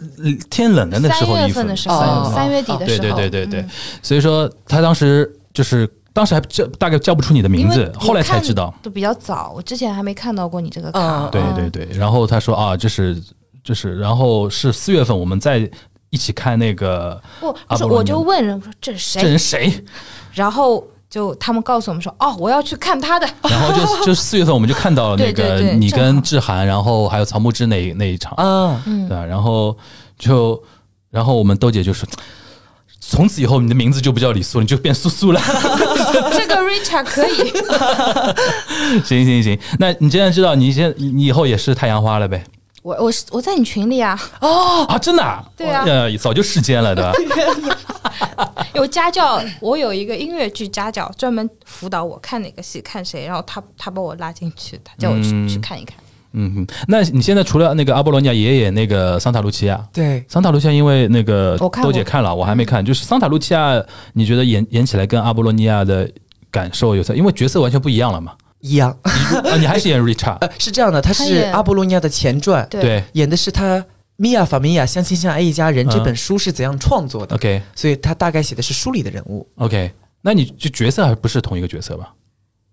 [SPEAKER 2] 天冷的那时候
[SPEAKER 3] 三
[SPEAKER 2] 衣
[SPEAKER 3] 月
[SPEAKER 2] 服
[SPEAKER 3] 份的时
[SPEAKER 1] 三月
[SPEAKER 3] 候，哦
[SPEAKER 1] 份
[SPEAKER 3] 三月底的
[SPEAKER 2] 对
[SPEAKER 3] 时
[SPEAKER 2] 对
[SPEAKER 3] 候，嗯
[SPEAKER 2] 对对对，所以说他当时就是当时还叫大概叫不出你的
[SPEAKER 3] 嗯，
[SPEAKER 2] 名
[SPEAKER 3] 因为
[SPEAKER 2] 字，
[SPEAKER 3] 我
[SPEAKER 2] 后来才
[SPEAKER 3] 看
[SPEAKER 2] 知道。
[SPEAKER 3] 都比较早，我之前还没看到过你这个
[SPEAKER 1] 嗯
[SPEAKER 3] 卡，
[SPEAKER 2] 对
[SPEAKER 3] 嗯
[SPEAKER 2] 对对，然后他说啊，这是这是，然后是四月份我们在一起看那个
[SPEAKER 3] 不，
[SPEAKER 2] 阿
[SPEAKER 3] 不是，
[SPEAKER 2] 波罗
[SPEAKER 3] 我
[SPEAKER 2] 尼
[SPEAKER 3] 就问人我说这是
[SPEAKER 2] 这
[SPEAKER 3] 谁，
[SPEAKER 2] 人谁，
[SPEAKER 3] 然后就他们告诉我们说，哦，我要去看他 的，
[SPEAKER 2] 然后就就四月份我们就看到了那
[SPEAKER 3] 对
[SPEAKER 2] 个
[SPEAKER 3] 对对
[SPEAKER 2] 你
[SPEAKER 3] 正
[SPEAKER 2] 跟
[SPEAKER 3] 好
[SPEAKER 2] 志涵，然后还有曹木之那一那一场，
[SPEAKER 1] 啊，
[SPEAKER 3] 嗯
[SPEAKER 2] 对，啊，然后就然后我们豆姐就说。从此以后，你的名字就不叫李素了，你就变苏苏了。
[SPEAKER 3] 这个 Richard 可以，
[SPEAKER 2] 行行行，那你现在知道，你现你以后也是太阳花了呗？
[SPEAKER 3] 我我是我在你群里 啊，
[SPEAKER 2] 啊，真的、啊？
[SPEAKER 3] 对啊
[SPEAKER 2] 呃，早就世间了，对吧？
[SPEAKER 3] 有家教，我有一个音乐剧家教，专门辅导我看哪个戏看谁，然后他他把我拉进去，他叫我去、去看一看。
[SPEAKER 2] 嗯哼，那你现在除了那个阿波罗尼亚也演那个桑塔露琪亚，
[SPEAKER 1] 对，
[SPEAKER 2] 桑塔露琪亚因为那个
[SPEAKER 3] 我看
[SPEAKER 2] 豆
[SPEAKER 3] 过
[SPEAKER 2] 姐看了，我还没
[SPEAKER 1] 嗯
[SPEAKER 2] 看，就是桑塔露琪亚，你觉得演演起来跟阿波罗尼亚的感受有在？因为角色完全不一样 了嘛。
[SPEAKER 1] 一样。
[SPEAKER 2] 啊，你还是演 Richard，
[SPEAKER 1] 呃，是这样的，它
[SPEAKER 3] 他
[SPEAKER 1] 是
[SPEAKER 3] 也
[SPEAKER 1] 阿波罗尼亚的前传，
[SPEAKER 3] 对
[SPEAKER 2] 对
[SPEAKER 1] 演的是他。米娅·法米娅《相亲相爱一家人》这
[SPEAKER 2] 嗯
[SPEAKER 1] 本书是怎样创作的？
[SPEAKER 2] ，OK
[SPEAKER 1] 所以他大概写的是书里的人物。
[SPEAKER 2] OK，那你就角色还不是同一个角色吧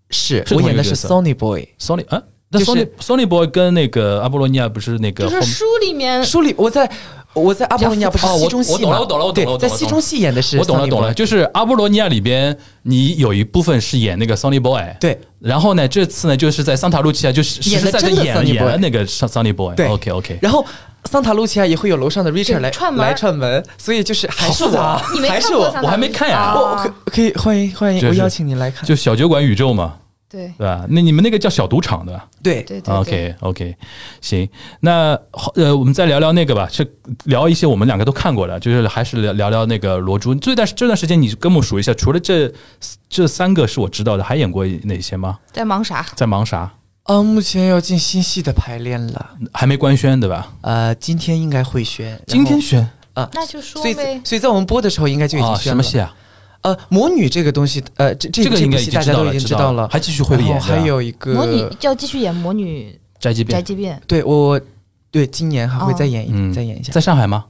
[SPEAKER 1] 是
[SPEAKER 2] 是
[SPEAKER 1] 我
[SPEAKER 2] 同一
[SPEAKER 1] 演
[SPEAKER 2] 个
[SPEAKER 1] 的是
[SPEAKER 2] 角色
[SPEAKER 1] Sony Boy，
[SPEAKER 2] ？Sony 啊，那
[SPEAKER 1] 就是
[SPEAKER 2] Sony Sony Boy 跟那个阿波罗尼亚不是那个
[SPEAKER 3] 就
[SPEAKER 2] 后
[SPEAKER 3] 是书里
[SPEAKER 2] 哎
[SPEAKER 3] 面
[SPEAKER 1] 书里我在我在阿波罗尼亚不是
[SPEAKER 2] 哦我
[SPEAKER 1] 戏中戏
[SPEAKER 2] 我懂
[SPEAKER 1] 嘛
[SPEAKER 2] 了我懂了我懂
[SPEAKER 1] 对
[SPEAKER 2] 了我懂
[SPEAKER 1] 在
[SPEAKER 2] 了
[SPEAKER 1] 戏中戏演的是
[SPEAKER 2] 我懂了
[SPEAKER 1] Sonny
[SPEAKER 2] 懂了，
[SPEAKER 1] Boy
[SPEAKER 2] 就是阿波罗尼亚里边你有一部分是演那个 Sony Boy，
[SPEAKER 1] 对
[SPEAKER 2] 然后呢，这次呢就是在桑塔露琪亚，就是实
[SPEAKER 1] 演
[SPEAKER 2] 实
[SPEAKER 1] 了
[SPEAKER 2] 在在
[SPEAKER 1] 真的
[SPEAKER 2] 演了
[SPEAKER 1] Sonny
[SPEAKER 2] 演了
[SPEAKER 1] Boy
[SPEAKER 2] 那个 Sunny Boy。
[SPEAKER 1] 对
[SPEAKER 2] o k OK。
[SPEAKER 1] 然后桑塔露琪亚也会有楼上的 Richard
[SPEAKER 3] 对
[SPEAKER 1] 来
[SPEAKER 3] 串门
[SPEAKER 1] 来串门，所以就是还是
[SPEAKER 2] 复杂啊
[SPEAKER 1] 我，
[SPEAKER 3] 你没
[SPEAKER 1] 还
[SPEAKER 3] 看
[SPEAKER 1] 是
[SPEAKER 3] 过
[SPEAKER 1] 我
[SPEAKER 3] 桑塔露西亚，
[SPEAKER 2] 我还没看呀
[SPEAKER 3] 啊
[SPEAKER 1] 我可可以欢迎欢迎，
[SPEAKER 2] 就
[SPEAKER 1] 我
[SPEAKER 2] 是
[SPEAKER 1] 邀请您来看。
[SPEAKER 2] 就小酒馆宇宙嘛，
[SPEAKER 3] 对
[SPEAKER 2] 对吧？那你们那个叫小赌场的吧
[SPEAKER 1] 对，
[SPEAKER 3] 对对对
[SPEAKER 2] OK OK，行，那好呃，我们再聊聊那个吧，是聊一些我们两个都看过的，就是还是聊聊聊那个罗珠。这段这段时间你跟我数一下，除了这这三个是我知道的，还演过哪些吗？
[SPEAKER 3] 在忙啥？
[SPEAKER 2] 在忙啥？
[SPEAKER 1] 啊，目前要进新戏的排练了，
[SPEAKER 2] 还没官宣对吧？
[SPEAKER 1] 呃，今天应该会宣，然后
[SPEAKER 2] 今天宣
[SPEAKER 1] 啊，
[SPEAKER 3] 那就说
[SPEAKER 1] 所以
[SPEAKER 3] 呗。
[SPEAKER 1] 所以在我们播的时候应该就已经
[SPEAKER 2] 啊？
[SPEAKER 1] 宣
[SPEAKER 2] 什
[SPEAKER 1] 了。
[SPEAKER 2] 么戏啊？
[SPEAKER 1] 呃，魔女这个东西，呃，这这
[SPEAKER 2] 这个应该
[SPEAKER 1] 部
[SPEAKER 2] 已
[SPEAKER 1] 戏
[SPEAKER 2] 经
[SPEAKER 1] 大
[SPEAKER 2] 知
[SPEAKER 1] 家
[SPEAKER 2] 道
[SPEAKER 1] 都已
[SPEAKER 2] 了，
[SPEAKER 1] 经
[SPEAKER 2] 知
[SPEAKER 1] 道
[SPEAKER 2] 了，
[SPEAKER 1] 了，
[SPEAKER 2] 还继续会
[SPEAKER 1] 然后
[SPEAKER 2] 演，啊
[SPEAKER 1] 还有一个
[SPEAKER 3] 魔女就要继续演魔女
[SPEAKER 2] 宅急
[SPEAKER 3] 宅
[SPEAKER 2] 便，
[SPEAKER 3] 急便，
[SPEAKER 1] 对我对今年还
[SPEAKER 3] 哦
[SPEAKER 1] 会再演一、
[SPEAKER 2] 嗯
[SPEAKER 1] 再演一下，
[SPEAKER 2] 在上 海吗？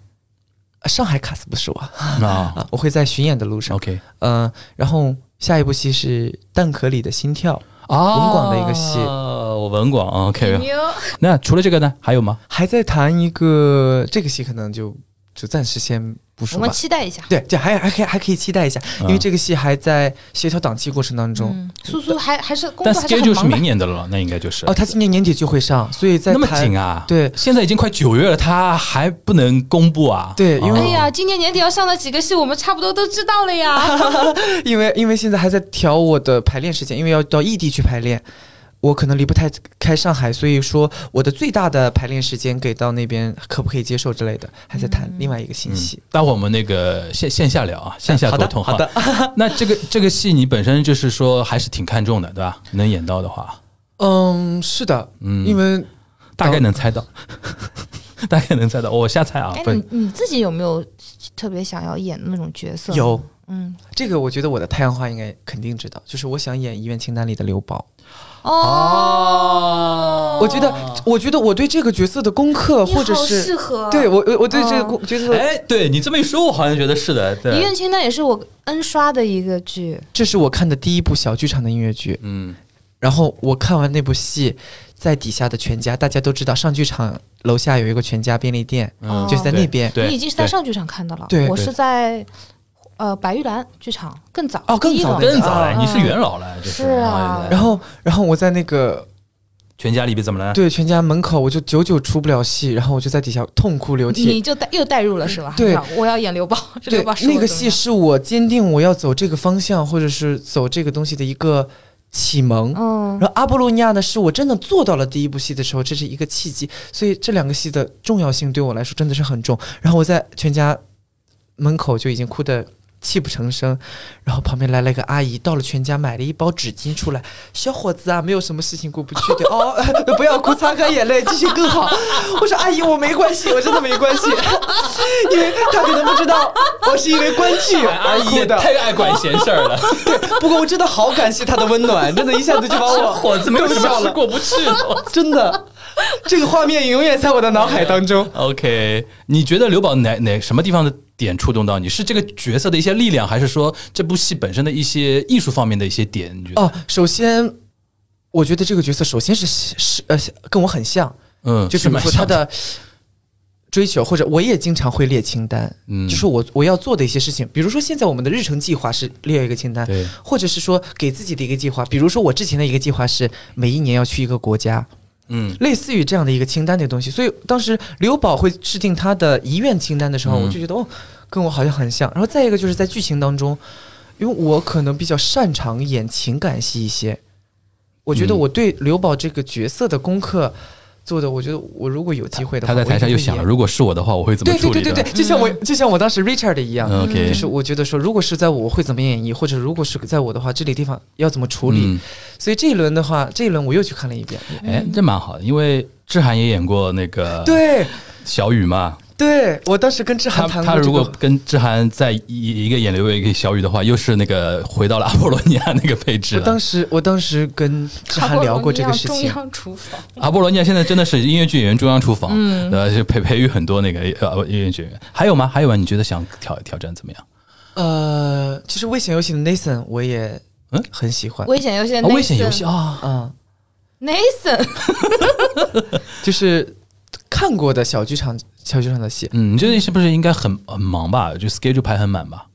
[SPEAKER 1] 啊上海卡斯不是我 啊，
[SPEAKER 2] 啊
[SPEAKER 1] 我会在巡演的路上，
[SPEAKER 2] ，OK
[SPEAKER 1] 嗯、然后下一部戏是《蛋壳里的心跳》，
[SPEAKER 2] 啊
[SPEAKER 1] 文广的一个戏
[SPEAKER 2] 我文广啊
[SPEAKER 3] 挺
[SPEAKER 2] ，OK。
[SPEAKER 3] 牛
[SPEAKER 2] 那除了这个呢，还有吗？
[SPEAKER 1] 还在谈一个这个戏，可能就就暂时先不
[SPEAKER 3] 我
[SPEAKER 1] 说
[SPEAKER 3] 们
[SPEAKER 1] 吧。
[SPEAKER 3] 期待一下。
[SPEAKER 1] 对，这还还可以还可以期待一下，
[SPEAKER 2] 嗯
[SPEAKER 1] 因为这个戏还在协调档期过程当中。
[SPEAKER 3] 嗯，苏苏还还是工
[SPEAKER 2] 但
[SPEAKER 3] 作还是
[SPEAKER 2] schedule 是
[SPEAKER 3] 很忙
[SPEAKER 2] 明
[SPEAKER 3] 的，
[SPEAKER 2] 年的了，那应该就是
[SPEAKER 1] 哦，他今年年底就会上，所以在
[SPEAKER 2] 那么
[SPEAKER 1] 谈
[SPEAKER 2] 紧啊。
[SPEAKER 1] 对
[SPEAKER 2] 现在已经快九月了，他还不能公布啊。
[SPEAKER 1] 对因为
[SPEAKER 3] 哎
[SPEAKER 2] 哦
[SPEAKER 3] 呀，今年年底要上的几个戏，我们差不多都知道 了呀。
[SPEAKER 1] 因为因为现在还在调我的排练时间，因为要到异地去排练，我可能离不太开上海，所以说我的最大的排练时间给到那边，可不可以接受之类的，还在谈另外一个信
[SPEAKER 2] 嗯
[SPEAKER 1] 息。
[SPEAKER 2] 待会儿我们那个线线下聊啊，线下
[SPEAKER 1] 好
[SPEAKER 2] 沟
[SPEAKER 1] 的，
[SPEAKER 2] 通
[SPEAKER 1] 好。的，
[SPEAKER 2] 那这个这个戏你本身就是说还是挺看重的，对吧？能演到的话，
[SPEAKER 1] 嗯，是的，
[SPEAKER 2] 嗯，
[SPEAKER 1] 因为
[SPEAKER 2] 大概能猜到， 大概能猜到。我瞎猜啊
[SPEAKER 3] 哎，，
[SPEAKER 2] 不是
[SPEAKER 3] 你你自己有没有特别想要演的那种角色？
[SPEAKER 1] 有
[SPEAKER 3] 嗯，
[SPEAKER 1] 这个，我觉得我的太阳花应该肯定知道，就是我想演《遗愿清单》里的刘宝。
[SPEAKER 3] 哦，
[SPEAKER 1] 我觉得，我觉得我对这个角色的功课，
[SPEAKER 3] 你
[SPEAKER 1] 或者
[SPEAKER 3] 好适
[SPEAKER 1] 是
[SPEAKER 3] 合
[SPEAKER 1] 对我，我我对这个
[SPEAKER 3] 嗯
[SPEAKER 1] 功角色，
[SPEAKER 2] 哎，对你这么一说，我好像觉得是的，
[SPEAKER 3] 《遗
[SPEAKER 2] 对，
[SPEAKER 3] 愿清单》也是我 N 刷的一个剧，
[SPEAKER 1] 这是我看的第一部小剧场的音乐剧。
[SPEAKER 2] 嗯，
[SPEAKER 1] 然后我看完那部戏，在底下的全家，大家都知道上剧场楼下有一个全家便利店，
[SPEAKER 2] 嗯
[SPEAKER 1] 就是在那边。
[SPEAKER 2] 对，
[SPEAKER 3] 你已经是在
[SPEAKER 2] 对
[SPEAKER 3] 上剧场看的了。
[SPEAKER 1] 对
[SPEAKER 3] 我
[SPEAKER 2] 对
[SPEAKER 3] 是在呃白玉兰剧场更早
[SPEAKER 1] 哦更
[SPEAKER 3] 第一嗯
[SPEAKER 1] 早
[SPEAKER 3] 轮
[SPEAKER 1] 的
[SPEAKER 2] 更早了，
[SPEAKER 1] 啊
[SPEAKER 2] 你是元老了，就是
[SPEAKER 3] 哦是啊
[SPEAKER 1] 然后，然后我在那个
[SPEAKER 2] 全家里边怎么了？
[SPEAKER 1] 对全家门口，我就久久出不了戏，然后我就在底下痛哭流涕
[SPEAKER 3] 你。就带又带入了是吧？
[SPEAKER 1] 对，
[SPEAKER 3] 我要演刘宝，这
[SPEAKER 1] 对
[SPEAKER 3] 刘宝，是我
[SPEAKER 1] 那个
[SPEAKER 3] 怎么
[SPEAKER 1] 戏
[SPEAKER 3] 样
[SPEAKER 1] 是我坚定我要走这个方向，或者是走这个东西的一个启蒙。
[SPEAKER 3] 嗯
[SPEAKER 1] 然后阿波罗尼亚呢，是我真的做到了第一部戏的时候，这是一个契机，所以这两个戏的重要性对我来说真的是很重。然后我在全家门口就已经哭得泣不成声，然后旁边来了一个阿姨，到了全家买了一包纸巾出来，小伙子啊，没有什么事情过不去 的哦，不要哭，擦干眼泪，继续更好。我说阿姨，我没关系，我真的没关系，因为她可能不知道我是因为关剧
[SPEAKER 2] 哎阿
[SPEAKER 1] 而
[SPEAKER 2] 姨
[SPEAKER 1] 哭
[SPEAKER 2] 也
[SPEAKER 1] 的。
[SPEAKER 2] 太爱管闲事儿了，
[SPEAKER 1] 不过我真的好感谢她的温暖，真的，一下子就把我
[SPEAKER 2] 小伙子没有什么
[SPEAKER 1] 逗笑
[SPEAKER 2] 事
[SPEAKER 1] 了
[SPEAKER 2] 过不去的。
[SPEAKER 1] 真的，这个画面永远在我的脑海当中。
[SPEAKER 2] OK，你觉得刘宝哪哪什么地方的点触动到你？是这个角色的一些力量，还是说这部戏本身的一些艺术方面的一些点？你觉得？
[SPEAKER 1] 哦，首先，我觉得这个角色首先是是呃跟我很像，
[SPEAKER 2] 嗯，
[SPEAKER 1] 就是比如
[SPEAKER 2] 蛮
[SPEAKER 1] 说他
[SPEAKER 2] 像，
[SPEAKER 1] 的追求，或者我也经常会列清单，
[SPEAKER 2] 嗯，
[SPEAKER 1] 就是我我要做的一些事情，比如说现在我们的日程计划是列一个清单，
[SPEAKER 2] 对，
[SPEAKER 1] 或者是说给自己的一个计划，比如说我之前的一个计划是每一年要去一个国家，
[SPEAKER 2] 嗯
[SPEAKER 1] 类似于这样的一个清单的东西。所以当时刘宝会制定他的遗愿清单的时候，
[SPEAKER 2] 嗯
[SPEAKER 1] 我就觉得哦，跟我好像很像。然后再一个就是在剧情当中，因为我可能比较擅长演情感戏一些，我觉得
[SPEAKER 2] 嗯
[SPEAKER 1] 我对刘宝这个角色的功课做的，我觉得我如果有机会的话，
[SPEAKER 2] 嗯他在台上又想了，
[SPEAKER 1] 了，
[SPEAKER 2] 如果是我的话，我会怎么
[SPEAKER 1] 对
[SPEAKER 2] 处
[SPEAKER 1] 对
[SPEAKER 2] 理
[SPEAKER 1] 对
[SPEAKER 2] 的？
[SPEAKER 1] 对对，就像我就像我当时 Richard 一样。
[SPEAKER 2] 嗯 OK，
[SPEAKER 1] 就是我觉得说，如果是在我我会怎么演绎，或者如果是在我的话，这里地方要怎么处理？
[SPEAKER 2] 嗯
[SPEAKER 1] 所以这一轮的话，这一轮我又去看了一遍。
[SPEAKER 2] 哎，这蛮好的，因为志涵也演过那个
[SPEAKER 1] 对，
[SPEAKER 2] 小雨嘛，
[SPEAKER 1] 对我当时跟志
[SPEAKER 2] 他
[SPEAKER 1] 涵谈过、
[SPEAKER 2] 他
[SPEAKER 1] 这个，
[SPEAKER 2] 如果跟志涵在一一个演刘备一个小雨的话，又是那个回到了阿波罗尼亚那个配置
[SPEAKER 1] 我
[SPEAKER 2] 了
[SPEAKER 1] 当。时我当时跟志
[SPEAKER 3] 他
[SPEAKER 1] 涵聊过这个事
[SPEAKER 3] 中
[SPEAKER 1] 情，
[SPEAKER 3] 央厨房，
[SPEAKER 2] 阿波罗尼亚现在真的是音乐剧演员中央厨房，
[SPEAKER 1] 嗯
[SPEAKER 2] 呃，就培培育很多那个呃音乐剧演员。还有吗？还有吗？你觉得想挑挑战怎么样？
[SPEAKER 1] 呃，其实危险游戏的 Nathan 我也
[SPEAKER 2] 嗯
[SPEAKER 1] 很喜欢，
[SPEAKER 3] 危险游戏的
[SPEAKER 2] 啊
[SPEAKER 1] 呃哦
[SPEAKER 3] Nathan，、
[SPEAKER 2] 危险游戏啊，
[SPEAKER 1] 嗯，
[SPEAKER 3] Nathan，
[SPEAKER 1] 就是看过的小剧场小剧场的戏，
[SPEAKER 2] 嗯，你最近是不是应该很很忙吧？就 schedule 排很满吧？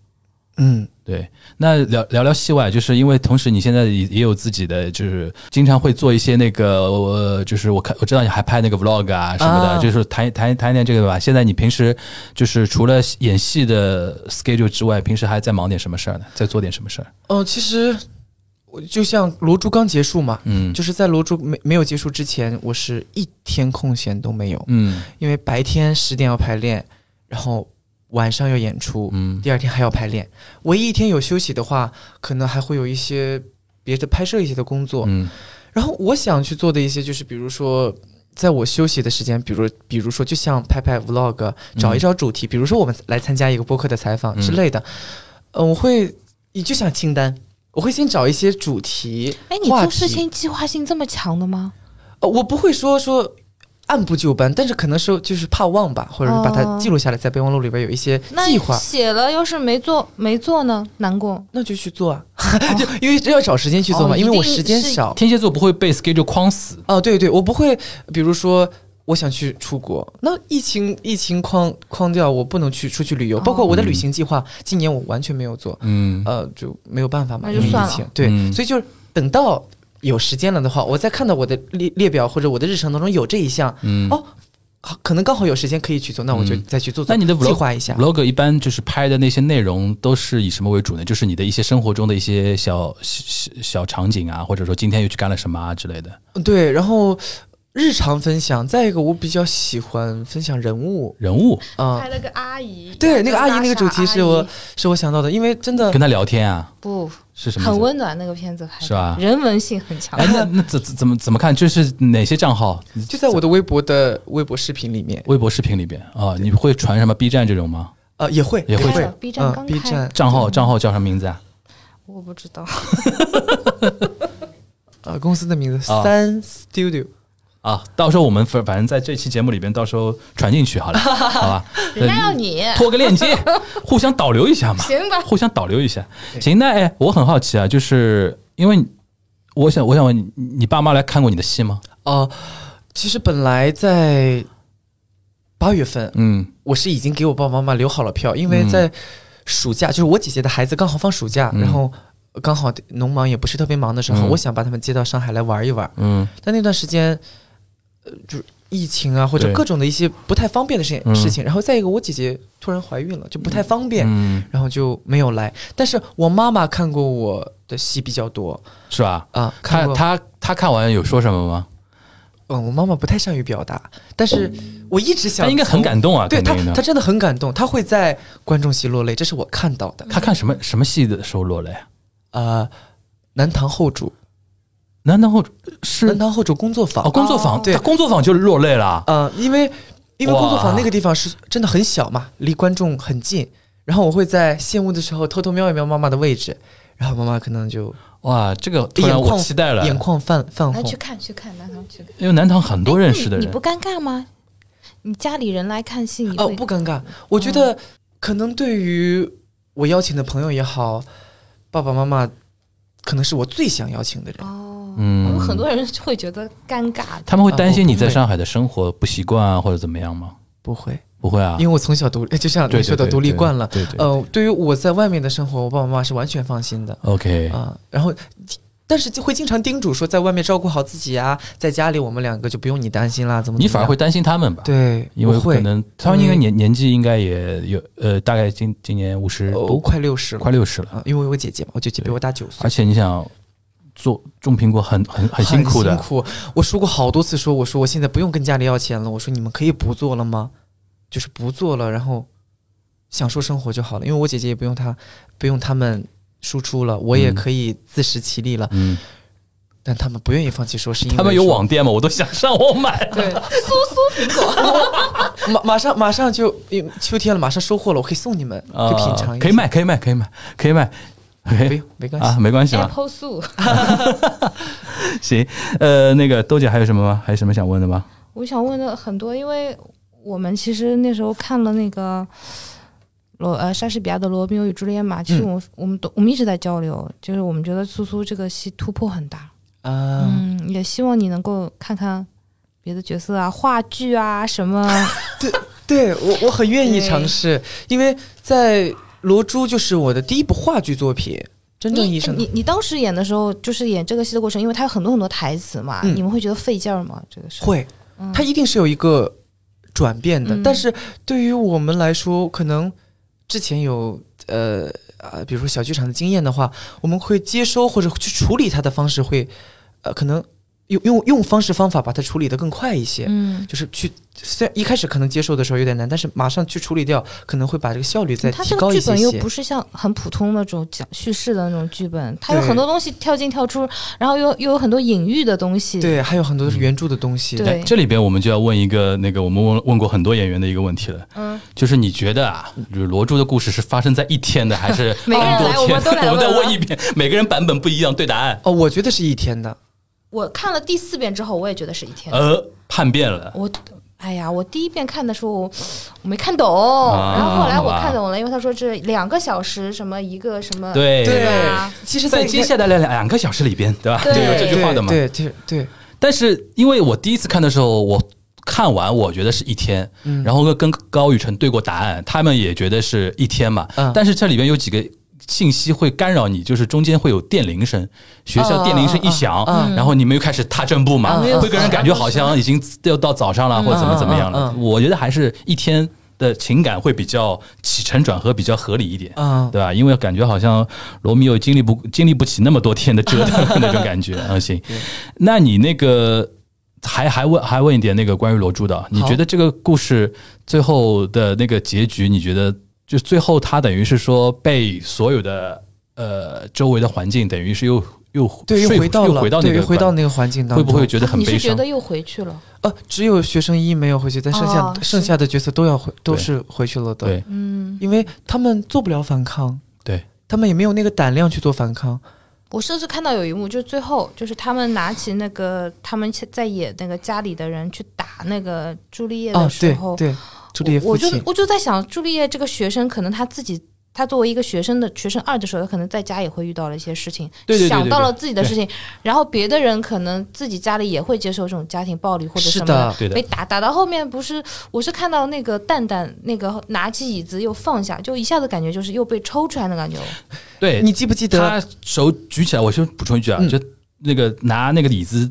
[SPEAKER 1] 嗯，
[SPEAKER 2] 对，那聊聊聊戏外，就是因为同时你现在也也有自己的，就是经常会做一些那个，呃、就是我看我知道你还拍那个 vlog 啊什么的，
[SPEAKER 1] 啊
[SPEAKER 2] 就是谈谈谈一点这个吧。现在你平时就是除了演戏的 schedule 之外，平时还在忙点什么事儿呢？在做点什么事儿？
[SPEAKER 1] 哦、其实我就像罗珠刚结束嘛，
[SPEAKER 2] 嗯
[SPEAKER 1] 就是在罗珠没没有结束之前，我是一天空闲都没有，
[SPEAKER 2] 嗯
[SPEAKER 1] 因为白天十点要排练，然后晚上要演出，
[SPEAKER 2] 嗯
[SPEAKER 1] 第二天还要排练。唯一一天有休息的话，可能还会有一些别的拍摄一些的工作。
[SPEAKER 2] 嗯
[SPEAKER 1] 然后我想去做的一些就是，比如说。在我休息的时间，比如比如说，就像拍拍 vlog，找一找主题，比如说我们来参加一个播客的采访
[SPEAKER 2] 嗯
[SPEAKER 1] 之类的，嗯、我会，你就像清单，我会先找一些主题，
[SPEAKER 3] 哎，你
[SPEAKER 1] 话
[SPEAKER 3] 做
[SPEAKER 1] 题
[SPEAKER 3] 事情计划性这么强的吗？
[SPEAKER 1] 呃，我不会说说按部就班，但是可能是就是怕忘吧，或者是把它
[SPEAKER 3] 哦
[SPEAKER 1] 记录下来，在备忘录里边有一些
[SPEAKER 3] 那
[SPEAKER 1] 计划，
[SPEAKER 3] 写了，要是没做没做呢，难过。
[SPEAKER 1] 那就去做啊， 就因为这要找时间去做嘛，
[SPEAKER 3] 哦
[SPEAKER 1] 因为我
[SPEAKER 3] 一定
[SPEAKER 1] 时间
[SPEAKER 3] 是
[SPEAKER 1] 少。
[SPEAKER 2] 天蝎座不会被 schedule 框死，
[SPEAKER 1] 哦，对对，我不会，比如说。我想去出国，那疫情疫情框框掉，我不能去出去旅游，包括我的旅行计划，今年我完全没有做，
[SPEAKER 2] 哦嗯
[SPEAKER 1] 呃，就没有办法嘛，
[SPEAKER 3] 那
[SPEAKER 1] 因
[SPEAKER 3] 就
[SPEAKER 1] 为疫
[SPEAKER 3] 算了
[SPEAKER 1] 情，对，
[SPEAKER 2] 嗯
[SPEAKER 1] 所以就是等到有时间了的话，我再看到我的列列表或者我的日程当中有这一项，
[SPEAKER 2] 嗯。
[SPEAKER 1] 哦好可能刚好有时间可以去做，那我就
[SPEAKER 2] 嗯
[SPEAKER 1] 再去做做，
[SPEAKER 2] 那你的 vlog
[SPEAKER 1] 计划一下，
[SPEAKER 2] vlog 一般就是拍的那些内容都是以什么为主呢？就是你的一些生活中的一些小小小小场景啊，或者说今天又去干了什么啊之类的。
[SPEAKER 1] 对，然后日常分享，再一个我比较喜欢分享人物
[SPEAKER 2] 人物
[SPEAKER 1] 啊、
[SPEAKER 3] 了个阿姨
[SPEAKER 1] 对那个阿姨那个主题是我是我想到的，因为真的
[SPEAKER 2] 跟他聊天啊，
[SPEAKER 3] 不
[SPEAKER 2] 是什么意思？
[SPEAKER 3] 呃很温暖那个片子拍的，
[SPEAKER 2] 是吧
[SPEAKER 3] 人文性很强
[SPEAKER 2] 哎，，那那怎怎怎么怎么看？这是哪些账号？
[SPEAKER 1] 就在我的微博的微博视频里面，
[SPEAKER 2] 微博视频里边啊、你会传什么 B 站这种吗？
[SPEAKER 1] 呃，也会
[SPEAKER 2] 也会
[SPEAKER 3] 开
[SPEAKER 1] 会
[SPEAKER 3] 了 B 站
[SPEAKER 1] 嗯
[SPEAKER 3] 刚
[SPEAKER 1] ，B
[SPEAKER 3] 开
[SPEAKER 1] 站
[SPEAKER 2] 账号账号叫什么名字啊？
[SPEAKER 3] 我不知道。
[SPEAKER 1] 呃公司的名字
[SPEAKER 2] 啊
[SPEAKER 1] 三 Studio，
[SPEAKER 2] 啊，到时候我们反反正在这期节目里边，到时候传进去好 了，好吧？
[SPEAKER 3] 人家要你
[SPEAKER 2] 拖个链接，互相导流一下嘛。
[SPEAKER 3] 行
[SPEAKER 1] 哦
[SPEAKER 3] 吧？
[SPEAKER 2] 互相导流一下。行，那哎，我很好奇啊，就是因为我想，我想问你，你爸妈来看过你的戏吗？
[SPEAKER 1] 哦，其实本来在八月份，
[SPEAKER 2] 嗯
[SPEAKER 1] 我是已经给我爸爸妈妈留好了票，因为
[SPEAKER 2] 嗯
[SPEAKER 1] 在暑假，就是我姐姐的孩子刚好放暑假，
[SPEAKER 2] 嗯
[SPEAKER 1] 然后刚好农忙也不是特别忙的时候，
[SPEAKER 2] 嗯
[SPEAKER 1] 我想把他们接到上海来玩一玩。
[SPEAKER 2] 嗯
[SPEAKER 1] 但那段时间，呃，就是疫情啊，或者
[SPEAKER 2] 对
[SPEAKER 1] 各种的一些不太方便的事情、
[SPEAKER 2] 嗯
[SPEAKER 1] 事情。然后再一个，我姐姐突然怀孕了，就不太方便，
[SPEAKER 2] 嗯，
[SPEAKER 1] 然后就没有来。但是我妈妈看过我的戏比较多
[SPEAKER 2] 是吧？
[SPEAKER 1] 啊，看
[SPEAKER 2] 他
[SPEAKER 1] 过。
[SPEAKER 2] 他他看完有说什么吗？
[SPEAKER 1] 嗯，我妈妈不太善于表达，但是我一直想，
[SPEAKER 2] 他应该很。感动啊，
[SPEAKER 1] 对她
[SPEAKER 2] 肯定，的
[SPEAKER 1] 她真的很感动，她会在观众席落泪，这是我看到的。
[SPEAKER 2] 他看什么什么戏的时候落泪？啊
[SPEAKER 1] 呃，南唐后主，
[SPEAKER 2] 难道是
[SPEAKER 1] 南唐后主工作坊
[SPEAKER 2] 哦，，工作坊？
[SPEAKER 1] 对
[SPEAKER 2] 他工作坊就落泪了。
[SPEAKER 1] 呃，因为因为
[SPEAKER 2] 哇
[SPEAKER 1] 工作坊那个地方是真的很小嘛，离观众很近，然后我会在谢幕的时候偷偷瞄一瞄妈妈的位置，然后妈妈可能就
[SPEAKER 2] 哇，这个突然
[SPEAKER 1] 眼
[SPEAKER 2] 我
[SPEAKER 1] 眶
[SPEAKER 2] 期待了，
[SPEAKER 1] 眼眶泛泛
[SPEAKER 3] 来
[SPEAKER 1] 红
[SPEAKER 3] 去。看去看，南康去看。
[SPEAKER 2] 因为南唐很多认识的
[SPEAKER 3] 哎
[SPEAKER 2] 人
[SPEAKER 3] 你你，不尴尬吗？你家里人来看戏，你
[SPEAKER 1] 哦，
[SPEAKER 3] 会
[SPEAKER 1] 不尴尬，我觉得可能对于我邀请的朋友也好，爸爸妈妈可能是我最想邀请的人。
[SPEAKER 3] 哦，我
[SPEAKER 2] 嗯
[SPEAKER 3] 们，很多人就会觉得尴尬的。
[SPEAKER 2] 他们会担心你
[SPEAKER 1] 啊
[SPEAKER 2] 在
[SPEAKER 1] 我不会
[SPEAKER 2] 上海的生活不习惯啊，或者怎么样吗？
[SPEAKER 1] 不会，
[SPEAKER 2] 不会啊，
[SPEAKER 1] 因为我从小独，就像
[SPEAKER 2] 对
[SPEAKER 1] 你说的独立惯了。
[SPEAKER 2] 对对对对
[SPEAKER 1] 呃，对于我在外面的生活，我爸爸妈妈是完全放心的
[SPEAKER 2] ，OK，
[SPEAKER 1] 啊、然后，但是就会经常叮嘱说，在外面照顾好自己啊，在家里我们两个就不用你担心啦，怎么怎么样
[SPEAKER 2] 你反而会担心他们吧？，
[SPEAKER 1] 对，
[SPEAKER 2] 因
[SPEAKER 1] 我
[SPEAKER 2] 为可
[SPEAKER 1] 会嗯
[SPEAKER 2] 能他们应该年年纪应该也有呃，大概今今年五十
[SPEAKER 1] 我
[SPEAKER 2] 多，
[SPEAKER 1] 哦快六十了，
[SPEAKER 2] 快六十了，
[SPEAKER 1] 啊，因为我有个姐姐嘛，我姐姐比我大九岁，
[SPEAKER 2] 而且你想做种苹果很很很辛苦的
[SPEAKER 1] 很辛，苦。我说过好多次说，我说我现在不用跟家里要钱了，我说你们可以不做了吗？就是不做了，然后享受生活就好了，因为我姐姐也不用她，不用他们输出了，我也
[SPEAKER 2] 嗯
[SPEAKER 1] 可以自食其力了。
[SPEAKER 2] 嗯，
[SPEAKER 1] 但他们不愿意放弃，说是因为
[SPEAKER 2] 他们有
[SPEAKER 1] 说
[SPEAKER 2] 网店吗？我都想上网买。
[SPEAKER 1] 对，苏 苏苹果，马马上马上就因为秋天了，马上收获了，我可以送你们， 可
[SPEAKER 2] 啊
[SPEAKER 1] 以品尝一下，
[SPEAKER 2] 可以卖，可以卖，可以卖，可以卖，
[SPEAKER 1] 不
[SPEAKER 2] 嘿
[SPEAKER 1] 用没关系。
[SPEAKER 2] 啊，没 关系吧？
[SPEAKER 3] Apple Zoo，
[SPEAKER 2] 行，呃，那个豆姐还有什么吗？还有什么想问的吗？
[SPEAKER 3] 我想问的很多，因为我们其实那时候看了那个罗呃莎士比亚的《罗密欧与朱丽叶》嘛，
[SPEAKER 1] 嗯
[SPEAKER 3] 其实我们、我们都我们一直在交流，就是我们觉得苏苏这个戏突破很大，
[SPEAKER 1] 啊，
[SPEAKER 3] 嗯，也希望你能够看看别的角色啊，话剧啊什么，
[SPEAKER 1] 对我我很愿意
[SPEAKER 3] 对
[SPEAKER 1] 尝试，因为在《罗珠》就是我的第一部话剧作品，真正意
[SPEAKER 3] 你
[SPEAKER 1] 义上的
[SPEAKER 3] 你你当时演的时候，就是演这个戏的过程，因为它有很多很多台词嘛，
[SPEAKER 1] 嗯
[SPEAKER 3] 你们会觉得费劲儿吗？这个是
[SPEAKER 1] 会，它一定是有一个转变的。
[SPEAKER 3] 嗯
[SPEAKER 1] 但是对于我们来说，可能之前有呃啊，比如说小剧场的经验的话，我们会接收或者去处理它的方式会呃，可能用用用方式方法把它处理得更快一些。
[SPEAKER 3] 嗯，
[SPEAKER 1] 就是去，虽然一开始可能接受的时候有点难，但是马上去处理掉，可能会把这个效率再
[SPEAKER 3] 嗯它
[SPEAKER 1] 提
[SPEAKER 3] 这
[SPEAKER 1] 高
[SPEAKER 3] 个
[SPEAKER 1] 一
[SPEAKER 3] 剧
[SPEAKER 1] 些
[SPEAKER 3] 本又
[SPEAKER 1] 些。
[SPEAKER 3] 不是像很普通那种讲叙事的那种剧本，它有
[SPEAKER 1] 对
[SPEAKER 3] 很多东西跳进跳出，然后又又有很多隐喻的东西。，
[SPEAKER 1] 对，还有很多都是原著的东西。
[SPEAKER 3] 对
[SPEAKER 2] 哎这里边我们就要问一个那个我们问问过很多演员的一个问题了，
[SPEAKER 3] 嗯，
[SPEAKER 2] 就是你觉得啊，就是罗珠的故事是发生在一天的，还是
[SPEAKER 3] 每个人
[SPEAKER 2] 很多
[SPEAKER 3] 来我
[SPEAKER 2] 天
[SPEAKER 3] 们都来
[SPEAKER 2] 我们再
[SPEAKER 3] 问了
[SPEAKER 2] 问一遍，每个人版本不一样，对答案，
[SPEAKER 1] 哦，我觉得是一天的。
[SPEAKER 3] 我看了第四遍之后，我也觉得是一天。
[SPEAKER 2] 呃，叛变了。
[SPEAKER 3] 我哎呀，我第一遍看的时候我我没看懂，
[SPEAKER 2] 啊
[SPEAKER 3] 然后后来我看懂了，因为他说这两个小时什么一个什么，
[SPEAKER 2] 对
[SPEAKER 1] 对
[SPEAKER 3] 啊，
[SPEAKER 1] 其实
[SPEAKER 2] 在
[SPEAKER 1] 在
[SPEAKER 2] 接下来的两个小时里边，对吧？
[SPEAKER 3] 对
[SPEAKER 2] 就有这句话的嘛。
[SPEAKER 1] 对对对对，
[SPEAKER 2] 但是因为我第一次看的时候，我看完我觉得是一天，
[SPEAKER 1] 嗯
[SPEAKER 2] 然后跟高宇晨对过答案，他们也觉得是一天嘛。
[SPEAKER 1] 嗯
[SPEAKER 2] 但是这里边有几个。信息会干扰你，就是中间会有电铃声，学校
[SPEAKER 1] 哦
[SPEAKER 2] 电铃声一响，
[SPEAKER 1] 哦哦
[SPEAKER 2] 然后你们又开始踏正步嘛，
[SPEAKER 1] 嗯
[SPEAKER 2] 会给人感觉好像已经要到早上了，或者怎么怎么样了
[SPEAKER 1] 嗯嗯。嗯
[SPEAKER 2] 我觉得还是一天的情感会比较起承转合比较合理一点。
[SPEAKER 1] 嗯，
[SPEAKER 2] 对吧？因为感觉好像罗密欧经历不经历不起那么多天的折 腾那种感觉啊。行，那你那个还还问还问一点那个关于罗珠的，你觉得这个故事最后的那个结局，你觉得就最后他等于是说被所有的呃周围的环境等于是又又
[SPEAKER 1] 对，又
[SPEAKER 2] 说服
[SPEAKER 1] 回到了，
[SPEAKER 2] 又回到那
[SPEAKER 1] 对，
[SPEAKER 2] 个
[SPEAKER 1] 又回到
[SPEAKER 2] 环
[SPEAKER 1] 那个环境当
[SPEAKER 2] 会
[SPEAKER 1] 中，
[SPEAKER 2] 不会觉得很
[SPEAKER 3] 你
[SPEAKER 2] 悲
[SPEAKER 3] 是觉
[SPEAKER 2] 伤
[SPEAKER 3] 得？又回去了？
[SPEAKER 1] 呃，只有学生一没有回去，但剩下、
[SPEAKER 3] 哦
[SPEAKER 1] 剩
[SPEAKER 3] 是
[SPEAKER 1] 下的角色都要回，都
[SPEAKER 2] 对
[SPEAKER 1] 是回去了的。
[SPEAKER 2] 对
[SPEAKER 3] 嗯，
[SPEAKER 1] 因为他们做不了反抗，
[SPEAKER 2] 对，
[SPEAKER 1] 他们也没有那个胆量去做反抗。
[SPEAKER 3] 我甚至看到有一幕，就是最后就是他们拿起那个他们在演那个家里的人去打那个朱丽叶
[SPEAKER 1] 啊
[SPEAKER 3] 的，时
[SPEAKER 1] 对
[SPEAKER 3] 候，
[SPEAKER 1] 对，朱丽叶
[SPEAKER 3] 我
[SPEAKER 1] 父
[SPEAKER 3] 我就
[SPEAKER 1] 亲，
[SPEAKER 3] 我就在想，朱丽叶这个学生，可能他自己，他作为一个学生的学生二的时候，他可能在家也会遇到了一些事情，
[SPEAKER 2] 对对对对
[SPEAKER 3] 想到了自己的事情，然后别的人可能自己家里也会接受这种家庭暴力或者什
[SPEAKER 1] 是
[SPEAKER 3] 么
[SPEAKER 1] 的，
[SPEAKER 2] 对的
[SPEAKER 3] 被，打打到后面不是，我是看到那个蛋蛋那个拿起椅子又放下，就一下子感觉就是又被抽出来的感觉。
[SPEAKER 2] 对，
[SPEAKER 1] 你记不记得？
[SPEAKER 3] 啊
[SPEAKER 2] 他手举起来，我先补充一句啊，
[SPEAKER 1] 嗯
[SPEAKER 2] 就那个拿那个椅子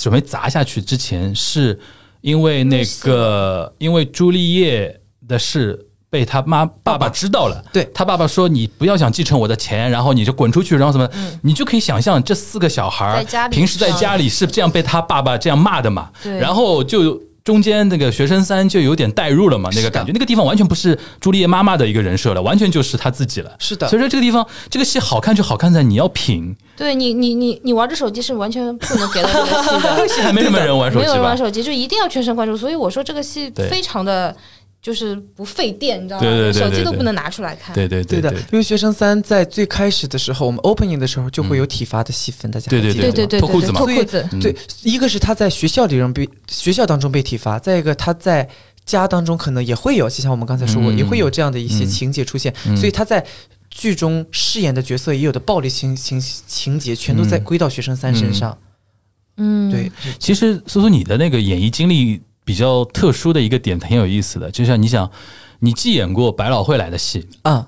[SPEAKER 2] 准备砸下去之前，是因为那个因为朱丽叶的事被他妈爸爸知道了，
[SPEAKER 1] 对
[SPEAKER 2] 他爸爸说你不要想继承我的钱，然后你就滚出去，然后什么，你就可以想象这四个小孩儿
[SPEAKER 3] 嗯在家里嗯
[SPEAKER 2] 平时在家里是这样被他爸爸这样骂的嘛，
[SPEAKER 3] 对
[SPEAKER 2] 然后就。中间那个学生三就有点代入了嘛，那
[SPEAKER 1] 是的
[SPEAKER 2] 个感觉，那个地方完全不是朱丽叶妈妈的一个人设了，完全就是他自己了。
[SPEAKER 1] 是的
[SPEAKER 2] 所以说这个地方，这个戏好看就好看在你要 品，
[SPEAKER 3] 对你，你你你玩着手机是完全不能给到这个 戏的。
[SPEAKER 2] 还没什么人玩手
[SPEAKER 3] 没
[SPEAKER 2] 机
[SPEAKER 3] 有人
[SPEAKER 2] 吧
[SPEAKER 3] 玩？手机，就一定要全神贯注。所以我说这个戏
[SPEAKER 2] 对
[SPEAKER 3] 非常的就是不费电，你知道吗？
[SPEAKER 2] 对对对对
[SPEAKER 3] 手机都
[SPEAKER 2] 对
[SPEAKER 3] 不能拿出来看。
[SPEAKER 2] 对对
[SPEAKER 1] 对
[SPEAKER 2] 对
[SPEAKER 1] 的，因为学生三在最开始的时候，我们 opening 的时候就会有体罚的细分，大家还
[SPEAKER 2] 嗯对对
[SPEAKER 1] 记得
[SPEAKER 3] 对
[SPEAKER 1] 吗
[SPEAKER 3] 对对，
[SPEAKER 2] 脱裤
[SPEAKER 3] 对
[SPEAKER 2] 子嘛
[SPEAKER 3] 脱裤子。
[SPEAKER 2] 嗯
[SPEAKER 1] 对，一个是他在学校里人被学校当中被体罚，再一个他在家当中可能也会有，就像我们刚才说过，
[SPEAKER 2] 嗯
[SPEAKER 1] 也会有这样的一些情节出现，
[SPEAKER 2] 嗯
[SPEAKER 1] 所以他在剧中饰演的角色也有的暴力情情情节，全都在
[SPEAKER 2] 嗯
[SPEAKER 1] 归到学生三身上。
[SPEAKER 3] 嗯，
[SPEAKER 1] 对，
[SPEAKER 2] 其实苏苏，你的那个演艺经历比较特殊的一个点挺有意思的，就像你想，你既演过百老汇来的戏，
[SPEAKER 1] 啊，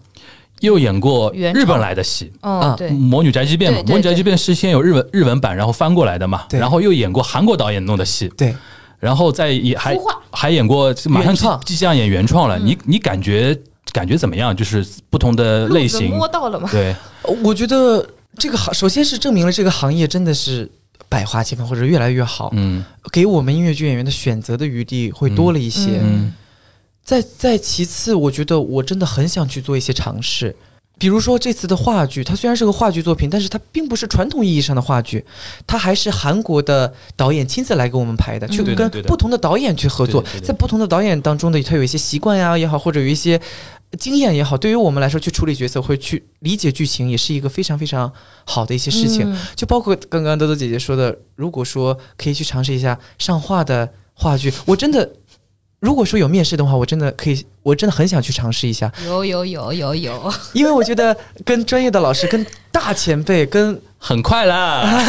[SPEAKER 2] 又演过
[SPEAKER 3] 原
[SPEAKER 2] 日本
[SPEAKER 3] 创
[SPEAKER 2] 来的戏，
[SPEAKER 1] 啊
[SPEAKER 3] 哦，对
[SPEAKER 2] 《魔女宅急便》嘛，
[SPEAKER 3] 对
[SPEAKER 2] 《
[SPEAKER 3] 对
[SPEAKER 2] 魔女宅急便》是先有日文日文版，然后翻过来的嘛，
[SPEAKER 1] 对
[SPEAKER 2] 然后又演过韩国导演弄的戏，
[SPEAKER 1] 对，
[SPEAKER 2] 然后再也还
[SPEAKER 3] 孵化嗯
[SPEAKER 2] 还演过，马上
[SPEAKER 1] 原
[SPEAKER 2] 即
[SPEAKER 1] 创
[SPEAKER 2] 即将演原创了，你你感觉感觉怎么样？就是不同的类
[SPEAKER 3] 路子
[SPEAKER 2] 型，
[SPEAKER 3] 摸到了嘛？
[SPEAKER 2] 对，
[SPEAKER 1] 我觉得这个行，首先是证明了这个行业真的是百花齐放，或者越来越好，
[SPEAKER 2] 嗯
[SPEAKER 1] 给我们音乐剧演员的选择的余地会多了一些。
[SPEAKER 2] 嗯
[SPEAKER 1] 再再其次，我觉得我真的很想去做一些尝试，比如说这次的话剧，它虽然是个话剧作品，但是它并不是传统意义上的话剧，它还是韩国的导演亲自来给我们拍的，去
[SPEAKER 3] 对的
[SPEAKER 1] 跟
[SPEAKER 2] 嗯对的
[SPEAKER 1] 不同的导演去合作
[SPEAKER 2] 对的对，的
[SPEAKER 1] 在不同的导演当中的他有一些习惯啊呀也好，或者有一些。经验也好，对于我们来说，去处理角色，会去理解剧情，也是一个非常非常好的一些事情。
[SPEAKER 3] 嗯
[SPEAKER 1] 就包括刚刚豆豆姐姐说的，如果说可以去尝试一下上话的话剧，我真的，如果说有面试的话，我真的可以，我真的很想去尝试一 下，
[SPEAKER 3] 有有有有有，
[SPEAKER 1] 因为我觉得跟专业的老师、跟大前辈、跟
[SPEAKER 2] 很快 啦，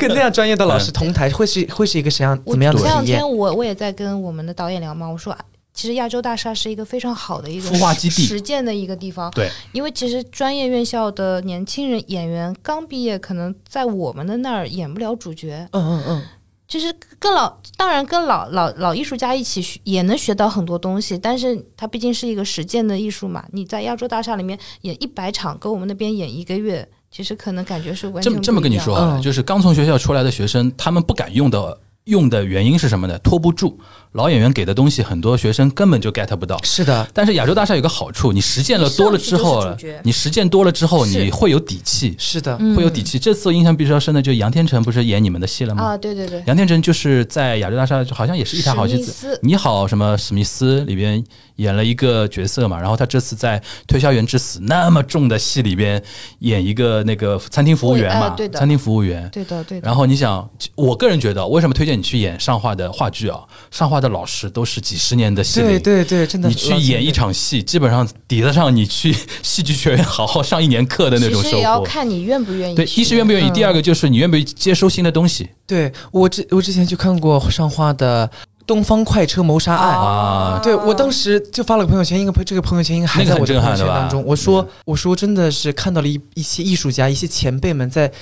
[SPEAKER 1] 跟那样专业的老师同台，会是会是一个什么样
[SPEAKER 3] 我
[SPEAKER 1] 怎么样的
[SPEAKER 3] 前两
[SPEAKER 1] 体验
[SPEAKER 3] 天？我我也在跟我们的导演聊嘛，我说啊，其实亚洲大厦是一个非常好的一个
[SPEAKER 2] 孵化基地
[SPEAKER 3] 实实践的一个地方。
[SPEAKER 2] 对，
[SPEAKER 3] 因为其实专业院校的年轻人演员刚毕业，可能在我们的那儿演不了主角，
[SPEAKER 1] 嗯嗯嗯，
[SPEAKER 3] 就是跟老当然跟老老老艺术家一起学也能学到很多东西，但是它毕竟是一个实践的艺术嘛。你在亚洲大厦里面演一百场，跟我们那边演一个月，其实可能感觉是完
[SPEAKER 2] 这
[SPEAKER 3] 全
[SPEAKER 2] 么这么
[SPEAKER 3] 不
[SPEAKER 2] 跟
[SPEAKER 3] 一
[SPEAKER 2] 你
[SPEAKER 3] 样
[SPEAKER 2] 说好了，
[SPEAKER 1] 嗯
[SPEAKER 2] 就是刚从学校出来的学生，他们不敢用的用的原因是什么呢？拖不住，老演员给的东西，很多学生根本就 get 不到。
[SPEAKER 1] 是的，
[SPEAKER 2] 但是亚洲大厦有个好处，你实践了
[SPEAKER 3] 你上
[SPEAKER 2] 多了
[SPEAKER 3] 去
[SPEAKER 2] 之
[SPEAKER 3] 就是
[SPEAKER 2] 后
[SPEAKER 3] 主
[SPEAKER 2] 了
[SPEAKER 3] 角，
[SPEAKER 2] 你实践多了之后，
[SPEAKER 3] 是
[SPEAKER 2] 你会有底气，
[SPEAKER 1] 是的，
[SPEAKER 3] 嗯
[SPEAKER 2] 会有底气。这次我印象比较深的，就杨天成不是演你们的戏了吗？
[SPEAKER 3] 啊，对对对，
[SPEAKER 2] 杨天成就是在亚洲大厦，好像也是一台好戏
[SPEAKER 3] 史密
[SPEAKER 2] 子。
[SPEAKER 3] 斯
[SPEAKER 2] 你好，什么史密斯里边演了一个角色嘛，然后他这次在《推销员之死》那么重的戏里边演一个那个餐厅服务员
[SPEAKER 3] 对
[SPEAKER 2] 嘛，
[SPEAKER 3] 呃对的
[SPEAKER 2] 餐厅服务员，
[SPEAKER 3] 对的对的。
[SPEAKER 2] 然后你想，我个人觉得，为什么推荐你去演上话的话剧啊？上话的老师都是几十年的戏
[SPEAKER 1] 对
[SPEAKER 2] 龄，
[SPEAKER 1] 对对，真的，
[SPEAKER 2] 你去演一场戏，基本上抵得上你去戏剧学院好好上一年课的那种
[SPEAKER 3] 其实
[SPEAKER 2] 收
[SPEAKER 3] 也要
[SPEAKER 2] 获。
[SPEAKER 3] 看你愿不愿意
[SPEAKER 2] 对，
[SPEAKER 3] 去。嗯
[SPEAKER 2] 一是愿不愿意，第二个就是你愿不愿意接收新的东西
[SPEAKER 1] 对我之我之前去看过上画的《东方快车谋杀案》
[SPEAKER 2] 啊。
[SPEAKER 1] 对我当时就发了个朋友圈，应该这个朋友圈应该还
[SPEAKER 2] 那个
[SPEAKER 1] 在
[SPEAKER 2] 很
[SPEAKER 1] 我的
[SPEAKER 2] 震
[SPEAKER 1] 朋
[SPEAKER 2] 撼
[SPEAKER 1] 友
[SPEAKER 2] 的
[SPEAKER 1] 圈
[SPEAKER 2] 吧嗯
[SPEAKER 1] 当中。我说，我说真的是看到了一一些艺术家、一些前辈们在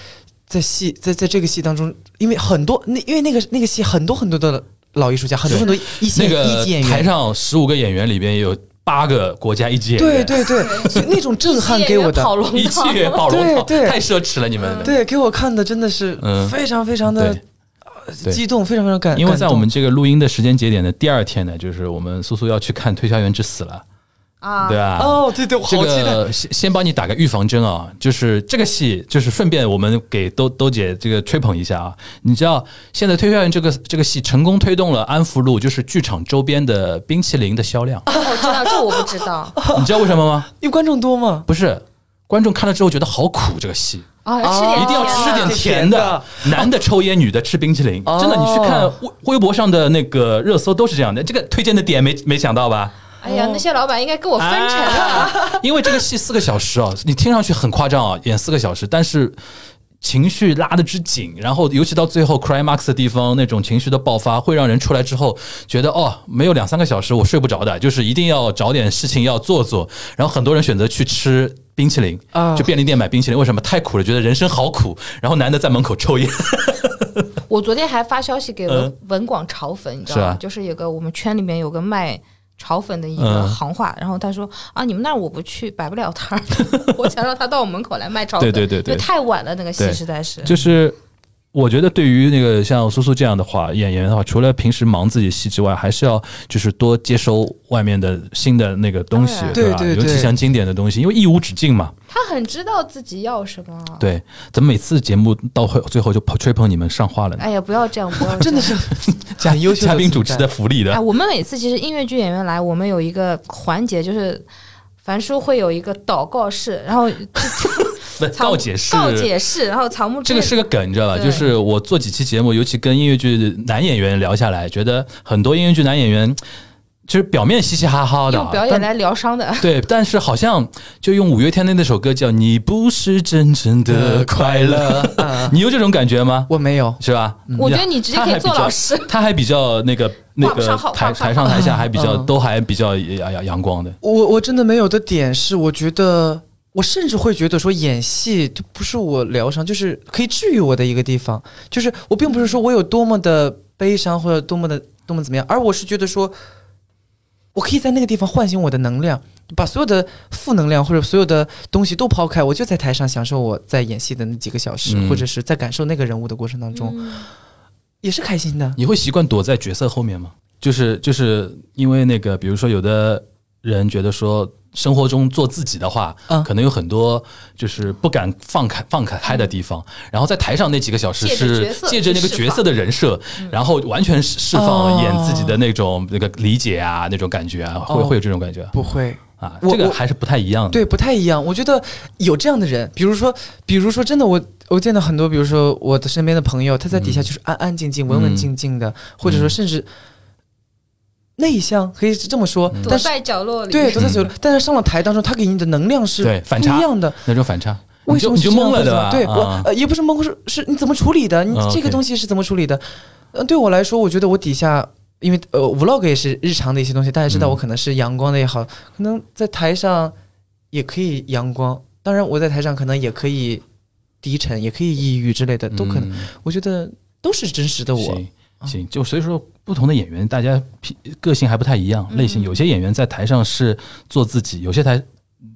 [SPEAKER 1] 在戏在在这个戏当中，因为很多那因为那个那个戏很多很多的老艺术家，很多很多一线
[SPEAKER 2] 那
[SPEAKER 1] 一
[SPEAKER 2] 个
[SPEAKER 1] 级演
[SPEAKER 2] 台
[SPEAKER 1] 员。
[SPEAKER 2] 上十五个演员里边有八个国家一级演
[SPEAKER 1] 对
[SPEAKER 2] 员，
[SPEAKER 1] 对对，所以那种震
[SPEAKER 3] 啊
[SPEAKER 1] 撼给我的，
[SPEAKER 3] 跑龙
[SPEAKER 2] 一级
[SPEAKER 3] 套，
[SPEAKER 2] 演员保龙套，
[SPEAKER 1] 对对
[SPEAKER 2] 太奢侈了你们。
[SPEAKER 1] 对给我看的真的是
[SPEAKER 2] 嗯
[SPEAKER 1] 非常非常的
[SPEAKER 2] 对对
[SPEAKER 1] 激动，非常非常感。
[SPEAKER 2] 因为在
[SPEAKER 1] 感
[SPEAKER 2] 我
[SPEAKER 1] 动
[SPEAKER 2] 们这个录音的时间节点的第二天呢，就是我们苏苏要去看《推销员之死》了，
[SPEAKER 3] 啊
[SPEAKER 2] 对，吧？
[SPEAKER 1] 哦，对对，我
[SPEAKER 2] 这
[SPEAKER 1] 好期待。
[SPEAKER 2] 个先先帮你打个预防针啊，就是这个戏，就是顺便我们给兜兜姐这个吹捧一下啊。你知道现在《推销员》这个这个戏成功推动了安福路，就是剧场周边的冰淇淋的 销量，
[SPEAKER 3] 哦我知道这我不知道
[SPEAKER 1] 哦
[SPEAKER 2] 你知道为什么吗？
[SPEAKER 1] 因为观众多嘛，
[SPEAKER 2] 不是。观众看了之后觉得好苦，这个戏
[SPEAKER 3] 啊，吃
[SPEAKER 1] 哦
[SPEAKER 3] 点
[SPEAKER 2] 一定要吃点甜
[SPEAKER 1] 甜
[SPEAKER 2] 的
[SPEAKER 1] 的，
[SPEAKER 2] 男的抽烟，女的吃冰淇淋。
[SPEAKER 1] 哦
[SPEAKER 2] 真的，你去看微微博上的那个热搜都是这样的。这个推荐的点没没想到吧？
[SPEAKER 3] 哎呀，那些老板应该给我分成啊！
[SPEAKER 2] 哦啊因为这个戏四个小时啊，你听上去很夸张啊，演四个小时，但是情绪拉得之紧，然后尤其到最后 cry max 的地方，那种情绪的爆发，会让人出来之后觉得哦，没有两三个小时我睡不着的，就是一定要找点事情要做做。然后很多人选择去吃。冰淇淋
[SPEAKER 1] 啊
[SPEAKER 2] 就便利店买冰淇淋，为什么太苦了？觉得人生好苦。然后男的在门口抽烟，
[SPEAKER 3] 我昨天还发消息给文
[SPEAKER 2] 嗯
[SPEAKER 3] 文广炒粉，你知道
[SPEAKER 2] 是
[SPEAKER 3] 吗
[SPEAKER 2] 吧？
[SPEAKER 3] 就是有个我们圈里面有个卖炒粉的一个
[SPEAKER 2] 嗯
[SPEAKER 3] 行话，然后他说啊，你们那儿我不去，摆不了 摊儿，我想让他到我门口来卖炒
[SPEAKER 2] 对
[SPEAKER 3] 粉。
[SPEAKER 2] 对对对
[SPEAKER 3] 因为太晚了，那个戏
[SPEAKER 2] 对
[SPEAKER 3] 实在是。
[SPEAKER 2] 就是我觉得对于那个像苏苏这样的话演员的话，除了平时忙自己的戏之外，还是要就是多接收外面的新的那个东西
[SPEAKER 3] 当，然
[SPEAKER 2] 吧？
[SPEAKER 1] 对对对
[SPEAKER 2] 尤其像经典的东西，因为艺无止境嘛。
[SPEAKER 3] 他很知道自己要什么。，
[SPEAKER 2] 对，怎么每次节目到后最后就跑吹捧你们上话了呢？
[SPEAKER 3] 哎呀，不要这样，不要这样
[SPEAKER 1] 真的 是
[SPEAKER 2] 嘉
[SPEAKER 1] 很优秀的
[SPEAKER 2] 嘉宾主
[SPEAKER 1] 存
[SPEAKER 2] 持
[SPEAKER 1] 在
[SPEAKER 2] 的福利
[SPEAKER 3] 哎，
[SPEAKER 2] 的，
[SPEAKER 3] 我们每次其实音乐剧演员来，我们有一个环节就是。樊叔会有一个祷告室，然后
[SPEAKER 2] 不是
[SPEAKER 3] 藏
[SPEAKER 2] 告解是
[SPEAKER 3] 告解室，然后草木
[SPEAKER 2] 这个是个梗，你知道吧？
[SPEAKER 3] 对
[SPEAKER 2] 就是我做几期节目，尤其跟音乐剧男演员聊下来，觉得很多音乐剧男演员就是表面嘻嘻哈哈的啊
[SPEAKER 3] 用，表演
[SPEAKER 2] 但
[SPEAKER 3] 来疗伤的。
[SPEAKER 2] 对，但是好像就用五月天的那首歌叫《你不是真正的快 乐》，
[SPEAKER 1] 啊，
[SPEAKER 2] 你有这种感觉吗？
[SPEAKER 1] 我没有，
[SPEAKER 2] 是吧？
[SPEAKER 3] 我觉得你直接可以做老师，
[SPEAKER 2] 他还比较那个那
[SPEAKER 3] 画不
[SPEAKER 2] 个
[SPEAKER 3] 上号画
[SPEAKER 2] 台
[SPEAKER 3] 不上
[SPEAKER 2] 台上台下还比较
[SPEAKER 1] 嗯
[SPEAKER 2] 都还比较阳阳阳光的，
[SPEAKER 1] 我我真的没有的点是，我觉得我甚至会觉得说演戏就不是我疗伤，就是可以治愈我的一个地方。就是我并不是说我有多么的悲伤或者多么的多么怎么样，而我是觉得说，我可以在那个地方唤醒我的能量，把所有的负能量或者所有的东西都抛开，我就在台上享受我在演戏的那几个小时，
[SPEAKER 2] 嗯
[SPEAKER 1] 或者是在感受那个人物的过程当中，
[SPEAKER 3] 嗯
[SPEAKER 1] 也是开心的。
[SPEAKER 2] 你会习惯躲在角色后面吗？就是就是因为那个，比如说有的人觉得说生活中做自己的话，
[SPEAKER 1] 嗯
[SPEAKER 2] 可能有很多就是不敢放开放开开的地
[SPEAKER 1] 嗯
[SPEAKER 2] 方，然后在台上那几个小时
[SPEAKER 3] 借着
[SPEAKER 2] 是
[SPEAKER 3] 角色
[SPEAKER 2] 借着那个
[SPEAKER 3] 去
[SPEAKER 2] 角色的人设，
[SPEAKER 1] 嗯
[SPEAKER 2] 然后完全释释放
[SPEAKER 1] 哦
[SPEAKER 2] 演自己的那种那个理解啊，那种感觉啊，会
[SPEAKER 1] 哦
[SPEAKER 2] 会有这种感觉
[SPEAKER 1] 不会，
[SPEAKER 2] 啊，
[SPEAKER 1] 我
[SPEAKER 2] 这个
[SPEAKER 1] 我
[SPEAKER 2] 还是不太一样的。
[SPEAKER 1] 对，不太一样。我觉得有这样的人，比如说，比如说，真的我。我见到很多，比如说我的身边的朋友，他在底下
[SPEAKER 2] 嗯
[SPEAKER 1] 就是安安静静、文文静静的，或者说甚至内向，可以这么说。
[SPEAKER 2] 嗯
[SPEAKER 3] 躲
[SPEAKER 1] 但是
[SPEAKER 3] 在角落里。
[SPEAKER 1] 对，都在酒，但是上了台当中，他给你的能量是
[SPEAKER 2] 对反
[SPEAKER 1] 不
[SPEAKER 2] 差
[SPEAKER 1] 一样的。
[SPEAKER 2] 那种反差，
[SPEAKER 1] 为
[SPEAKER 2] 你
[SPEAKER 1] 什
[SPEAKER 2] 就
[SPEAKER 1] 么
[SPEAKER 2] 你
[SPEAKER 1] 是
[SPEAKER 2] 就
[SPEAKER 1] 这样
[SPEAKER 2] 懵了
[SPEAKER 1] 子
[SPEAKER 2] 对
[SPEAKER 1] 的
[SPEAKER 2] 吧？
[SPEAKER 1] 对我
[SPEAKER 2] 啊
[SPEAKER 1] 呃也不是懵，是是你怎么处理的？你
[SPEAKER 2] 嗯
[SPEAKER 1] 这个
[SPEAKER 2] OK
[SPEAKER 1] 东西是怎么处理的？呃，对我来说，我觉得我底下。因为呃，vlog 也是日常的一些东西，大家知道
[SPEAKER 2] 嗯
[SPEAKER 1] 我可能是阳光的也好，可能在台上也可以阳光，当然我在台上可能也可以低沉，也可以抑郁之类的，都可能。
[SPEAKER 2] 嗯
[SPEAKER 1] 我觉得都是真实的我。
[SPEAKER 2] 行行，就所以说不同的演员，大家脾个性还不太一样，类型
[SPEAKER 3] 嗯
[SPEAKER 2] 有些演员在台上是做自己，有些台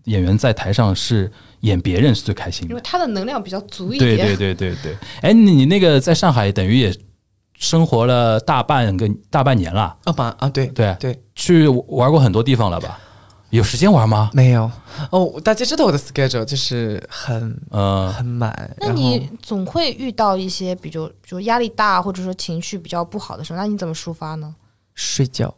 [SPEAKER 2] 演员在台上是演别人是最开心
[SPEAKER 3] 因
[SPEAKER 2] 的。
[SPEAKER 3] 为他的能量比较足一
[SPEAKER 2] 对
[SPEAKER 3] 点。
[SPEAKER 2] 对对对对，哎，你你那个在上海等于也生活了大半个大半年了，
[SPEAKER 1] 啊吧啊，对
[SPEAKER 2] 对
[SPEAKER 1] 对，
[SPEAKER 2] 去玩过很多地方了吧？有时间玩吗？
[SPEAKER 1] 没有哦，大家知道我的 schedule 就是很
[SPEAKER 2] 呃，
[SPEAKER 1] 很满。
[SPEAKER 3] 那
[SPEAKER 1] 然后
[SPEAKER 3] 你总会遇到一些，比如比如压力大，或者说情绪比较不好的时候，那你怎么抒发呢？
[SPEAKER 1] 睡觉？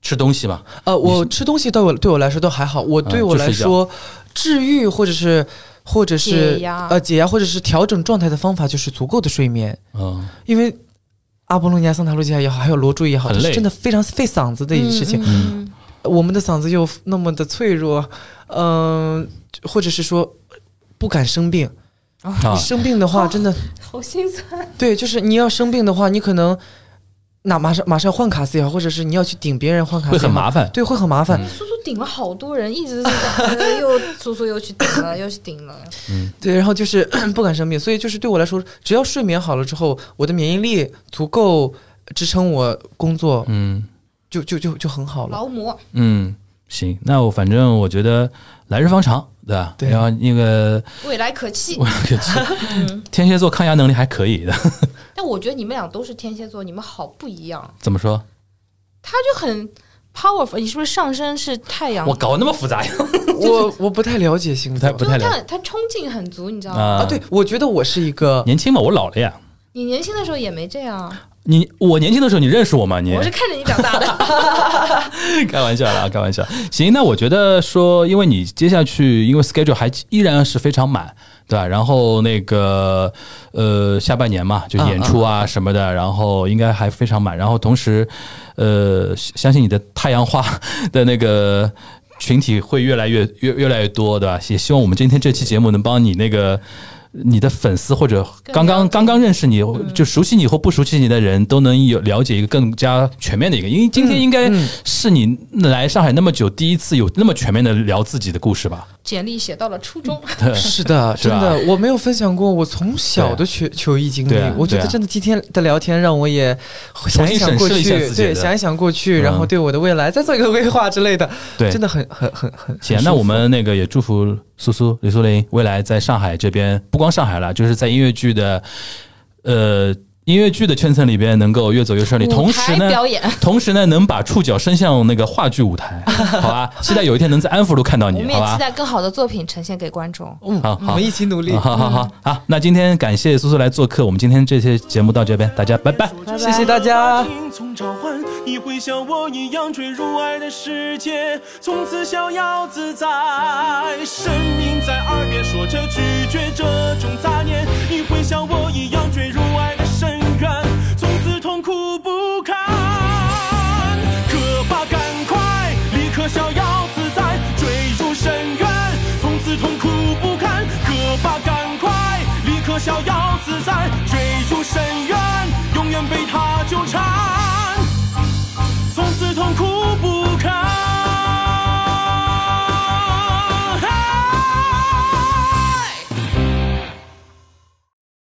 [SPEAKER 2] 吃东西嘛，
[SPEAKER 1] 呃，我吃东西对我对我来说都还好，我
[SPEAKER 2] 嗯
[SPEAKER 1] 对我
[SPEAKER 2] 就睡
[SPEAKER 1] 来说，治愈或者是或者是
[SPEAKER 3] 解压
[SPEAKER 1] 呃解压或者是调整状态的方法就是足够的睡眠，
[SPEAKER 2] 嗯，
[SPEAKER 1] 因为阿波罗尼亚、桑塔露西亚也好，还有罗珠也好，
[SPEAKER 2] 很
[SPEAKER 1] 这是
[SPEAKER 2] 累
[SPEAKER 1] 真的非常费嗓子的一件事情。
[SPEAKER 3] 嗯嗯
[SPEAKER 1] 我们的嗓子又那么的脆弱，嗯、或者是说不敢生病，
[SPEAKER 2] 啊
[SPEAKER 1] 你，生病的话真的
[SPEAKER 3] 嗯好心酸。
[SPEAKER 1] 对，就是你要生病的话，你可能那马上马上换卡斯也好，或者是你要去顶别人换卡斯
[SPEAKER 2] 会
[SPEAKER 1] 也好，
[SPEAKER 2] 很麻烦。
[SPEAKER 1] 对，会很麻烦。
[SPEAKER 3] 苏苏顶了好多人，一直是在 呃又苏苏又去顶了，又去顶了。
[SPEAKER 1] 对，然后就是 不敢生病，所以就是对我来说，只要睡眠好了之后，我的免疫力足够支撑我工作，
[SPEAKER 2] 嗯，
[SPEAKER 1] 就就就就很好了。
[SPEAKER 3] 劳模，
[SPEAKER 2] 嗯，行，那我反正我觉得来日方长，对吧？
[SPEAKER 1] 对
[SPEAKER 2] 然后那个
[SPEAKER 3] 未来可期。
[SPEAKER 2] 我天蝎座抗压能力还可以的，
[SPEAKER 3] 但我觉得你们俩都是天蝎座，你们好不一样，
[SPEAKER 2] 怎么说？
[SPEAKER 3] 他就很 powerful。你是不是上升是太阳？
[SPEAKER 2] 我搞那么复杂呀？
[SPEAKER 1] 我我不太了解星
[SPEAKER 2] 不
[SPEAKER 1] 座
[SPEAKER 2] 太不
[SPEAKER 3] 就
[SPEAKER 2] 太
[SPEAKER 3] 是
[SPEAKER 2] 了解
[SPEAKER 3] 他他冲劲很足，你知道吗？
[SPEAKER 2] 啊
[SPEAKER 1] 啊，对，我觉得我是一个
[SPEAKER 2] 年轻嘛，我老了呀。
[SPEAKER 3] 你年轻的时候也没这样，
[SPEAKER 2] 你我年轻的时候你认识我吗？你
[SPEAKER 3] 我是看着你长大的。
[SPEAKER 2] 开玩笑啦，开玩笑。行，那我觉得说，因为你接下去因为 schedule 还依然是非常满，对吧？然后那个呃，下半年嘛，就演出啊什么的，然后应该还非常满。然后同时，呃，相信你的太阳花的那个。群体会越来越越越来越多，对吧？也希望我们今天这期节目能帮你那个你的粉丝或者
[SPEAKER 3] 更
[SPEAKER 2] 刚嗯刚
[SPEAKER 3] 了解
[SPEAKER 2] 刚刚认识你、就熟悉你或不熟悉你的人都能有了解一个更加全面的一个，因为今天应该
[SPEAKER 1] 嗯
[SPEAKER 2] 是你来上海那么久第一次有那么全面的聊自己的故事吧？
[SPEAKER 3] 简历写到了初中，
[SPEAKER 1] 是的，
[SPEAKER 2] 是
[SPEAKER 1] 真
[SPEAKER 2] 吧
[SPEAKER 1] 的，我没有分享过我从小的求求医经历
[SPEAKER 2] 对啊。
[SPEAKER 1] 我觉
[SPEAKER 2] 对
[SPEAKER 1] 得
[SPEAKER 2] 啊
[SPEAKER 1] 真的今天的聊天让我也想一想过
[SPEAKER 2] 审视
[SPEAKER 1] 去
[SPEAKER 2] 一下自己，
[SPEAKER 1] 对，
[SPEAKER 2] 的
[SPEAKER 1] 想一想过去，
[SPEAKER 2] 嗯
[SPEAKER 1] 然后对我的未来再做一个规划之类的，
[SPEAKER 2] 对，
[SPEAKER 1] 真的很很很很。
[SPEAKER 2] 行，
[SPEAKER 1] 很
[SPEAKER 2] 那
[SPEAKER 1] 舒
[SPEAKER 2] 我
[SPEAKER 1] 服
[SPEAKER 2] 们那个也祝福苏苏李苏林未来在上海这边，不光上海了，就是在音乐剧的呃音乐剧的圈层里边能够越走越顺利，同时
[SPEAKER 3] 舞
[SPEAKER 2] 呢
[SPEAKER 3] 台，表演，
[SPEAKER 2] 同时呢，能把触角伸向那个话剧舞台，好吧？期待有一天能在安福路看到
[SPEAKER 3] 我
[SPEAKER 2] 你
[SPEAKER 3] 们，也
[SPEAKER 2] 好
[SPEAKER 3] 期
[SPEAKER 2] 吧？
[SPEAKER 3] 待更好的作品呈现给观众。
[SPEAKER 2] 好
[SPEAKER 1] 我
[SPEAKER 2] 好
[SPEAKER 1] 们一起努力。
[SPEAKER 2] 好好好好，那今天感谢苏苏来做客，我们今天这期节目到这边，大家拜拜。
[SPEAKER 3] 拜拜
[SPEAKER 1] 谢谢大家。
[SPEAKER 5] 从召唤，你会像我一样坠入爱的世界，从此逍遥自在。生命在耳边说着拒绝这种杂念，你会像我一样坠入爱的深渊，从此痛苦不堪。可怕，赶快，立刻逍遥自在，坠入深渊，从此痛苦不堪。可怕，赶快，立刻逍遥自在，坠入深渊，永远被他纠缠。